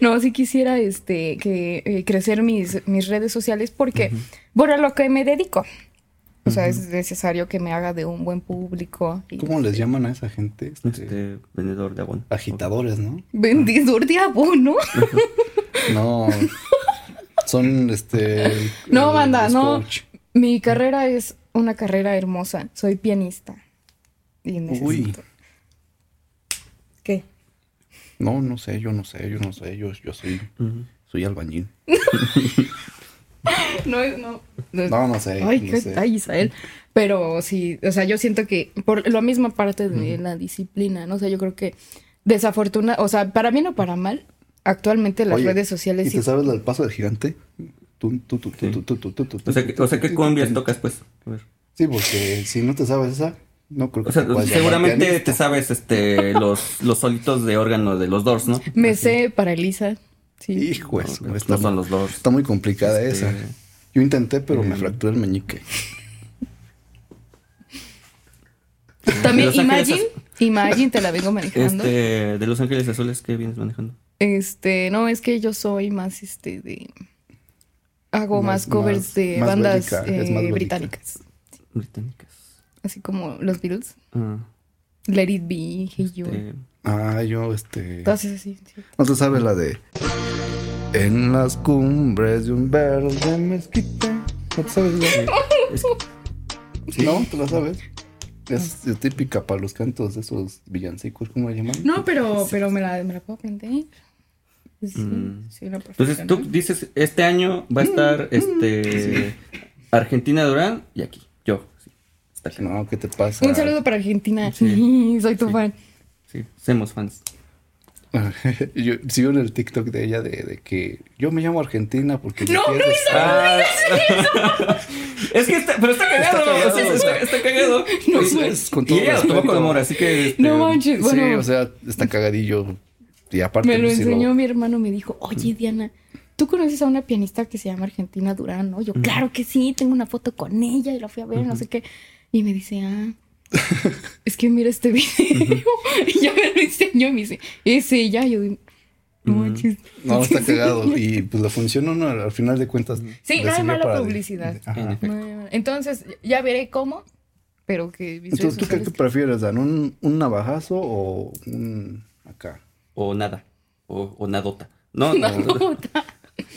Speaker 3: no, sí quisiera este que eh, crecer mis, mis redes sociales porque, bueno, a lo que me dedico. O sea, es necesario que me haga de un buen público. y-
Speaker 4: ¿cómo les llaman a esa gente? Este,
Speaker 2: Este, vendedor de abono.
Speaker 4: Agitadores, ¿no?
Speaker 3: Vendedor de abono.
Speaker 4: No. Son este.
Speaker 3: No,
Speaker 4: eh,
Speaker 3: banda,
Speaker 4: los
Speaker 3: no.
Speaker 4: coach.
Speaker 3: Mi carrera es una carrera hermosa. Soy pianista. Y necesito.
Speaker 4: Uy.
Speaker 3: ¿Qué?
Speaker 4: No, no sé, yo no sé, yo no sé, yo, yo soy, soy albañil.
Speaker 3: No, es- no.
Speaker 4: No, no sé.
Speaker 3: Ay,
Speaker 4: no
Speaker 3: qué
Speaker 4: sé.
Speaker 3: ay, Israel. Pero sí, o sea, yo siento que por la misma parte de la disciplina, ¿no? O sea, yo creo que desafortuna, o sea, para bien o para mal, actualmente las
Speaker 4: Oye,
Speaker 3: redes
Speaker 4: ¿Y
Speaker 3: sociales
Speaker 4: te
Speaker 3: sí-
Speaker 4: sabes el paso del gigante? Tun, tu, tu, tu,
Speaker 2: Sí.
Speaker 4: tu, tu, tu, tu, tu,
Speaker 2: O sea, que- o sea, ¿qué
Speaker 4: tu,
Speaker 2: cumbias
Speaker 4: tu, tu.
Speaker 2: tocas, pues? A ver.
Speaker 4: Sí, porque si no te sabes esa, no creo que
Speaker 2: O sea,
Speaker 4: te puedas llamar
Speaker 2: seguramente
Speaker 4: pianista.
Speaker 2: te sabes este los, los solitos de órgano de los Doors, ¿no?
Speaker 3: me sé para Elisa. Sí.
Speaker 4: Hijo, eso,
Speaker 2: No,
Speaker 4: Pues, está,
Speaker 2: no son los dos.
Speaker 4: está muy complicada
Speaker 2: Este, eh.
Speaker 4: esa. Yo intenté, pero me fracturé el meñique.
Speaker 3: También,
Speaker 2: Los Ángeles
Speaker 3: Imagine, Imagine te la vengo manejando. Este...
Speaker 2: Este, de Los Ángeles Azules, ¿qué vienes manejando?
Speaker 3: no, es que yo soy más este de. Hago más,
Speaker 4: Más-
Speaker 3: covers
Speaker 4: más-
Speaker 3: de
Speaker 4: más
Speaker 3: bandas
Speaker 4: bélica, es
Speaker 3: eh,
Speaker 4: más bélica.
Speaker 3: británicas.
Speaker 2: Británicas.
Speaker 3: Así como los Beatles.
Speaker 2: Ah,
Speaker 3: Let It Be, Hey You.
Speaker 2: este,
Speaker 4: Ah, yo, este.
Speaker 3: Todas esas sí. sí.
Speaker 4: ¿No te sabes la de. En las cumbres de un verde mezquite. ¿No te sabes la
Speaker 2: es-
Speaker 4: No, te la sabes. Es típica para los cantos de esos villancicos, ¿cómo le llaman?
Speaker 3: No, pero, pero me, la, me la puedo aprender. Sí,
Speaker 2: Mm.
Speaker 3: soy una
Speaker 2: entonces tú
Speaker 3: profesional.
Speaker 2: dices, este año va a
Speaker 3: Mm,
Speaker 2: estar este Argentina Durán y aquí, yo. Sí, está acá.
Speaker 4: No, ¿qué te pasa?
Speaker 3: Un saludo para Argentina.
Speaker 2: Sí.
Speaker 3: soy tu
Speaker 2: Sí.
Speaker 3: fan.
Speaker 2: Sí, somos fans.
Speaker 4: yo sigo en el TikTok de ella de, de que yo me llamo Argentina porque
Speaker 3: No,
Speaker 4: mi
Speaker 3: no,
Speaker 4: tierra está-
Speaker 2: Ah. es que está, pero está cagado,
Speaker 4: Está cagado.
Speaker 2: o sea, está, está cagado.
Speaker 3: No,
Speaker 4: Es-
Speaker 3: güey.
Speaker 4: es con todo
Speaker 2: y ella lo tomó
Speaker 4: respeto.
Speaker 2: con amor, así que. este,
Speaker 3: No manches,
Speaker 4: Sí,
Speaker 3: bueno.
Speaker 4: o sea, está cagadillo. Y aparte,
Speaker 3: Me lo
Speaker 4: pues, sí
Speaker 3: enseñó mi hermano, me dijo, oye Diana, ¿tú conoces a una pianista que se llama Argentina Durán? no? Yo, claro que sí, tengo una foto con ella y la fui a ver, no sé qué. Y me dice, ah, es que mira este video. Y ya me lo enseñó y me dice, es ella. Yo, no manches.
Speaker 4: No, está cagado. Y pues la función uno al final de cuentas.
Speaker 3: Sí,
Speaker 4: le
Speaker 3: no hay
Speaker 4: sirvió
Speaker 3: mala
Speaker 4: para-
Speaker 3: publicidad.
Speaker 4: Ajá.
Speaker 2: En efecto.
Speaker 3: No, no, no. Entonces, ya veré cómo, pero que mis redes
Speaker 4: Entonces, ¿tú qué
Speaker 3: sociales-
Speaker 4: tú prefieres, Dan? ¿Un, un navajazo o un acá?
Speaker 2: O nada. O, o nadota. No,
Speaker 3: No, ta-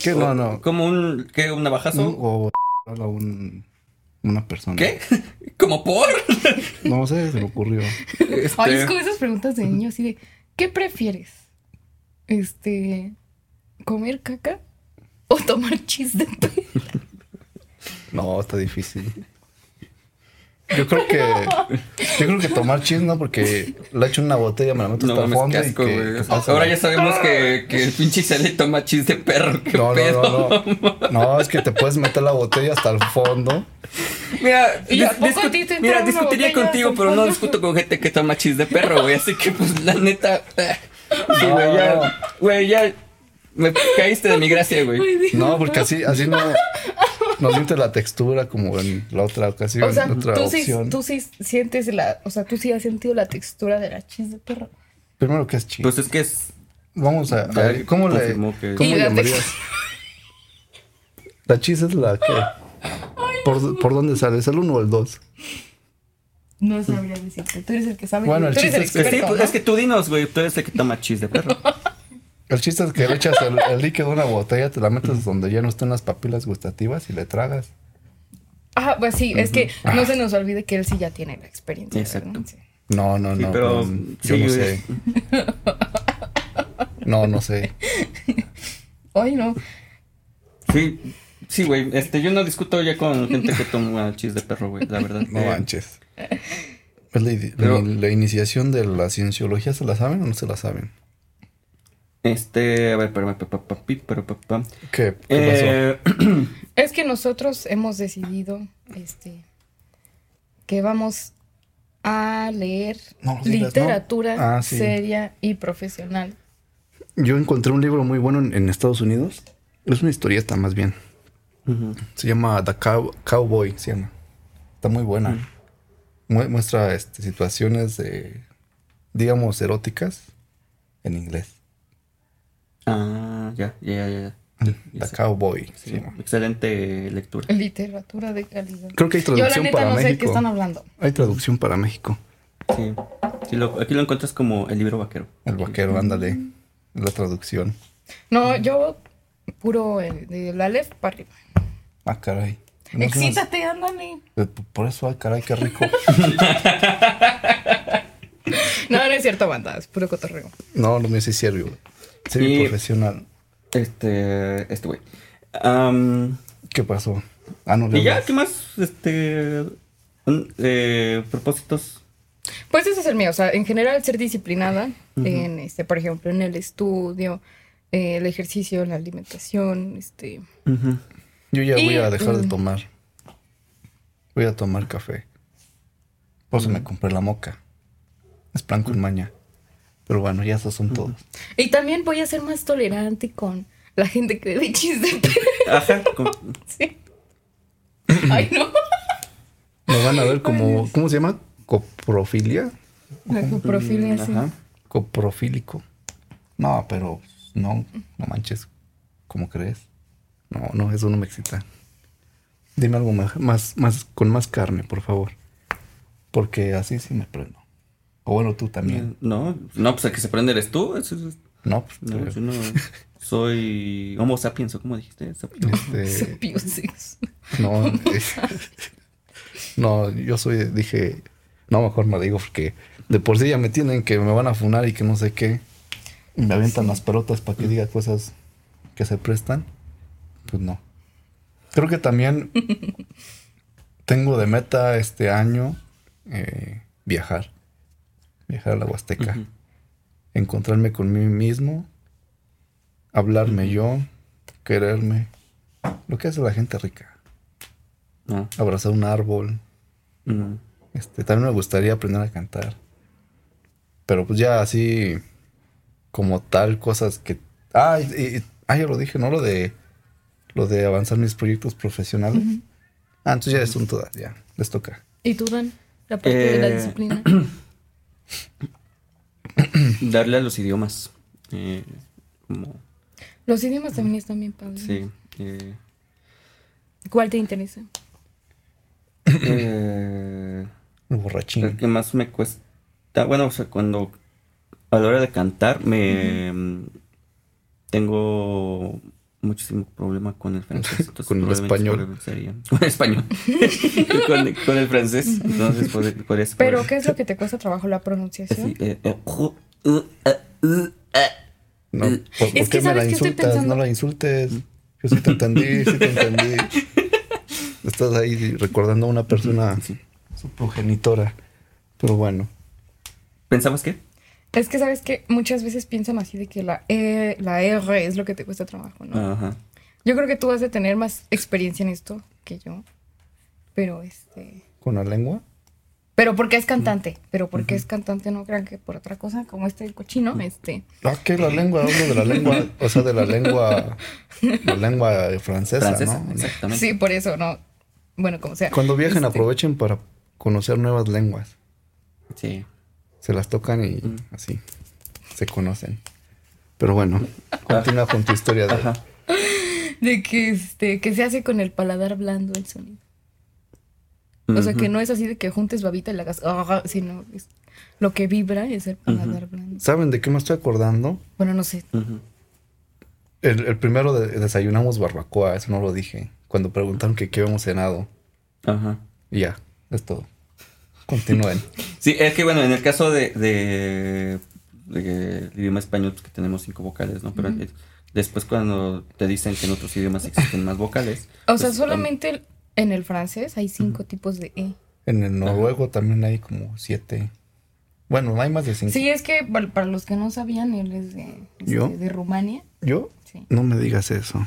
Speaker 4: ¿Qué? No, no.
Speaker 2: Como un. ¿Qué? ¿Un navajazo?
Speaker 4: Un- o a un- una persona.
Speaker 2: ¿Qué? ¿Como por?
Speaker 4: No sé, se me ocurrió.
Speaker 2: Este,
Speaker 3: Ay, es como esas preguntas de niño, así de, ¿qué prefieres? Este, ¿comer caca o tomar chis de tu-
Speaker 4: No, está difícil. Yo creo que. Yo creo que tomar chis, ¿no? Porque le echo una botella, me la meto
Speaker 2: No
Speaker 4: hasta el
Speaker 2: mames,
Speaker 4: fondo.
Speaker 2: qué
Speaker 4: y
Speaker 2: asco,
Speaker 4: que-
Speaker 2: güey.
Speaker 4: que pasa.
Speaker 2: Ahora ya sabemos que, que el pinche sale toma chis de perro. ¿Qué
Speaker 4: No, no,
Speaker 2: pedo?
Speaker 4: no, no. No, es que te puedes meter la botella hasta el fondo.
Speaker 2: Mira,
Speaker 3: ¿Y
Speaker 2: dis-
Speaker 3: a poco a ti te entra
Speaker 2: mira,
Speaker 3: una
Speaker 2: discutiría
Speaker 3: botella
Speaker 2: contigo,
Speaker 3: hasta el
Speaker 2: pero no
Speaker 3: fondo?
Speaker 2: discuto con gente que toma chis de perro, güey. Así que, pues, la neta. eh. Sí, güey, ya. Güey, ya. Me caíste de mi gracia, güey.
Speaker 3: Ay, Dios.
Speaker 4: No, porque así, así no, no siente la textura como en la otra ocasión,
Speaker 3: O sea,
Speaker 4: otra
Speaker 3: tú sí,
Speaker 4: opción.
Speaker 3: tú sí sientes la, o sea, tú sí has sentido la textura de la chis de perro.
Speaker 4: Primero que es chis.
Speaker 2: Pues es que es.
Speaker 4: Vamos a, a
Speaker 2: Ya
Speaker 4: ver, ¿cómo le
Speaker 2: confirmó que-
Speaker 4: cómo
Speaker 3: Y la
Speaker 4: llamarías? La chis es la que. ¿Por, por dónde sale? ¿Es el uno o el dos?
Speaker 3: No sabría decirte, tú eres el que sabe.
Speaker 4: Bueno, el
Speaker 3: tú eres
Speaker 4: chiste
Speaker 2: Pues sí,
Speaker 3: experto,
Speaker 2: pues,
Speaker 3: ¿no?
Speaker 2: es que tú dinos, güey. Tú eres el que toma chis de perro.
Speaker 4: El chiste es que le echas el, el líquido de una botella, te la metes donde ya no están las papilas gustativas y le tragas.
Speaker 3: Ah, pues sí, es que no se nos olvide que él sí ya tiene la experiencia.
Speaker 2: Ah. Exacto.
Speaker 3: ¿verdad? Sí.
Speaker 4: No, no,
Speaker 2: Sí,
Speaker 4: no.
Speaker 2: pero,
Speaker 4: mm,
Speaker 2: sí,
Speaker 4: yo no
Speaker 2: güey.
Speaker 4: sé. No, no sé.
Speaker 3: Ay, no.
Speaker 2: Sí, sí, güey. Este, yo no discuto ya con gente que toma chis de perro, güey. La verdad.
Speaker 4: No
Speaker 2: Eh,
Speaker 4: manches. Es la, idi-
Speaker 2: Pero-
Speaker 4: la- la iniciación de la cienciología, ¿se la saben o no se la saben?
Speaker 2: Este, a ver, espérame, pa, pa, pa, pi, pero pa, pa.
Speaker 4: ¿Qué, qué
Speaker 2: Eh,
Speaker 3: Es que nosotros hemos decidido este que vamos a leer
Speaker 4: No lo digas,
Speaker 3: literatura
Speaker 4: ¿no? Ah, sí.
Speaker 3: seria y profesional.
Speaker 4: pasó? Yo encontré un libro muy bueno en, en Estados Unidos. Es una historieta, más bien.
Speaker 2: ujú.
Speaker 4: Se llama The Cow- Cowboy, se llama. Está muy buena.
Speaker 2: Mm.
Speaker 4: Mu- Muestra este, situaciones, de, digamos, eróticas en inglés.
Speaker 2: Ah, ya, ya, ya, ya.
Speaker 4: The Cowboy. se
Speaker 2: Sí,
Speaker 4: llama.
Speaker 2: excelente lectura.
Speaker 3: Literatura de calidad.
Speaker 4: Creo que hay
Speaker 3: Yo la
Speaker 4: traducción
Speaker 3: neta
Speaker 4: para
Speaker 3: no sé de qué
Speaker 4: México.
Speaker 3: están hablando.
Speaker 4: Hay traducción para México.
Speaker 2: Sí. Sí, lo- aquí lo encuentras como el libro vaquero.
Speaker 4: El
Speaker 2: Mm.
Speaker 4: vaquero, ándale. La traducción.
Speaker 3: No,
Speaker 4: Mm.
Speaker 3: yo puro eh, de la lef para arriba.
Speaker 4: Ah, caray. No es una-
Speaker 3: Excítate, ándale.
Speaker 4: Eh, p- Por eso, ay, caray, qué rico.
Speaker 3: No, no es cierto, banda, es puro cotorreo.
Speaker 4: No, no me hice serio. Serio
Speaker 2: Y-
Speaker 4: profesional.
Speaker 2: Este, este güey. Am,
Speaker 4: ¿Qué pasó? Ah, no,
Speaker 2: y
Speaker 4: le
Speaker 2: ya, ¿qué más? Este, un- eh, propósitos.
Speaker 3: Pues ese es el mío, o sea, en general ser disciplinada en este, por ejemplo, en el estudio, eh, el ejercicio, la alimentación, este,
Speaker 4: Yo ya voy
Speaker 3: Y-
Speaker 4: a dejar de
Speaker 3: mm.
Speaker 4: tomar. Voy a tomar café. Por eso me compré la moca. Es plan con maña. Pero bueno, ya esos son todos.
Speaker 3: Y también voy a ser más tolerante con la gente que bebe chis de perro.
Speaker 2: Ajá. con-
Speaker 3: Sí. Ay, no.
Speaker 4: Lo van a ver como, ¿cómo se llama? Coprofilia.
Speaker 3: La coprofilia, sí.
Speaker 2: Ajá.
Speaker 4: Coprofílico. No, pero no, no manches. ¿Cómo crees? No, no, eso no me excita. Dime algo más, más, más con más carne, por favor. Porque así sí me prendo. O bueno, tú también.
Speaker 2: No, no, pues el que se prende eres tú. Eso es-
Speaker 4: No, pues,
Speaker 2: no,
Speaker 4: pero,
Speaker 2: yo no soy homo sapiens, ¿o cómo dijiste? Sapiens. Eh,
Speaker 4: este,
Speaker 3: Sapioses.
Speaker 4: no, eh, no, yo soy, dije, no, mejor me digo porque de por sí ya me tienen que me van a funar y que no sé qué. Y me avientan las pelotas para que diga cosas que se prestan. Pues no. Creo que también tengo de meta este año eh, viajar. Viajar a la Huasteca.
Speaker 2: Ujú.
Speaker 4: Encontrarme conmigo mismo. Hablarme yo. Quererme. Lo que hace la gente rica.
Speaker 2: No.
Speaker 4: Abrazar un árbol.
Speaker 2: no.
Speaker 4: Este, también me gustaría aprender a cantar. Pero pues ya así como tal cosas que ah, y- y- ah, ya lo dije, no lo de lo de avanzar mis proyectos profesionales. Ah, entonces ya son todas, ya, les toca.
Speaker 3: ¿Y tú, Dan? La parte de la
Speaker 2: Eh,
Speaker 3: disciplina.
Speaker 2: Darle a los idiomas. eh, como,
Speaker 3: Los idiomas también están bien padres.
Speaker 2: sí. eh,
Speaker 3: ¿Cuál te interesa?
Speaker 2: eh,
Speaker 4: El borrachín.
Speaker 2: El que más me cuesta. Bueno, o sea, cuando. A la hora de cantar, me. mm, Tengo muchísimo problema con el francés. entonces
Speaker 4: Con el
Speaker 2: probablemente
Speaker 4: español.
Speaker 2: progresaría. Con el español. con, con el francés. Entonces, por, por eso.
Speaker 3: ¿Pero
Speaker 2: por-
Speaker 3: qué es lo que te cuesta trabajo? ¿La pronunciación?
Speaker 2: Pues, Sí, eh, eh, ju- uh, eh, uh, eh.
Speaker 4: No, ¿por, por
Speaker 3: que
Speaker 4: qué me
Speaker 3: ¿sabes
Speaker 4: la
Speaker 3: qué estoy
Speaker 4: insultas?
Speaker 3: pensando?
Speaker 4: No la insultes. Yo sí te entendí, sí te entendí. Estás ahí recordando a una persona, su progenitora. Pero bueno,
Speaker 2: ¿Pensabas qué?
Speaker 3: Es que sabes que muchas veces piensan así de que la, E- la R es lo que te cuesta trabajo, ¿no?
Speaker 2: Ajá.
Speaker 3: Yo creo que tú vas a tener más experiencia en esto que yo. Pero este.
Speaker 4: con la lengua.
Speaker 3: Pero porque es cantante. Pero porque es cantante, no crean que por otra cosa, como este el cochino, este.
Speaker 4: Ah, que la lengua, hablo de la lengua, o sea, de la lengua, la lengua francesa,
Speaker 2: Francesa,
Speaker 4: ¿no?
Speaker 2: exactamente.
Speaker 3: Sí, por eso, no. Bueno, como sea.
Speaker 4: Cuando viajen,
Speaker 3: Este,
Speaker 4: aprovechen para conocer nuevas lenguas.
Speaker 2: Sí.
Speaker 4: Se las tocan y
Speaker 2: Mm.
Speaker 4: así se conocen. Pero bueno, continúa con tu historia de
Speaker 2: Ah. Ajá.
Speaker 3: De que este, que se hace con el paladar blando el sonido. O sea que no es así de que juntes babita y la hagas, "Ah", sino es- lo que vibra es el paladar blando.
Speaker 4: ¿Saben de qué me estoy acordando?
Speaker 3: Bueno, no sé.
Speaker 2: Ujú.
Speaker 4: El, el primero de- desayunamos barbacoa, eso no lo dije. Cuando preguntaron que qué habíamos cenado.
Speaker 2: Ajá.
Speaker 4: Y ya, es todo. Continúen.
Speaker 2: Sí, es que bueno, en el caso de, de, de el idioma español, pues que tenemos cinco vocales, ¿no? Pero eh, después cuando te dicen que en otros idiomas existen más vocales.
Speaker 3: O sea,
Speaker 2: pues,
Speaker 3: solamente
Speaker 4: um,
Speaker 3: el- en el francés hay cinco tipos de E.
Speaker 4: En el noruego también hay como siete. Bueno, hay más de cinco.
Speaker 3: Sí, es que para para los que no sabían, él es de, este,
Speaker 4: ¿Yo?
Speaker 3: de Rumania.
Speaker 4: ¿Yo?
Speaker 3: Sí.
Speaker 4: No me digas eso.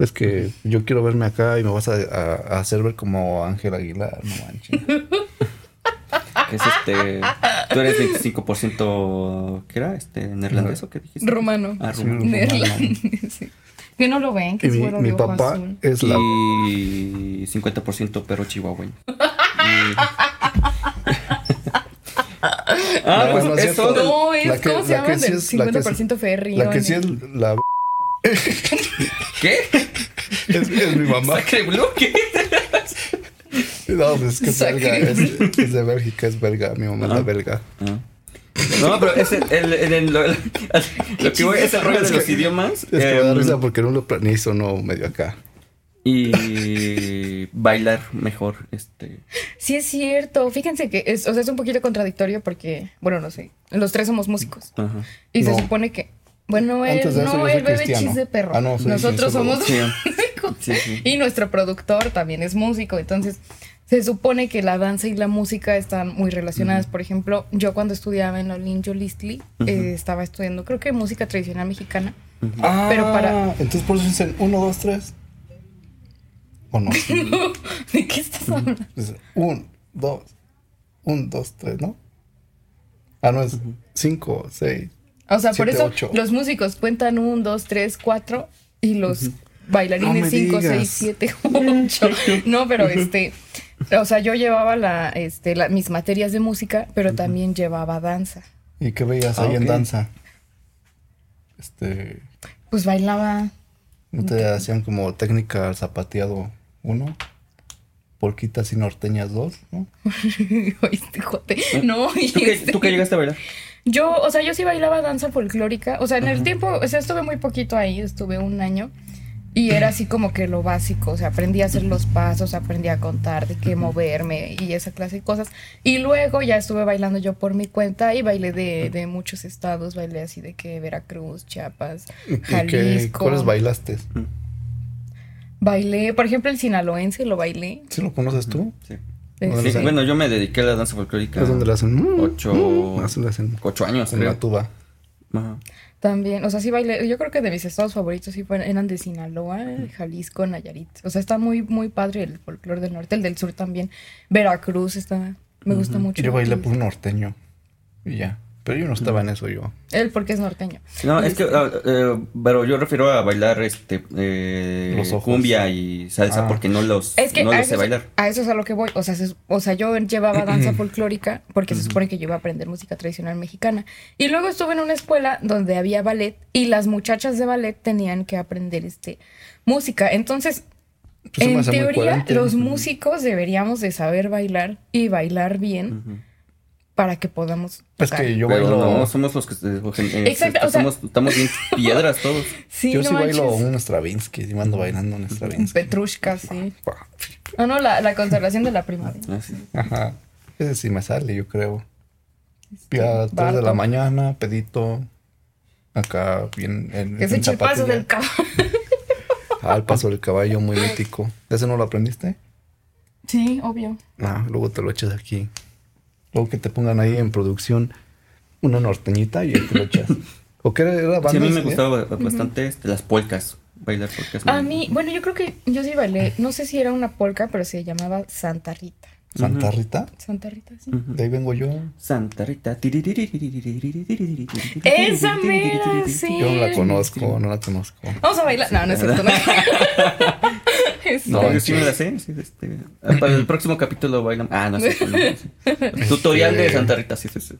Speaker 4: Es que yo quiero verme acá y me vas a, a- a hacer ver como Ángel Aguilar, no manches.
Speaker 2: am, que es este, tú eres 25%, ¿qué era? Este, ¿Neerlandés o qué dijiste?
Speaker 3: Rumano.
Speaker 2: Ah,
Speaker 4: Sí,
Speaker 2: rumano.
Speaker 3: Neerlandés, sí. Que no lo ven, que
Speaker 4: Y
Speaker 3: es
Speaker 4: mi,
Speaker 3: güero
Speaker 4: mi
Speaker 3: de ojo
Speaker 4: papá
Speaker 3: azul.
Speaker 4: es la...
Speaker 2: Y 50% perro chihuahueño. Y- ah,
Speaker 4: No,
Speaker 2: pues
Speaker 4: no es
Speaker 2: eso.
Speaker 4: cierto.
Speaker 3: No, es
Speaker 4: La que-
Speaker 3: como se
Speaker 4: la que
Speaker 3: llama
Speaker 4: sí
Speaker 3: del
Speaker 4: es- la que sí-
Speaker 3: 50% ferry.
Speaker 4: La que sí es la...
Speaker 2: ¿Qué?
Speaker 4: Es, es mi mamá.
Speaker 2: ¿Sacre bloque?
Speaker 4: No, pues es que es
Speaker 3: Sacre.
Speaker 4: belga. Es, es de Bélgica, es belga. Mi mamá es la
Speaker 2: Ah.
Speaker 4: belga.
Speaker 2: No, pero es el, el- el- el- lo, lo que voy es el rollo de los idiomas.
Speaker 4: Es que me da
Speaker 2: em,
Speaker 4: risa porque no lo planizo, no, medio acá.
Speaker 2: y bailar mejor este
Speaker 3: Sí es cierto. Fíjense que es, o sea, es un poquito contradictorio porque, bueno, no sé, los tres somos músicos.
Speaker 2: ajá.
Speaker 3: Y
Speaker 4: No.
Speaker 3: se supone que, bueno, él,
Speaker 4: Antes de eso yo
Speaker 3: no,
Speaker 4: soy
Speaker 3: él bebe
Speaker 4: cristiano.
Speaker 3: chis de perro.
Speaker 4: Ah, no, soy-
Speaker 3: Nosotros
Speaker 4: soy
Speaker 3: somos
Speaker 2: Sí.
Speaker 3: músicos.
Speaker 2: Sí, sí.
Speaker 3: Y nuestro productor también es músico. Entonces, se supone que la danza y la música están muy relacionadas. Por ejemplo, yo cuando estudiaba en la Olin Yolistli, eh, estaba estudiando, creo que música tradicional mexicana. Ah. Pero para-
Speaker 4: Entonces por eso dicen uno, dos, tres. ¿O no?
Speaker 3: ¿De qué estás hablando?
Speaker 4: Entonces, un, dos, un, dos, tres, ¿no? Ah, no, es cinco, seis.
Speaker 3: Ah, O sea, por
Speaker 4: Siete,
Speaker 3: eso
Speaker 4: ocho.
Speaker 3: los músicos cuentan un, dos, tres, cuatro. Y los bailarines
Speaker 6: me
Speaker 3: 5,
Speaker 6: digas.
Speaker 3: 6, 7, 8. No, pero este, o sea, yo llevaba la, este, la- mis materias de música, pero también llevaba danza.
Speaker 4: ¿Y qué veías
Speaker 6: Ah,
Speaker 4: ahí en
Speaker 6: ok.
Speaker 4: danza? Este,
Speaker 3: Pues bailaba,
Speaker 4: ¿no te hacían como técnica al zapateado uno? Polquitas y norteñas dos, ¿no?
Speaker 3: oíste, jote. No, y
Speaker 2: ¿Tú qué,
Speaker 3: este-
Speaker 2: tú qué llegaste a bailar?
Speaker 3: Yo, o sea, yo sí bailaba danza folclórica. O sea, en el tiempo, o sea, estuve muy poquito ahí, estuve un año. Y era así como que lo básico, o sea, aprendí a hacer los pasos, aprendí a contar, de qué moverme y esa clase de cosas. Y luego ya estuve bailando yo por mi cuenta y bailé de, de muchos estados, bailé así de que Veracruz, Chiapas,
Speaker 4: ¿Y qué-
Speaker 3: Jalisco.
Speaker 4: ¿Cuáles bailaste?
Speaker 3: Bailé, por ejemplo, el sinaloense lo bailé.
Speaker 4: ¿Sí lo conoces tú?
Speaker 2: Sí.
Speaker 4: No,
Speaker 2: Sí,
Speaker 4: no sé.
Speaker 2: Bueno, yo me dediqué a la danza folclórica.
Speaker 4: Es donde le hacen... mm,
Speaker 2: Ocho.
Speaker 4: mm, así le hacen
Speaker 2: Ocho años,
Speaker 4: en la
Speaker 2: creo.
Speaker 4: tuba.
Speaker 2: Ajá.
Speaker 3: También, o sea, sí bailé. Yo creo que de mis estados favoritos sí fueron, eran de Sinaloa, Jalisco, Nayarit. O sea, está muy, muy padre el folclore del norte, el del sur también. Veracruz está. Me gusta mucho.
Speaker 4: Yo bailé por un norteño y ya. Pero yo no estaba en eso yo.
Speaker 3: Él porque es norteño.
Speaker 2: No, es que, ah, eh, pero yo refiero a bailar este, eh,
Speaker 4: Los ojos.
Speaker 2: cumbia y salsa
Speaker 4: Ah.
Speaker 2: porque no los,
Speaker 3: Es que
Speaker 2: no
Speaker 3: a,
Speaker 2: los sé
Speaker 3: eso,
Speaker 2: bailar.
Speaker 3: a eso es a lo que voy. O sea, se- o sea yo llevaba danza folclórica porque se supone que yo iba a aprender música tradicional mexicana. Y luego estuve en una escuela donde había ballet y las muchachas de ballet tenían que aprender este música. Entonces,
Speaker 4: Pues se me
Speaker 3: en
Speaker 4: hace muy
Speaker 3: teoría,
Speaker 4: coherente.
Speaker 3: los músicos deberíamos de saber bailar y bailar bien para que podamos
Speaker 4: Es
Speaker 3: tocar.
Speaker 4: que yo
Speaker 2: Pero
Speaker 4: bailo...
Speaker 2: no, somos los que eh, eh, este,
Speaker 3: Exacto, o sea-
Speaker 2: somos- estamos bien piedras todos.
Speaker 3: sí,
Speaker 4: yo
Speaker 3: no
Speaker 4: sí bailo
Speaker 3: manches.
Speaker 4: un Stravinsky, sí me ando bailando un Stravinsky.
Speaker 3: Petrushka, sí. Ah,
Speaker 4: Pa.
Speaker 3: No, no, la, la conservación de la primaria.
Speaker 2: Así.
Speaker 4: Ajá. Ese sí me sale, yo creo.
Speaker 3: Este,
Speaker 4: Ya 3 de la
Speaker 3: Bartok.
Speaker 4: mañana, pedito. Acá, bien. En,
Speaker 3: Que se
Speaker 4: en
Speaker 3: eche el paso
Speaker 4: zapatilla.
Speaker 3: del caballo.
Speaker 4: Ah, el paso del caballo, muy mítico. ¿Ese no lo aprendiste?
Speaker 3: Sí, obvio.
Speaker 4: No, luego te lo echas aquí. Luego que te pongan ahí en producción una norteñita y ahí te lo echas. ¿O qué era? era
Speaker 2: Sí, a mí me
Speaker 4: bandas, eh?
Speaker 2: gustaba ba- bastante este, las polcas, bailar polcas.
Speaker 3: A
Speaker 2: me-
Speaker 3: mí, bueno, yo creo que yo sí bailé, no sé si era una polca, pero se llamaba Santa Rita.
Speaker 4: Santa Rita.
Speaker 3: Santa Rita, sí.
Speaker 4: De ahí vengo yo.
Speaker 2: Santa Rita.
Speaker 3: Esa mera, sí.
Speaker 4: Yo no la conozco, no la conozco.
Speaker 3: Vamos a bailar. No, no es cierto. No. Este,
Speaker 2: No, yo
Speaker 4: No,
Speaker 2: sí me la sé. sí, este, para el próximo capítulo bailan. Ah, no sé. no, no sé. Tutorial de
Speaker 4: Este-
Speaker 2: Santa Rita, sí, sí, sí.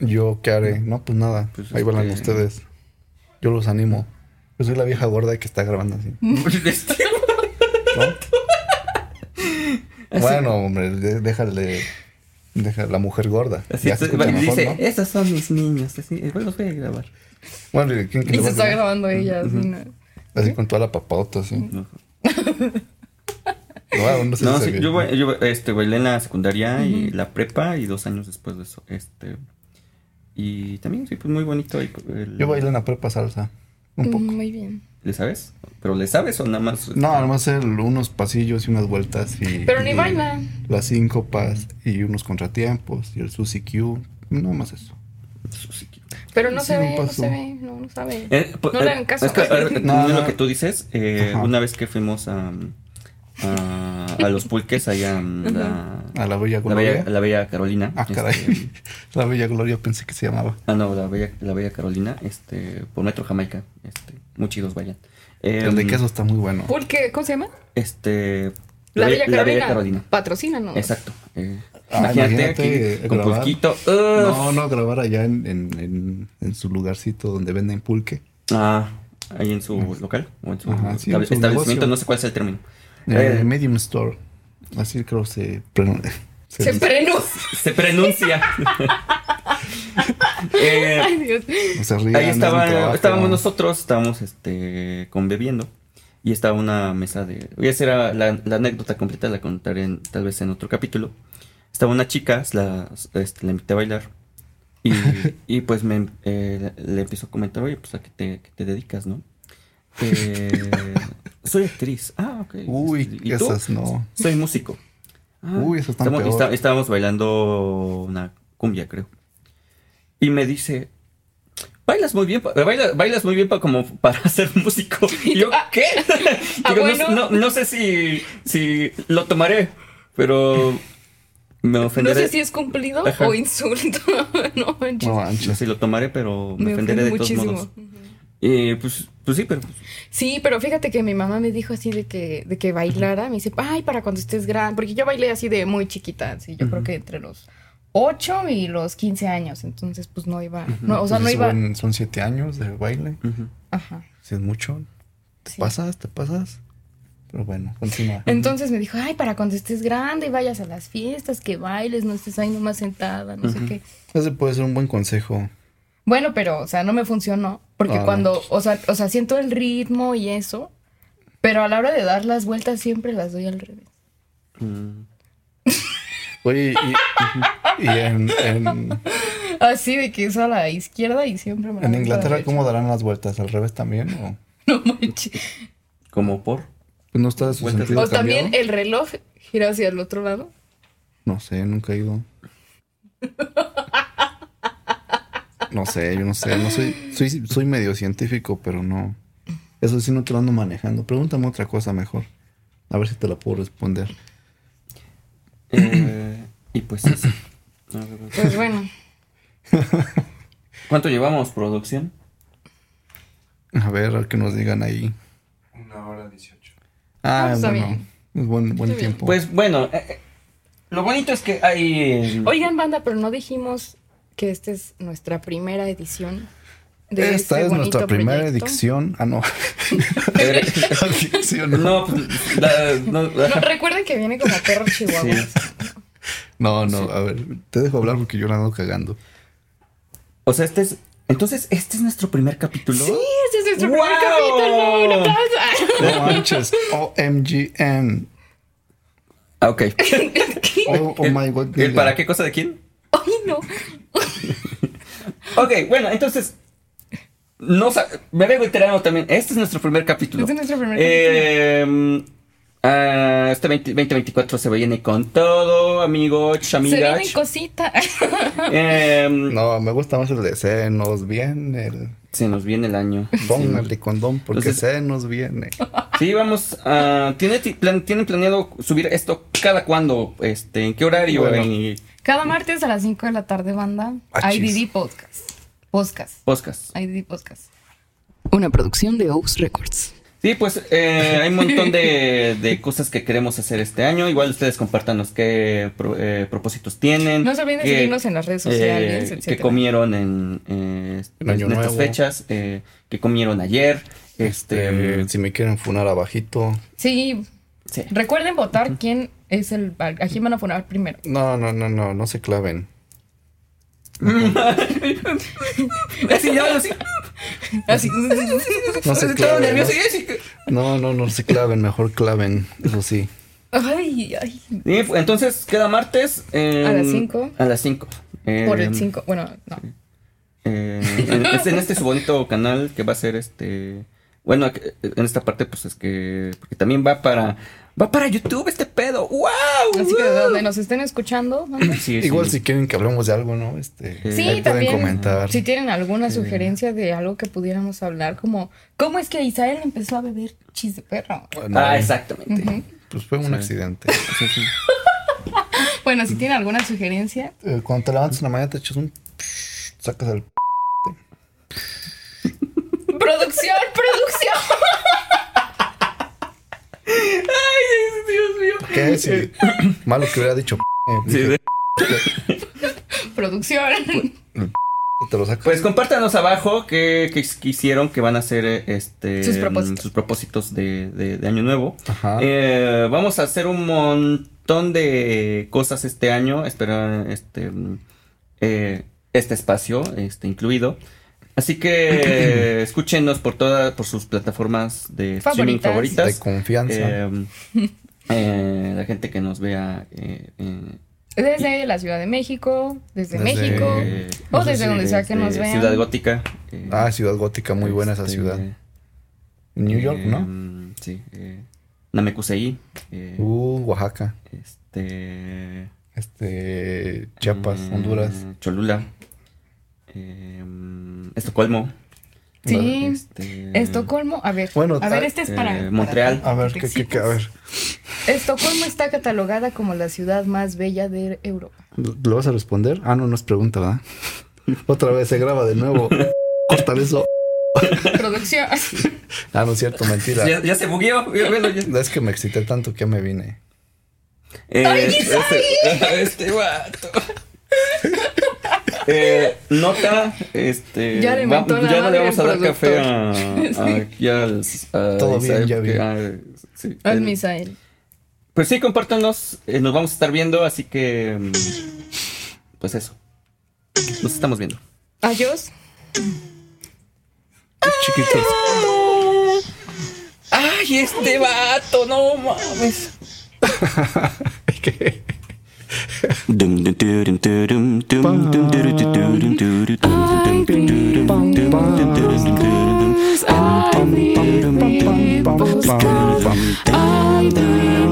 Speaker 4: Yo, ¿qué haré? No, pues nada.
Speaker 2: Pues,
Speaker 4: ahí van
Speaker 2: este-
Speaker 4: ustedes. Yo los animo. Yo soy la vieja gorda que está grabando así.
Speaker 2: Este,
Speaker 4: ¿no? bueno, hombre, de- déjale. Deja la mujer gorda.
Speaker 2: así
Speaker 4: Ya
Speaker 2: se-
Speaker 4: se escucha mejor,
Speaker 2: dice,
Speaker 4: ¿no?
Speaker 2: estos son mis niños. Así, eh, los voy a grabar.
Speaker 4: Bueno, ¿y quién que
Speaker 3: Y se
Speaker 4: le va a
Speaker 3: está
Speaker 4: grabar?
Speaker 3: grabando ella, así, ¿no?
Speaker 4: Así con toda la papauta, así.
Speaker 2: No,
Speaker 4: Bueno, no sé si se
Speaker 2: sí,
Speaker 4: ve.
Speaker 2: yo, ba- yo este, bailé en la secundaria y la prepa y dos años después de eso. Este, y también, sí, pues muy bonito. ahí, el-
Speaker 4: Yo bailé en la prepa salsa. Un poco.
Speaker 3: Muy bien.
Speaker 2: ¿Le sabes? ¿Pero le sabes o nada más?
Speaker 4: No, además hacer unos pasillos y unas vueltas y...
Speaker 3: Pero ni
Speaker 4: y
Speaker 3: baila.
Speaker 4: Las síncopas y unos contratiempos y el Susi Q. No más eso.
Speaker 3: Pero no
Speaker 4: Sí,
Speaker 3: se
Speaker 4: me
Speaker 3: ve, no
Speaker 4: pasó.
Speaker 3: se ve, no, no sabe.
Speaker 2: Eh, po-
Speaker 3: No le
Speaker 2: eh,
Speaker 3: hagan caso.
Speaker 2: Es que, eh,
Speaker 4: No,
Speaker 2: es
Speaker 4: no.
Speaker 2: lo que tú dices, eh,
Speaker 4: Ajá.
Speaker 2: una vez que fuimos a, a, a los pulques allá mm, a,
Speaker 4: A la Bella
Speaker 2: la,
Speaker 4: Gloria.
Speaker 2: bella, la Bella Carolina.
Speaker 4: Ah, caray.
Speaker 2: este,
Speaker 4: La Bella Gloria pensé que se llamaba.
Speaker 2: ah, no, la bella, la bella Carolina, este, por Metro Jamaica, este, muy chidos vayan.
Speaker 4: el de
Speaker 2: Em,
Speaker 4: queso está muy bueno.
Speaker 3: ¿Por qué? ¿Cómo se llama?
Speaker 2: Este,
Speaker 3: La Bella Carolina.
Speaker 2: la Bella Carolina.
Speaker 3: Patrocínanos.
Speaker 2: Exacto. eh,
Speaker 4: Ah,
Speaker 2: imagínate,
Speaker 4: imagínate
Speaker 2: aquí con
Speaker 4: grabar.
Speaker 2: pulquito. uf.
Speaker 4: No, no, grabar allá en, en, en, en su lugarcito donde venden pulque.
Speaker 2: Ah, ahí en su local o en su
Speaker 4: Ajá, sí,
Speaker 2: estabe-
Speaker 4: en su
Speaker 2: establecimiento,
Speaker 4: negocio.
Speaker 2: no sé cuál es el término.
Speaker 4: En
Speaker 2: Eh,
Speaker 4: el Medium Store. Así creo se... pron- se-
Speaker 3: Se frenó.
Speaker 2: Se pronuncia. Eh,
Speaker 3: Ay, Dios.
Speaker 4: se rían,
Speaker 2: ahí
Speaker 4: hacen
Speaker 2: estaba,
Speaker 4: trabajo.
Speaker 2: estábamos nosotros, estábamos este, conviviendo. Y estaba una mesa de. Y esa era la, la anécdota completa, la contaré en- tal vez en otro capítulo. Estaba una chica, la, este, la invité a bailar. Y, y pues me, eh, le empiezo a comentar, oye, pues a qué te, qué te dedicas, ¿no? Eh, soy actriz. Ah, ok.
Speaker 4: Uy,
Speaker 2: ¿Y tú?
Speaker 4: esas no.
Speaker 2: Soy músico.
Speaker 3: Ah.
Speaker 4: Uy, eso está
Speaker 2: estamos,
Speaker 4: peor.
Speaker 2: está- Estábamos bailando una cumbia, creo. Y me dice, bailas muy bien, pa- baila- bailas muy bien pa- como para ser músico. Y yo,
Speaker 3: Ah,
Speaker 2: ¿qué?
Speaker 3: ah,
Speaker 2: Digo, no- no,
Speaker 3: bueno.
Speaker 2: no sé si, si lo tomaré, pero me
Speaker 3: No
Speaker 2: ofenderé.
Speaker 3: sé si es cumplido
Speaker 2: Ajá.
Speaker 3: o insulto. No manches.
Speaker 4: No
Speaker 2: No
Speaker 4: manches.
Speaker 2: sé si lo tomaré, pero me,
Speaker 3: Me
Speaker 2: ofenderé
Speaker 3: ofende
Speaker 2: de todos
Speaker 3: muchísimo.
Speaker 2: modos. Y pues Pues sí, pero. pues,
Speaker 3: Sí, pero fíjate que mi mamá me dijo así de que, de que bailara. Me dice, ay, para cuando estés grande. Porque yo bailé así de muy chiquita. Sí, yo creo que entre los 8 y los 15 años. Entonces, pues no iba. no, o sea, no
Speaker 4: Pues
Speaker 3: iba.
Speaker 4: Son, son siete años de baile.
Speaker 2: ujú.
Speaker 3: Ajá.
Speaker 4: Si es mucho. Te
Speaker 3: Sí.
Speaker 4: pasas, te pasas. Pero bueno, continúa.
Speaker 3: Entonces me dijo, ay, para cuando estés grande y vayas a las fiestas, que bailes, no estés ahí nomás sentada, no sé qué.
Speaker 4: Ese puede ser un buen consejo.
Speaker 3: Bueno, pero, o sea, no me funcionó. Porque
Speaker 4: Ah.
Speaker 3: cuando, o sea, o sea, siento el ritmo y eso, pero a la hora de dar las vueltas siempre las doy al revés.
Speaker 2: Mm.
Speaker 4: Oye, y, y en, en-
Speaker 3: Así de que es a la izquierda y siempre me la
Speaker 4: en
Speaker 3: doy a la
Speaker 4: Inglaterra,
Speaker 3: derecha.
Speaker 4: ¿cómo darán las vueltas? ¿Al revés también? ¿O
Speaker 3: No manches.
Speaker 2: Como por.
Speaker 4: Pues no está su
Speaker 2: Vueltas.
Speaker 4: sentido
Speaker 3: O también
Speaker 4: cambiado?
Speaker 3: el reloj gira hacia el otro lado.
Speaker 4: No sé, nunca he ido. No sé, yo no sé. No soy, soy, soy medio científico, pero no. Eso sí no te lo ando manejando. Pregúntame otra cosa mejor. A ver si te la puedo responder.
Speaker 2: Eh, y pues eso. A ver, vamos.
Speaker 3: Pues bueno,
Speaker 2: ¿Cuánto llevamos, producción?
Speaker 4: A ver, a que nos digan ahí.
Speaker 7: Una hora dieciocho.
Speaker 3: Ah,
Speaker 4: Ah,
Speaker 3: pues, está
Speaker 4: bueno.
Speaker 3: bien.
Speaker 4: Es buen, buen
Speaker 3: Está bien.
Speaker 4: tiempo.
Speaker 2: Pues bueno, eh, eh, lo bonito es que hay.
Speaker 3: oigan banda, pero no dijimos que esta es nuestra primera edición. De
Speaker 4: Esta
Speaker 3: este
Speaker 4: es nuestra
Speaker 3: bonito
Speaker 4: primera
Speaker 3: proyecto.
Speaker 4: edición. Ah, no.
Speaker 2: Eh,
Speaker 4: Adicción, no.
Speaker 2: no, pues, la- no,
Speaker 3: No, recuerden que viene como perro chihuahua. Este
Speaker 2: Sí.
Speaker 4: No, no, a ver. Te dejo hablar porque yo la ando cagando.
Speaker 2: O sea, este es. Entonces, este es nuestro primer capítulo.
Speaker 3: Sí, ese es nuestro
Speaker 2: ¡Wow!
Speaker 3: primer capítulo. No pasa.
Speaker 4: No manches. OMGN.
Speaker 2: Ah, ok.
Speaker 4: Oh, oh
Speaker 2: ¿El-
Speaker 4: my god.
Speaker 2: el para qué cosa de quién?
Speaker 3: Ay, no.
Speaker 2: Ok, bueno, entonces. No sa- me vengo enterando también. Este es nuestro primer capítulo.
Speaker 3: Este es nuestro primer
Speaker 2: Eh, ah, este 20 2024 se viene con todo, amigos,
Speaker 3: Se
Speaker 2: amigas.
Speaker 3: vienen cositas.
Speaker 2: Em,
Speaker 4: No, me gusta más el de se nos viene. El...
Speaker 2: Se nos viene el año.
Speaker 4: Póngale condón porque
Speaker 2: Entonces-
Speaker 4: se nos viene.
Speaker 2: Sí, vamos a... ¿tiene ti- plan- ¿Tienen planeado subir esto cada cuándo? Este, ¿En qué horario?
Speaker 4: Bueno.
Speaker 2: ¿En
Speaker 3: Cada martes a las 5 de la tarde, banda.
Speaker 4: Ah, chis.
Speaker 3: IDD Podcast. Podcast.
Speaker 2: podcast?
Speaker 3: IDD Podcast. Una producción de Oaks Records.
Speaker 2: Sí, pues eh, hay un montón de, de cosas que queremos hacer este año. Igual ustedes compártanos qué pro- eh, propósitos tienen.
Speaker 3: No se olviden de
Speaker 2: qué,
Speaker 3: seguirnos en las redes sociales,
Speaker 2: eh,
Speaker 3: etcétera.
Speaker 2: qué comieron en, eh,
Speaker 4: En Año
Speaker 2: en estas
Speaker 4: Nuevo.
Speaker 2: fechas, eh, qué comieron ayer. Este,
Speaker 4: Este, si me quieren funar abajito.
Speaker 3: Sí,
Speaker 2: sí.
Speaker 3: recuerden votar quién es el. A a quién van a funar primero.
Speaker 4: No, no, no, no, no se claven.
Speaker 2: Así, ya, así,
Speaker 3: Así.
Speaker 4: No se
Speaker 2: estaba
Speaker 4: claven.
Speaker 2: nervioso.
Speaker 4: no- No, no, no se claven, mejor claven. Eso sí.
Speaker 3: Ay, ay.
Speaker 2: Sí, fu- pues, entonces queda martes. eh,
Speaker 3: A las cinco.
Speaker 2: A las em, 5.
Speaker 3: Por el 5. Bueno, no.
Speaker 2: en, es- en este su bonito canal que va a ser este. Bueno, que- en esta parte, pues es que. Porque también va para. Va para YouTube este pedo. ¡Wow!
Speaker 3: Así que de
Speaker 2: ¡Wow!
Speaker 3: donde nos estén escuchando, banda.
Speaker 2: Sí, sí.
Speaker 4: Igual si quieren que hablemos de algo, ¿no? Este,
Speaker 2: Sí,
Speaker 4: ahí
Speaker 3: Sí,
Speaker 4: pueden
Speaker 3: también.
Speaker 4: comentar.
Speaker 3: Si tienen alguna sugerencia de algo que pudiéramos hablar, como ¿cómo es que Isael empezó a beber chis de perro?
Speaker 4: Bueno,
Speaker 2: Ah, exactamente.
Speaker 3: Ujú.
Speaker 4: Pues fue un accidente.
Speaker 2: Sí, sí.
Speaker 3: Bueno, si tienen alguna sugerencia,
Speaker 4: Eh, Cuando te levantas en la mañana te echas un... Sacas el...
Speaker 3: producción, producción.
Speaker 4: ¿Qué es? Y- Malo que hubiera dicho... eh,
Speaker 2: Sí,
Speaker 4: dije,
Speaker 2: de-
Speaker 3: producción.
Speaker 4: Te lo sacas.
Speaker 2: Pues compártanos abajo qué, qué qué hicieron, que van a hacer eh, este,
Speaker 3: Sus
Speaker 2: mm,
Speaker 3: propósitos.
Speaker 2: sus propósitos de, de- de Año Nuevo.
Speaker 4: Ajá.
Speaker 2: Eh, vamos a hacer un montón de cosas este año. Espero este, mm, eh, este espacio este, incluido. Así que eh, escúchenos por todas por sus plataformas de streaming
Speaker 3: Favoritas.
Speaker 4: de
Speaker 2: favoritas.
Speaker 4: confianza.
Speaker 2: Eh, eh, la gente que nos vea eh, eh,
Speaker 3: Desde la Ciudad de México, desde,
Speaker 4: Desde-
Speaker 3: México,
Speaker 2: eh,
Speaker 3: o
Speaker 4: no sé
Speaker 3: desde
Speaker 4: si
Speaker 3: donde sea que
Speaker 2: desde
Speaker 3: nos vean.
Speaker 2: Ciudad Gótica. eh,
Speaker 4: ah, Ciudad Gótica, muy buena esa
Speaker 2: este,
Speaker 4: ciudad. En New York,
Speaker 2: eh,
Speaker 4: ¿no?
Speaker 2: mm, Sí. Eh, Namekusei. eh,
Speaker 4: Uh, Oaxaca,
Speaker 2: Este.
Speaker 4: este, Chiapas,
Speaker 2: Mm,
Speaker 4: Honduras.
Speaker 2: Cholula. em, Estocolmo.
Speaker 3: Sí.
Speaker 2: Este,
Speaker 3: Estocolmo, a ver,
Speaker 4: Bueno,
Speaker 3: a ver,
Speaker 4: ah,
Speaker 3: este es para
Speaker 2: eh, Montreal.
Speaker 3: para-
Speaker 4: A ver, ¿qué, qué, qué? A ver.
Speaker 3: Estocolmo está catalogada como la ciudad más bella de Europa.
Speaker 4: ¿Lo vas a responder? Ah, no, no es pregunta, ¿verdad? Otra vez se graba de nuevo. Cortar eso.
Speaker 3: Producción.
Speaker 1: Ah, no es cierto, mentira.
Speaker 2: Ya, ya se bugueó. Bueno, ya.
Speaker 1: Es que me excité tanto que me vine.
Speaker 2: Eh, este, este vato. Eh, nota, este.
Speaker 3: Ya le inventó la
Speaker 2: ya no le
Speaker 3: madre
Speaker 2: vamos a
Speaker 3: al
Speaker 2: dar café a,
Speaker 3: productor.
Speaker 2: a- aquí al- a
Speaker 1: Todo bien,
Speaker 2: Isaac,
Speaker 1: ya
Speaker 2: porque-
Speaker 1: vi.
Speaker 2: ah, sí,
Speaker 3: Al
Speaker 2: el-
Speaker 3: Misael.
Speaker 2: Pues sí, compártanos. eh, nos vamos a estar viendo, así que. mm, Pues eso. Nos estamos viendo.
Speaker 3: Adiós.
Speaker 1: Chiquitos.
Speaker 2: ¡Ay, este vato! ¡No mames!
Speaker 1: Pam, pam, pam, pam, pam.
Speaker 8: I